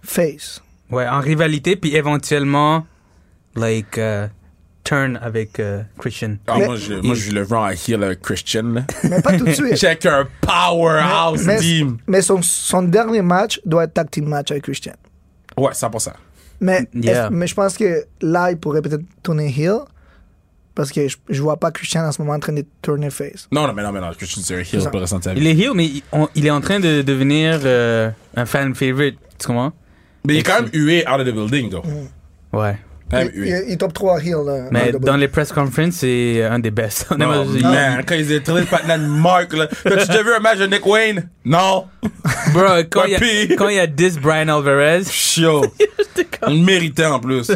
Speaker 4: Face.
Speaker 3: Ouais, en rivalité, puis éventuellement, like, euh, turn avec euh, Christian.
Speaker 2: Ah,
Speaker 4: Mais-
Speaker 2: moi, je, moi, je le vois en heel avec Christian. Là.
Speaker 4: Mais pas tout de
Speaker 2: <laughs>
Speaker 4: suite.
Speaker 2: Check un powerhouse
Speaker 4: Mais,
Speaker 2: team.
Speaker 4: mais son, son dernier match doit être tag team match avec Christian.
Speaker 2: Ouais, 100%.
Speaker 4: Mais,
Speaker 3: Yeah.
Speaker 4: est-ce- mais je pense que là, il pourrait peut-être tourner heel. Parce que je, je vois pas Christian en ce moment en train de tourner face.
Speaker 2: Non, non, mais non, mais non, Christian, c'est un heel
Speaker 4: ça.
Speaker 2: pour le restant de sa vie.
Speaker 3: Il est heel, mais il, on- il est en train de devenir euh, un fan favorite. Tu comprends?
Speaker 2: Mais il est quand même hué out of the building, though.
Speaker 3: Ouais.
Speaker 2: Quand même
Speaker 4: il,
Speaker 2: hué.
Speaker 4: il- il top 3 heel. Là,
Speaker 3: Ah Mais
Speaker 4: en hein, Ah, double.
Speaker 3: dans les press conferences, c'est un des best. <laughs> On
Speaker 2: Non,
Speaker 3: a- il-
Speaker 2: man, quand ils étaient train de partenaire de Mark, là. T'as-tu déjà vu un match de Nick Wayne? Non.
Speaker 3: Bro, quand il y
Speaker 2: Ouais, puis-
Speaker 3: a- quand il y a 10 Brian Alvarez,
Speaker 2: Chiot. Il méritait en plus.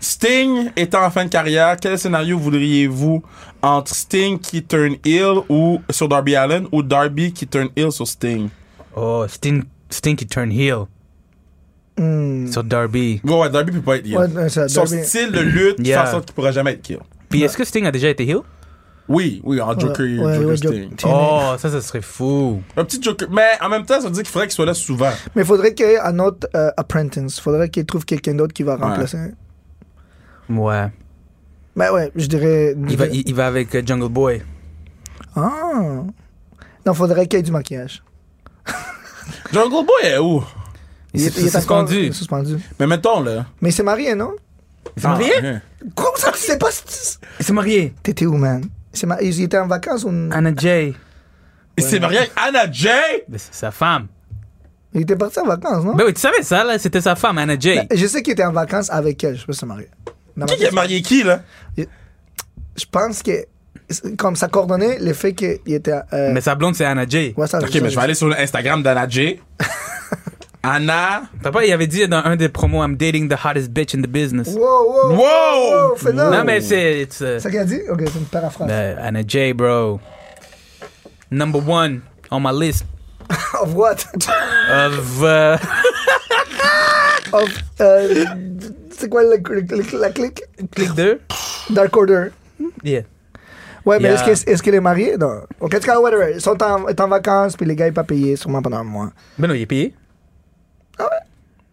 Speaker 2: Sting étant en fin de carrière, quel scénario voudriez-vous entre Sting qui turn heel ou sur Darby Allen ou Darby qui turn heel sur Sting?
Speaker 3: oh, Sting, Stinky turn heel
Speaker 4: Hmm.
Speaker 3: sur Darby.
Speaker 2: Ouais, ouais, Darby peut pas être heel.
Speaker 4: Ouais, non, ça,
Speaker 2: Son
Speaker 4: Darby-
Speaker 2: style de lutte fait en
Speaker 3: Yeah.
Speaker 2: sorte qu'il pourra jamais être heel.
Speaker 3: Puis est-ce que Sting a déjà été heel?
Speaker 2: Oui, oui, en Joker,
Speaker 4: Ouais, ouais,
Speaker 2: Joker
Speaker 4: ouais,
Speaker 2: Sting.
Speaker 4: Joker-
Speaker 3: Oh, ça, ça serait fou.
Speaker 2: Un petit Joker, mais en même temps, ça veut dire qu'il faudrait qu'il soit là souvent.
Speaker 4: Mais faudrait qu'il y ait un autre euh, apprentice. Faudrait qu'il trouve quelqu'un d'autre qui va remplacer.
Speaker 3: Ouais.
Speaker 4: Ben ouais, je dirais.
Speaker 3: Il va, il, il va avec euh, Jungle Boy.
Speaker 4: Ah. Non, faudrait qu'il y ait du maquillage.
Speaker 2: Jungle Boy est où?
Speaker 3: Il, est,
Speaker 4: il est encore-
Speaker 3: suspendu.
Speaker 4: il est suspendu.
Speaker 2: Mais mettons, là.
Speaker 4: Mais c'est marié, non?
Speaker 3: Il s'est marié?
Speaker 2: rien.
Speaker 4: Comment ça, tu sais pas? si-
Speaker 3: Il s'est marié.
Speaker 4: T'étais où, man? C'est ma- Ils étaient en vacances ou.
Speaker 3: Anna Jay.
Speaker 2: Il s'est marié avec Anna Jay!
Speaker 3: Ben, c'est sa femme.
Speaker 4: Ils étaient partis en vacances, non?
Speaker 3: Ben oui, tu savais ça, là? C'était sa femme, Anna Jay.
Speaker 4: Je sais qu'il était en vacances avec elle. Je sais pas si c'est marié. Non,
Speaker 2: Qui
Speaker 4: mais-
Speaker 2: qui a marié qui, là?
Speaker 4: Je pense que. Comme ça coordonnait le fait qu'il était. euh,
Speaker 3: Mais sa blonde, c'est Anna Jay.
Speaker 4: ouais, ça,
Speaker 2: Ok,
Speaker 4: ça,
Speaker 2: mais je vais aller sur l'Instagram d'Anna Jay.
Speaker 4: <laughs>
Speaker 2: Anna.
Speaker 3: Papa, il avait dit dans un des promos, I'm dating the hottest bitch in the business.
Speaker 4: Wow, wow!
Speaker 2: Wow!
Speaker 4: wow, phénomène.
Speaker 3: Non, mais c'est. it's, euh,
Speaker 4: C'est ça qu'il a dit? Ok, c'est une paraphrase.
Speaker 3: ben, Anna Jay, bro. Number one on my list
Speaker 4: <laughs> Of what?
Speaker 3: of. euh, <laughs>
Speaker 4: of. euh, c'est quoi le- le- la clique?
Speaker 3: click 2.
Speaker 4: Dark Order.
Speaker 3: Yeah.
Speaker 4: Ouais, mais
Speaker 3: Yeah.
Speaker 4: est-ce que- est-ce qu'il est, marié? Non. Ok, en tout cas, whatever. Ils sont en, est en vacances, puis les gars, ils pas payé sûrement pendant un mois.
Speaker 3: Ben non, il est payé.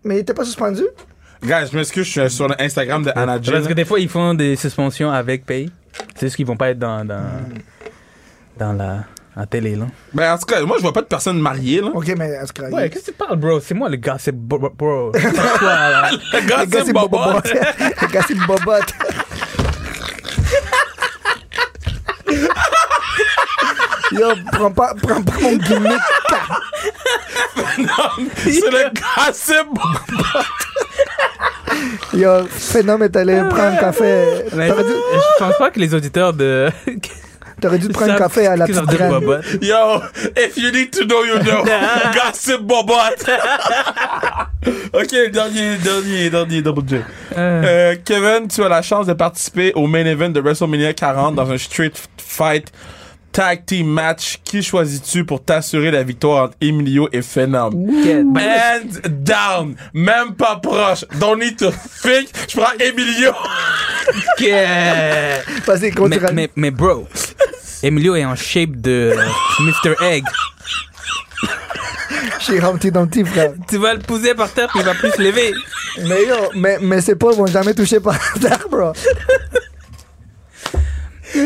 Speaker 4: Mais il était pas suspendu?
Speaker 2: Guys, je m'excuse, je suis sur l'Instagram de Anna Jay.
Speaker 3: Parce que des fois, ils font des suspensions avec paye. C'est juste qu'ils vont pas être dans. Dans,
Speaker 4: Hmm.
Speaker 3: dans la. À télé, là.
Speaker 2: Ben, en tout cas, moi, je vois pas de personne mariée, là.
Speaker 4: Ok, mais est-ce qu'il
Speaker 3: Ouais, qu'est-ce que tu parles, bro? C'est moi le gars, c'est bro. bro. C'est <laughs> toi, là.
Speaker 2: Le gars,
Speaker 4: Les gars,
Speaker 2: c'est
Speaker 4: c'est
Speaker 2: Bobo.
Speaker 4: bobotte. <laughs> Les gars, c'est bobotte. <laughs> Yo, prends pas, prends pas mon gimmick.
Speaker 2: <laughs> C'est le gars, c'est Bobo.
Speaker 4: Yo, Phénom est allé prendre un café.
Speaker 3: Mais
Speaker 4: T'aurais dû,
Speaker 3: je pense pas que les auditeurs
Speaker 4: <laughs>
Speaker 3: de.
Speaker 4: t'aurais dû prendre un café à la
Speaker 3: qu'ils ont
Speaker 4: petite
Speaker 3: dit
Speaker 4: graine.
Speaker 3: Bobot.
Speaker 2: Yo, if you need to know, you <laughs> know. Gossip Bobot. <laughs> ok, dernier, dernier, dernier double J. Euh, Kevin, tu as la chance de participer au main event de WrestleMania 40 dans un street fight tag team match. Qui choisis-tu pour t'assurer la victoire entre Emilio et Phenom?
Speaker 4: <laughs>
Speaker 3: Ben,
Speaker 2: Hands down, même pas proche. Don't need to think. Je prends Emilio.
Speaker 3: Yeah.
Speaker 4: Vas-y,
Speaker 3: mais,
Speaker 4: continue.
Speaker 3: mais, mais bro, Emilio est en shape de <laughs> Mr. Egg.
Speaker 4: Je suis Humpty Dumpty, frère.
Speaker 3: Tu vas le pousser par terre puis il va plus se lever.
Speaker 4: Mais yo, mais, mais ses pauvres vont jamais toucher par terre, bro. Yo,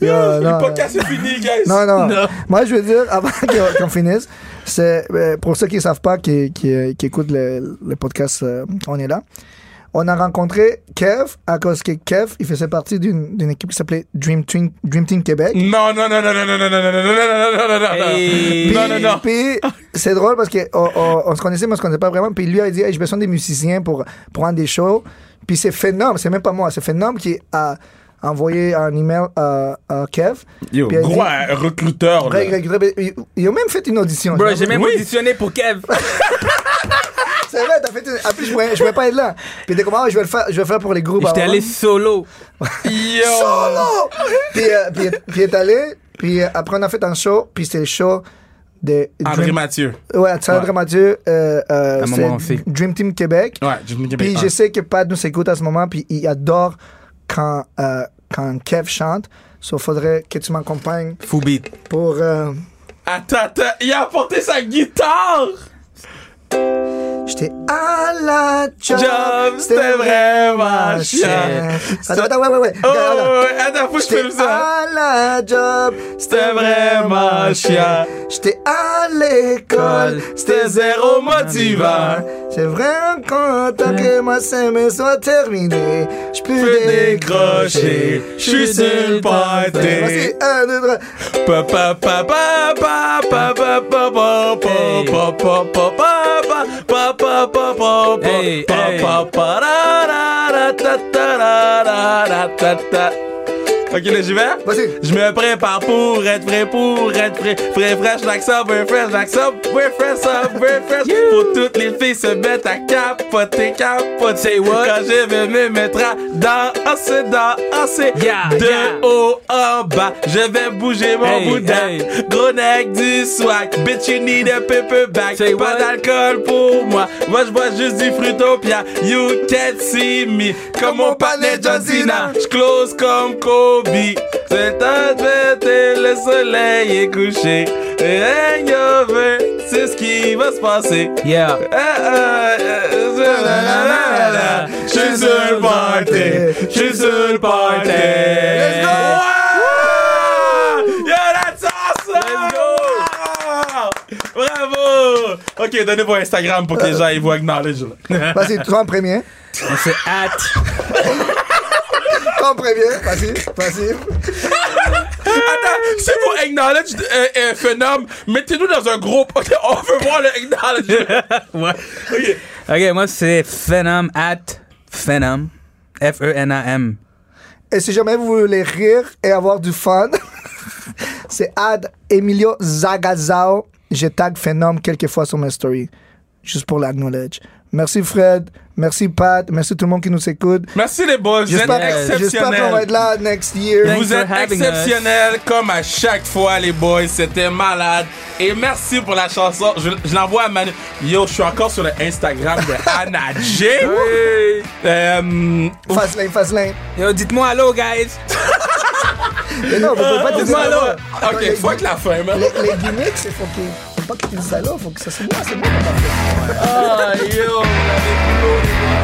Speaker 2: Le
Speaker 4: Euh, non,
Speaker 2: podcast est fini, guys.
Speaker 4: Non, non. Moi, je veux dire, avant <laughs> qu'on- qu'on finisse, c'est euh, pour ceux qui ne savent pas, qui, euh, qui- qui écoutent le, le podcast, euh, on est là. On a rencontré Kev à cause que Kev, il faisait partie d'une d'une équipe qui s'appelait Dream Team, Dream Team Québec.
Speaker 2: Non, non, non, non, non, non, non, non, non, non, non, non, non, non,
Speaker 3: Hey.
Speaker 2: non, non, non.
Speaker 4: Puis, c'est drôle parce qu'on on, on se connaissait, mais on se connaissait pas vraiment. Puis lui a dit, hey, j'ai besoin des musiciens pour prendre des shows. Puis c'est Phénom, c'est même pas moi, c'est Phénom qui a envoyé un email à, à Kev.
Speaker 2: Yo,
Speaker 4: Puis elle
Speaker 2: gros
Speaker 4: dit-
Speaker 2: hein, recruteur. là.
Speaker 4: Greg, Greg, Greg, ils- Ils ont même fait une audition.
Speaker 3: Bro,
Speaker 4: J'avoue.
Speaker 3: j'ai même
Speaker 2: Oui.
Speaker 3: auditionné pour Kev.
Speaker 4: Bah C'est vrai, t'as fait. une- Après, je pourrais, je pourrais pas être là. Puis t'es comme, ah, je vais le faire, je vais le faire pour les groupes.
Speaker 3: J'étais
Speaker 4: avant.
Speaker 3: allé
Speaker 4: <laughs>
Speaker 3: solo.
Speaker 2: Yo.
Speaker 4: Solo! Puis, euh, puis, puis est allé. Puis euh, après, on a fait un show. Puis c'était le show de.
Speaker 2: André
Speaker 4: Dream-
Speaker 2: Mathieu.
Speaker 4: Ouais, de André
Speaker 2: Ouais.
Speaker 4: Mathieu. Euh, euh,
Speaker 3: À un
Speaker 4: c'était
Speaker 3: moment aussi.
Speaker 4: Dream Team Québec.
Speaker 2: Ouais, je me
Speaker 4: Puis je sais que Pat nous écoute à ce moment. Puis il adore quand, euh, quand Kev chante. So, faudrait que tu m'accompagnes
Speaker 3: Fou beat.
Speaker 4: pour. euh,
Speaker 2: Attends, attends, il a apporté sa guitare.
Speaker 4: J'étais à la job.
Speaker 2: Job, c'était
Speaker 4: Ah,
Speaker 2: vraiment chiant.
Speaker 4: Attends, attends, ouais, ouais, ouais.
Speaker 2: Oh,
Speaker 4: Regarde, regarde.
Speaker 2: attends, faut que je
Speaker 4: J'étais
Speaker 2: filme ça.
Speaker 4: à la job,
Speaker 2: C'était vraiment chiant.
Speaker 4: J'étais à l'école,
Speaker 2: C'était zéro motivant.
Speaker 4: C'est vraiment content que ma semaine soit terminée. Je
Speaker 2: Peux
Speaker 4: peux
Speaker 2: décrocher,
Speaker 4: décrocher.
Speaker 2: je suis sur le
Speaker 4: Voici
Speaker 2: party.
Speaker 4: un, deux, trois.
Speaker 2: Pa, pa, pa, pa, pa, pa, pa, pa, pa,
Speaker 3: Hey.
Speaker 2: pa, pa, pa, pa, pa, pa, pa, pa, pa, pa,
Speaker 3: Hey,
Speaker 2: pa,
Speaker 3: hey.
Speaker 2: pa, pa, ra, ra, ra, ta, ta, ra, ra, ra, ta, ta. Ok, là, j'y vais?
Speaker 4: Vas-y.
Speaker 2: Je me prépare pour être prêt, pour être prêt. Frais, fresh, j'accepte, we're fresh, j'accepte, we're fresh, up, we're fresh. Pour toutes les filles se mettre à capoter, capoter.
Speaker 3: Say what?
Speaker 2: Quand je vais me mettre à danser, danser.
Speaker 3: Yeah,
Speaker 2: de
Speaker 3: yeah.
Speaker 2: haut en bas, je vais bouger mon
Speaker 3: Hey,
Speaker 2: boudin.
Speaker 3: hey.
Speaker 2: Gros neck du swag, bitch, you need a paper bag.
Speaker 3: Say
Speaker 2: Pas
Speaker 3: what?
Speaker 2: d'alcool pour moi. Moi, je bois juste du frutopia. You can't see me. Comme mon palais John Cena. Je close comme Kobe. C'est un fête et le soleil est couché. Et hangover, c'est sais ce qui va se passer.
Speaker 3: Yeah.
Speaker 2: Ah, ah, ah, Je suis sur le party. Je suis sur le party.
Speaker 4: Let's go!
Speaker 2: Ouais! Yo, that's awesome! Bravo! Ok, donnez vos Instagram pour que les gens ils vous acknowledge. là.
Speaker 4: Vas-y,
Speaker 2: <laughs>
Speaker 4: ton premier.
Speaker 3: On se hâte.
Speaker 4: Ton premier. Vas-y, vas-y.
Speaker 2: Si vous acknowledge euh, euh, Phenom, mettez-nous dans un groupe. Ok, on veut voir le acknowledge.
Speaker 3: ouais.
Speaker 2: Ok.
Speaker 3: Ok, moi c'est Phenom at Phenom. E F-E-N-A-M.
Speaker 4: Et si jamais vous voulez rire et avoir du fun, <laughs> c'est Ad Emilio Zagazao. Je tag Phenom quelques fois sur mes stories, juste pour l'acknowledge. Merci Fred, merci Pat, merci tout le monde qui nous écoute.
Speaker 2: Merci les boys, vous êtes
Speaker 4: J'espère j'espère qu'on va être
Speaker 2: exceptionnels.
Speaker 4: là next year.
Speaker 2: Vous
Speaker 3: for
Speaker 2: êtes
Speaker 3: having us.
Speaker 2: exceptionnels comme à chaque fois les boys, c'était malade. Et merci pour la chanson. Je, je l'envoie à Manu. Yo, je suis encore sur le Instagram
Speaker 4: <laughs>
Speaker 2: de Anna J. Euh,
Speaker 4: Fast lane, fast lane.
Speaker 3: Yo, dites-moi allô, guys.
Speaker 4: Mais non, vous
Speaker 2: <laughs>
Speaker 4: pouvez pas te dire.
Speaker 2: voilà.
Speaker 4: Attends,
Speaker 2: Ok,
Speaker 4: les-
Speaker 2: fuck la fin, man.
Speaker 4: Les, les gimmicks, c'est faut qu'il faut pas que tu dises ça là, faut que ça c'est moi, c'est moi. qu'on
Speaker 2: Ah,
Speaker 4: va faire.
Speaker 2: yo, on avait plus haut, les gars.